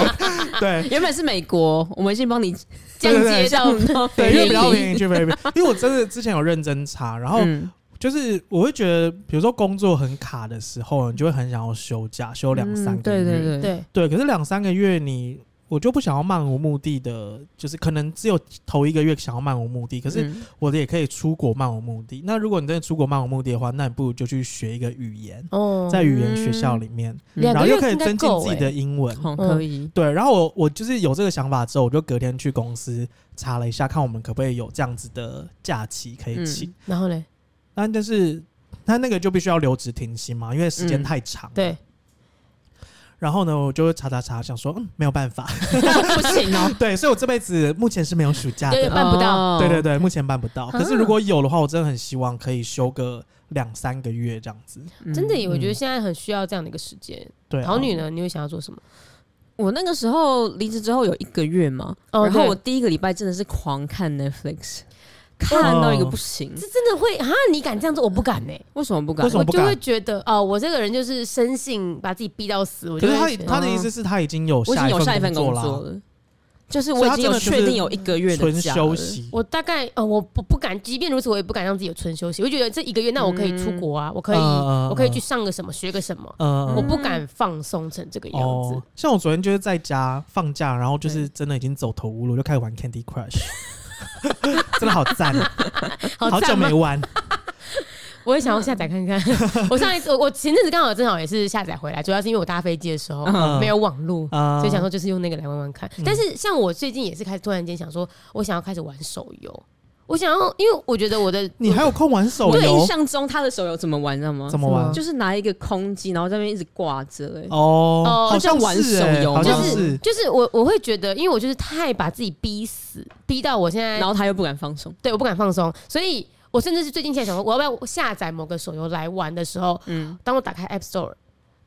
[SPEAKER 3] 对。
[SPEAKER 2] 原本是美国，我们已经帮你
[SPEAKER 1] 降阶 到
[SPEAKER 2] 到
[SPEAKER 3] 对，因为
[SPEAKER 2] 菲律
[SPEAKER 3] 比较
[SPEAKER 2] 宾。
[SPEAKER 3] 便宜去菲律宾，因为我真的之前有认真查，然后
[SPEAKER 2] 嗯
[SPEAKER 3] 就是我会觉得，比如说工作很卡的时候，你就会很想要休假，休两三个月。
[SPEAKER 2] 嗯对对对，
[SPEAKER 1] 对，
[SPEAKER 3] 对可是两三个月你，我就不想要漫无目的的，就是可能只有头一个月想要漫无目的，可是
[SPEAKER 2] 嗯
[SPEAKER 3] 我的也可以出国漫无目的。那如果你真的出国漫无目的的话，那你不如就去学一个语言，
[SPEAKER 1] 哦，嗯啊
[SPEAKER 3] 在语言学校里面，
[SPEAKER 1] 两
[SPEAKER 3] 然后
[SPEAKER 1] 个月
[SPEAKER 3] 又可以
[SPEAKER 1] 应该
[SPEAKER 3] 增进
[SPEAKER 1] 够欸
[SPEAKER 3] 自己的英文。
[SPEAKER 2] 好可以。
[SPEAKER 3] 对，然后我我就是有这个想法之后，我就隔天去公司查了一下，看我们可不可以有这样子的假期可以
[SPEAKER 2] 嗯
[SPEAKER 3] 请。
[SPEAKER 1] 然后嘞，
[SPEAKER 3] 那但是他那个就必须要留职停薪嘛，因为时间太长。。
[SPEAKER 1] 嗯对，
[SPEAKER 3] 然后呢，我就查查查，想说嗯没有办法，
[SPEAKER 2] 不行哦，
[SPEAKER 3] 对，所以我这辈子目前是没有暑假
[SPEAKER 1] 对
[SPEAKER 3] 的。
[SPEAKER 1] 办不到
[SPEAKER 2] 哦
[SPEAKER 3] 对对对，目前办不到。可是如果有的话，我真的很希望可以休个两三个月这样子。
[SPEAKER 2] 嗯
[SPEAKER 1] 真的耶，我觉 得
[SPEAKER 3] 嗯
[SPEAKER 1] 现在很需要这样的一个时间。
[SPEAKER 3] 对、啊，
[SPEAKER 1] 桃女呢，你会想要做什么？
[SPEAKER 2] 我那个时候离职之后有一个月嘛，
[SPEAKER 1] 哦
[SPEAKER 2] 然后
[SPEAKER 1] 对
[SPEAKER 2] 我第一个礼拜真的是狂看 Netflix，看到一个不行。
[SPEAKER 1] 这真的会啊？你敢这样做，我不敢呢。
[SPEAKER 2] 为什么不敢
[SPEAKER 3] 为什？么
[SPEAKER 1] 我
[SPEAKER 3] 不
[SPEAKER 1] 就
[SPEAKER 3] 敢
[SPEAKER 1] 会觉得哦，我这个人就是生性把自己逼到死，我
[SPEAKER 3] 可
[SPEAKER 1] 就是会
[SPEAKER 3] 他
[SPEAKER 1] 觉得
[SPEAKER 3] 他的意思是他已经有
[SPEAKER 2] 我已经有下
[SPEAKER 3] 下
[SPEAKER 2] 一份工
[SPEAKER 3] 啦
[SPEAKER 2] 作，了，就是
[SPEAKER 3] 所
[SPEAKER 2] 我
[SPEAKER 3] 以
[SPEAKER 2] 已
[SPEAKER 3] 他
[SPEAKER 2] 经有
[SPEAKER 3] 真的就是
[SPEAKER 2] 确定有一个月的
[SPEAKER 3] 纯
[SPEAKER 2] 假
[SPEAKER 3] 休
[SPEAKER 2] 了
[SPEAKER 3] 息。
[SPEAKER 1] 我大概哦，我不不敢，即便如此，我也不敢让自己有纯休息。我觉得这一个月，那我可以出国啊，我可以、
[SPEAKER 3] 嗯嗯
[SPEAKER 1] 我可以去上个什么，学个什么，
[SPEAKER 3] 呃
[SPEAKER 1] 我不敢放松成这个样子。
[SPEAKER 3] 哦，像我昨天就是在家放假，然后就是真的已经走投无路，就开始玩 Candy Crush，真的好赞，好久
[SPEAKER 1] 赞吗
[SPEAKER 3] 没玩。
[SPEAKER 1] 我也想要下载看看。 我上一次，我我前阵子刚好正好也是下载回来，主要是因为我搭飞机的时候、
[SPEAKER 3] 嗯
[SPEAKER 1] 没有网路。
[SPEAKER 3] 啊
[SPEAKER 1] 所以想说就是用那个来玩玩看，
[SPEAKER 3] 嗯
[SPEAKER 1] 但是像我最近也是开始突然间想说，我想要开始玩手游，我想要，因为我觉得我的
[SPEAKER 3] 你还有空玩手
[SPEAKER 2] 我有印
[SPEAKER 3] 游？
[SPEAKER 2] 象中他的手游怎么玩，你知道吗
[SPEAKER 3] 怎？么玩
[SPEAKER 1] 什？
[SPEAKER 2] 就是拿一个空机，然后在那边一直挂着、欸，
[SPEAKER 3] 哦
[SPEAKER 1] 哦，
[SPEAKER 3] 好像
[SPEAKER 2] 就玩
[SPEAKER 3] 是欸
[SPEAKER 2] 手游
[SPEAKER 3] 好像
[SPEAKER 1] 就是
[SPEAKER 3] 是
[SPEAKER 1] 就是我我会觉得，因为我就是太把自己逼死，逼到我现在
[SPEAKER 2] 然后他又不敢放松。
[SPEAKER 1] 对，我不敢放松，所以我甚至是最近在想说，我要不要下载某个手游来玩的时候，
[SPEAKER 2] 嗯，
[SPEAKER 1] 当我打开 App Store，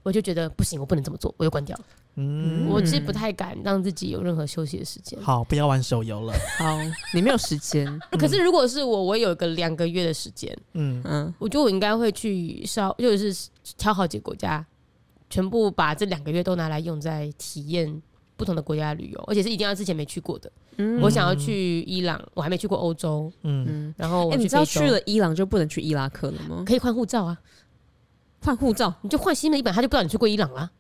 [SPEAKER 1] 我就觉得不行，我不能这么做，我又关掉了。
[SPEAKER 3] 嗯，
[SPEAKER 1] 我其实不太敢让自己有任何休息的时间。
[SPEAKER 3] 好，不要玩手游了。
[SPEAKER 2] 好，你没有时间，
[SPEAKER 1] 可是如果是我，我有一个两个月的时间，
[SPEAKER 3] 嗯，
[SPEAKER 2] 嗯，
[SPEAKER 1] 我觉得我应该会去稍，就是挑好几个国家，全部把这两个月都拿来用在体验。不同的国家旅游，而且是一定要之前没去过的。
[SPEAKER 2] 嗯
[SPEAKER 1] 我想要去伊朗，我还没去过欧洲，
[SPEAKER 3] 嗯，
[SPEAKER 2] 嗯，
[SPEAKER 1] 然后我
[SPEAKER 2] 哎、你知道
[SPEAKER 1] 非洲
[SPEAKER 2] 去了伊朗就不能去伊拉克了吗？
[SPEAKER 1] 可以换护照啊，
[SPEAKER 2] 换护照，
[SPEAKER 1] 你就换新的一本，他就不知道你去过伊朗啦。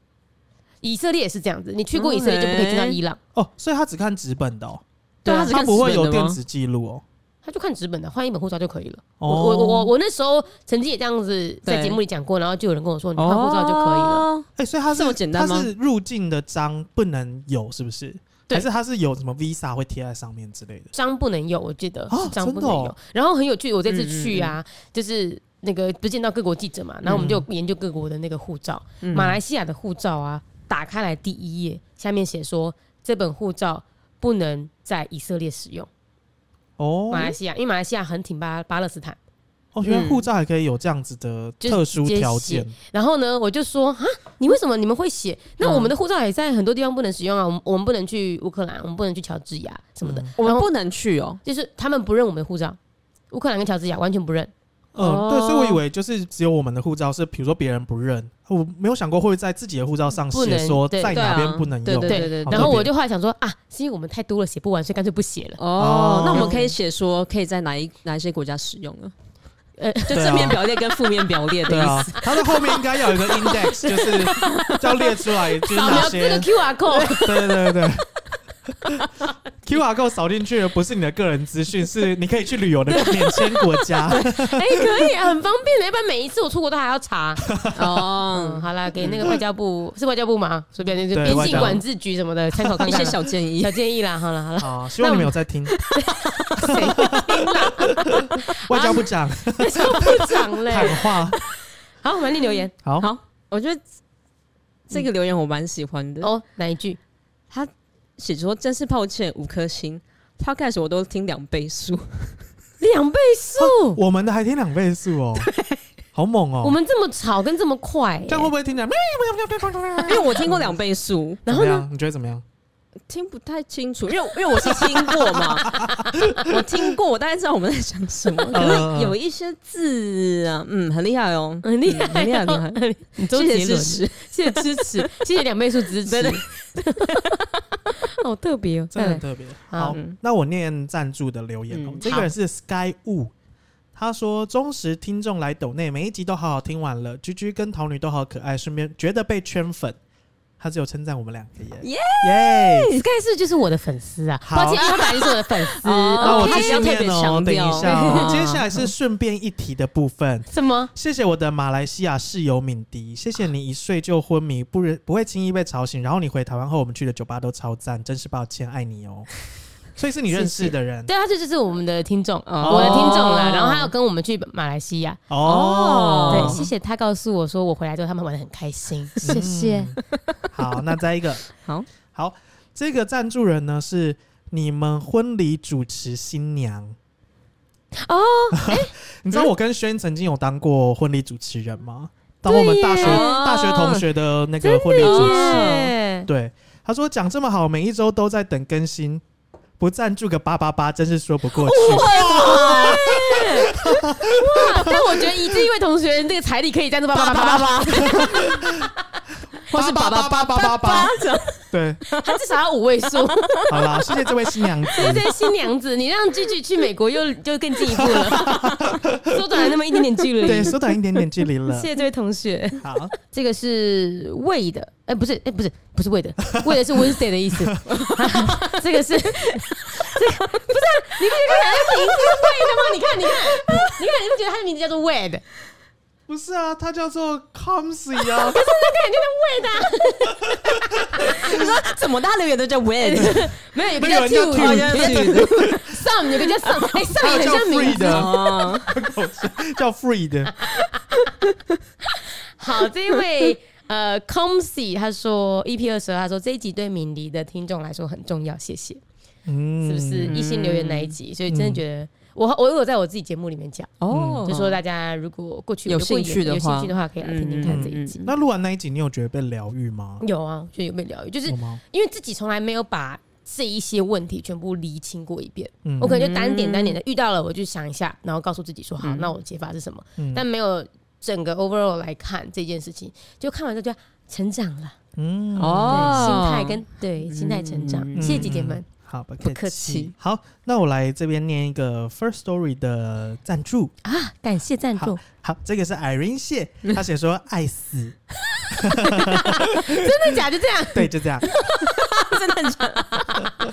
[SPEAKER 1] 以色列也是这样子，你去过以色列就不可以进到伊朗，
[SPEAKER 3] 哦，所以他只看纸本的哦，
[SPEAKER 2] 对
[SPEAKER 1] 啊
[SPEAKER 2] 啊他只
[SPEAKER 3] 他
[SPEAKER 2] 看
[SPEAKER 3] 不会
[SPEAKER 2] 纸本
[SPEAKER 3] 有
[SPEAKER 2] 的吗
[SPEAKER 3] 电子记录哦。
[SPEAKER 1] 他就看纸本的，换一本护照就可以了。
[SPEAKER 3] 哦，
[SPEAKER 1] 我我我我那时候曾经也这样子在节目里讲过，然后就有人跟我说，你换护照就可以了。
[SPEAKER 2] 哦。
[SPEAKER 3] 哎，所以他是
[SPEAKER 2] 这么简单吗
[SPEAKER 3] 他是入境的章不能有，是不是？
[SPEAKER 1] 对
[SPEAKER 3] 还是他是有什么 Visa 会贴在上面之类的？
[SPEAKER 1] 章不能有，我记得
[SPEAKER 3] 哦
[SPEAKER 1] 是章不
[SPEAKER 3] 真的
[SPEAKER 1] 能
[SPEAKER 3] 哦嗯
[SPEAKER 1] 有。然后很有趣，我这次去啊，就是那个不见到各国记者嘛，然后我们
[SPEAKER 3] 嗯
[SPEAKER 1] 就研究各国的那个护照，马来西亚的护照啊，打开来第一页下面写说这本护照不能在以色列使用，
[SPEAKER 3] 哦
[SPEAKER 1] 马来西亚，因为马来西亚很挺巴巴勒斯坦。
[SPEAKER 3] 哦，原
[SPEAKER 2] 嗯
[SPEAKER 3] 来护照还可以有这样子的
[SPEAKER 1] 就
[SPEAKER 3] 特殊
[SPEAKER 1] 直接
[SPEAKER 3] 条
[SPEAKER 1] 写
[SPEAKER 3] 件，
[SPEAKER 1] 然后呢，我就说啊，你为什么你们会写？那
[SPEAKER 2] 嗯
[SPEAKER 1] 我们的护照也在很多地方不能使用啊，我们我们不能去乌克兰，我们不能去乔治亚什么
[SPEAKER 3] 嗯
[SPEAKER 1] 的。
[SPEAKER 2] 我们
[SPEAKER 1] 然后
[SPEAKER 2] 不能去哦。
[SPEAKER 1] 就是他们不认我们的护照，乌克兰跟乔治亚完全不认。
[SPEAKER 3] 嗯，对，所以我以
[SPEAKER 2] 哦
[SPEAKER 3] 为就是只有我们的护照是，比如说别人不认，我没有想过会在自己的护照上
[SPEAKER 1] 不
[SPEAKER 3] 写
[SPEAKER 1] 能
[SPEAKER 3] 说
[SPEAKER 1] 对
[SPEAKER 3] 在
[SPEAKER 2] 对
[SPEAKER 3] 哪
[SPEAKER 2] 啊
[SPEAKER 3] 边不能用。
[SPEAKER 2] 对
[SPEAKER 1] 对
[SPEAKER 2] 对
[SPEAKER 3] 好
[SPEAKER 1] 然后
[SPEAKER 3] 特别
[SPEAKER 1] 我就后来想说啊，是因为我们太多了，写不完，所以干脆不写 了。
[SPEAKER 2] 哦
[SPEAKER 3] 哦，
[SPEAKER 2] 那我们可以写说可以在哪一哪一些国家使用呢？
[SPEAKER 1] 呃
[SPEAKER 2] 就
[SPEAKER 3] 对啊
[SPEAKER 2] 正面表列跟负面表列的
[SPEAKER 3] 对
[SPEAKER 2] 意
[SPEAKER 3] 啊
[SPEAKER 2] 思。，
[SPEAKER 3] 它的后面应该要有一个 index，就是要列出来，就是哪
[SPEAKER 1] 扫描这
[SPEAKER 3] 些
[SPEAKER 1] 个 QR code，
[SPEAKER 3] 对对对对。Q R code 扫进去的不是你的个人资讯，是你可以去旅游的免签国 家。
[SPEAKER 1] 哎、可以啊，很方便的。一般每一次我出国都还要查。嗯，
[SPEAKER 2] 哦，
[SPEAKER 1] 好啦，给那个外交部是外交部吗？随便就是
[SPEAKER 3] 对
[SPEAKER 1] 边
[SPEAKER 3] 外
[SPEAKER 1] 境
[SPEAKER 3] 交部
[SPEAKER 1] 管制局什么的参考看
[SPEAKER 2] 一
[SPEAKER 1] 看
[SPEAKER 2] 些
[SPEAKER 1] 啦，
[SPEAKER 2] 小建议
[SPEAKER 1] 小。建议啦。好了 好了，
[SPEAKER 3] 啊，希望你们有在听。外交部 长
[SPEAKER 1] 那时候部长嘞。
[SPEAKER 3] 喊话，
[SPEAKER 1] 好，我们念留言
[SPEAKER 3] 好，
[SPEAKER 2] 好，我觉得这个留言我蛮喜欢的。
[SPEAKER 1] 哦，哪一句？
[SPEAKER 2] 他写说真是抱歉，五颗星。Podcast 我都听两倍速，
[SPEAKER 1] 两倍速，
[SPEAKER 3] 我们的还听两倍速哦，好猛哦。
[SPEAKER 1] 我们这么吵跟这么快、
[SPEAKER 3] 这样会不会听起来？
[SPEAKER 2] 因为我听过两倍速，
[SPEAKER 1] 然后
[SPEAKER 3] 怎么
[SPEAKER 1] 呢？
[SPEAKER 3] 样？你觉得怎么样？
[SPEAKER 2] 听不太清楚，因为因为我是听过 嘛，我听过，我大概知道我们在讲什么。可是有一些字啊，嗯，很厉害哦，
[SPEAKER 1] 很厉害哦，
[SPEAKER 2] 嗯很厉害很
[SPEAKER 1] 厉害！你周
[SPEAKER 2] 谢
[SPEAKER 1] 杰
[SPEAKER 2] 谢支
[SPEAKER 1] 伦，
[SPEAKER 2] 持。
[SPEAKER 1] 谢谢支持， 谢谢两倍数支持
[SPEAKER 2] 对，
[SPEAKER 1] 好特别哦！
[SPEAKER 3] 真
[SPEAKER 1] 再
[SPEAKER 3] 的
[SPEAKER 1] 来
[SPEAKER 3] 很，特别。
[SPEAKER 1] 好
[SPEAKER 3] 好，那我念赞助的留言哦
[SPEAKER 2] 嗯。
[SPEAKER 3] 这个人是 Sky Wu，他说忠实听众来抖内，每一集都好好听完了，居居跟桃女都好可爱，顺便觉得被圈粉。他只有称赞我们两个耶
[SPEAKER 2] 耶
[SPEAKER 3] 耶！
[SPEAKER 1] Sky 是就是我的粉丝啊，
[SPEAKER 3] 好
[SPEAKER 1] 抱歉，因为他本来就是我的粉丝。
[SPEAKER 2] 哦
[SPEAKER 3] 那我
[SPEAKER 1] OK
[SPEAKER 3] 继
[SPEAKER 2] 不
[SPEAKER 3] 续
[SPEAKER 2] 要特
[SPEAKER 3] 念
[SPEAKER 2] 别
[SPEAKER 3] 哦，
[SPEAKER 2] 强
[SPEAKER 3] 等
[SPEAKER 2] 调
[SPEAKER 3] 一下哦。
[SPEAKER 2] 嗯
[SPEAKER 3] 接下来是顺便一提的部分。
[SPEAKER 1] 什么？
[SPEAKER 3] 谢谢我的马来西亚室友敏迪，谢谢你一睡就昏迷，不然不会轻易被吵醒。然后你回台湾后，我们去的酒吧都超赞，真是抱歉，爱你 哦。所以是你认识的人
[SPEAKER 1] 对啊，这就是我们的听众，
[SPEAKER 2] 哦
[SPEAKER 1] 我的听众啦。然后他要跟我们去马来西亚，
[SPEAKER 3] 哦。
[SPEAKER 1] 对，谢谢他告诉我说我回来之后他们玩的很开心，谢谢。
[SPEAKER 3] 嗯。好，那再一个，
[SPEAKER 2] 好
[SPEAKER 3] 好，这个赞助人呢是你们婚礼主持新娘。
[SPEAKER 1] 哦，
[SPEAKER 3] 你知道我跟轩曾经有当过婚礼主持人吗？当我们大学
[SPEAKER 1] 对耶
[SPEAKER 3] 大学同学的那个婚礼主持。
[SPEAKER 1] 耶
[SPEAKER 2] 哦
[SPEAKER 3] 对，他说讲这么好，每一周都在等更新，不赞助个八八八，真是说不过去。
[SPEAKER 1] 哇！但我觉得以这一位同学那个彩礼可以赞助八八八八八，
[SPEAKER 3] 或是八八八八八八，对，
[SPEAKER 1] 他至少要五位数。
[SPEAKER 3] 好啦，谢谢这位新娘子。
[SPEAKER 1] 对对，新娘子，你让 Gigi 去美国又就更进一步了，缩短了那么一点点距离。
[SPEAKER 3] 对，缩短一点点距离了
[SPEAKER 1] 谢。谢这位同学，
[SPEAKER 3] 好，
[SPEAKER 1] 这个是魏的，哎、不是，哎、不是，不是魏的，魏的是 Wednesday 的意思。 这个是，这个不是、啊，你不觉得他的名字是魏的吗？你看，你看，你看，你不觉得他的名字叫做魏的？
[SPEAKER 3] 不是啊，他叫做 Comsy 啊，
[SPEAKER 2] 你说 怎么大家留言都叫 wed？
[SPEAKER 1] 没有，有个
[SPEAKER 3] 没有
[SPEAKER 1] 叫
[SPEAKER 3] 人叫
[SPEAKER 1] Two，
[SPEAKER 3] Tue，
[SPEAKER 1] 有个叫 Some，有个叫 Some，哎、s o
[SPEAKER 3] 他
[SPEAKER 1] m 也很
[SPEAKER 3] 叫
[SPEAKER 1] 像名
[SPEAKER 3] Free
[SPEAKER 1] 字。
[SPEAKER 3] 的，
[SPEAKER 2] 哦，
[SPEAKER 1] 嗯
[SPEAKER 3] 叫 Free 的。
[SPEAKER 1] 好，这一位呃 Comsy 他说 EP 二十二，他说这一集对敏迪的听众来说很重要，谢谢，
[SPEAKER 3] 嗯，
[SPEAKER 1] 是不是？一心留言那一集，所以
[SPEAKER 2] 嗯
[SPEAKER 1] 真的觉得。我我有在我自己节目里面讲，
[SPEAKER 2] 哦
[SPEAKER 1] 就说大家如果过去
[SPEAKER 2] 有
[SPEAKER 1] 如果
[SPEAKER 2] 兴趣的
[SPEAKER 1] 有
[SPEAKER 2] 话
[SPEAKER 1] 兴趣的话，可以来听听看
[SPEAKER 2] 嗯
[SPEAKER 1] 这一集。
[SPEAKER 3] 那录完那一集，你有觉得被疗愈吗？
[SPEAKER 1] 有啊，我觉得有被疗愈，
[SPEAKER 2] 嗯
[SPEAKER 1] 就是
[SPEAKER 3] 有吗？
[SPEAKER 1] 因为自己从来没有把这一些问题全部厘清过一遍，
[SPEAKER 3] 嗯
[SPEAKER 1] 我可能就单点单点的遇到了，我就想一下，然后告诉自己说好，那我的解法是什么，
[SPEAKER 3] 嗯
[SPEAKER 1] 但没有整个 overall 来看这件事情，就看完之后就成长了。
[SPEAKER 3] 嗯
[SPEAKER 1] 对，心
[SPEAKER 2] 哦，嗯
[SPEAKER 1] 态跟对心态成长。谢谢姐姐们，
[SPEAKER 3] 嗯好，不
[SPEAKER 1] 不客气。
[SPEAKER 3] 好，那我来这边念一个 First Story 的赞助。
[SPEAKER 1] 啊，感谢赞助，
[SPEAKER 3] 好，这个是 Irene 谢，他写说爱死，
[SPEAKER 1] 真的假的？就这样，
[SPEAKER 3] 对，就这样，
[SPEAKER 2] 真的很长，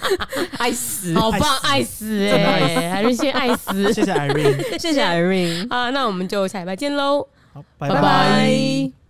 [SPEAKER 2] 爱死！
[SPEAKER 1] 好棒，爱死
[SPEAKER 3] 真的
[SPEAKER 1] 哎，还是先爱死
[SPEAKER 3] 谢谢 Irene，
[SPEAKER 2] 谢谢 Irene，
[SPEAKER 1] 啊！那我们就下礼拜见喽，
[SPEAKER 3] 好，
[SPEAKER 1] 拜
[SPEAKER 3] 拜
[SPEAKER 1] 拜
[SPEAKER 3] 拜。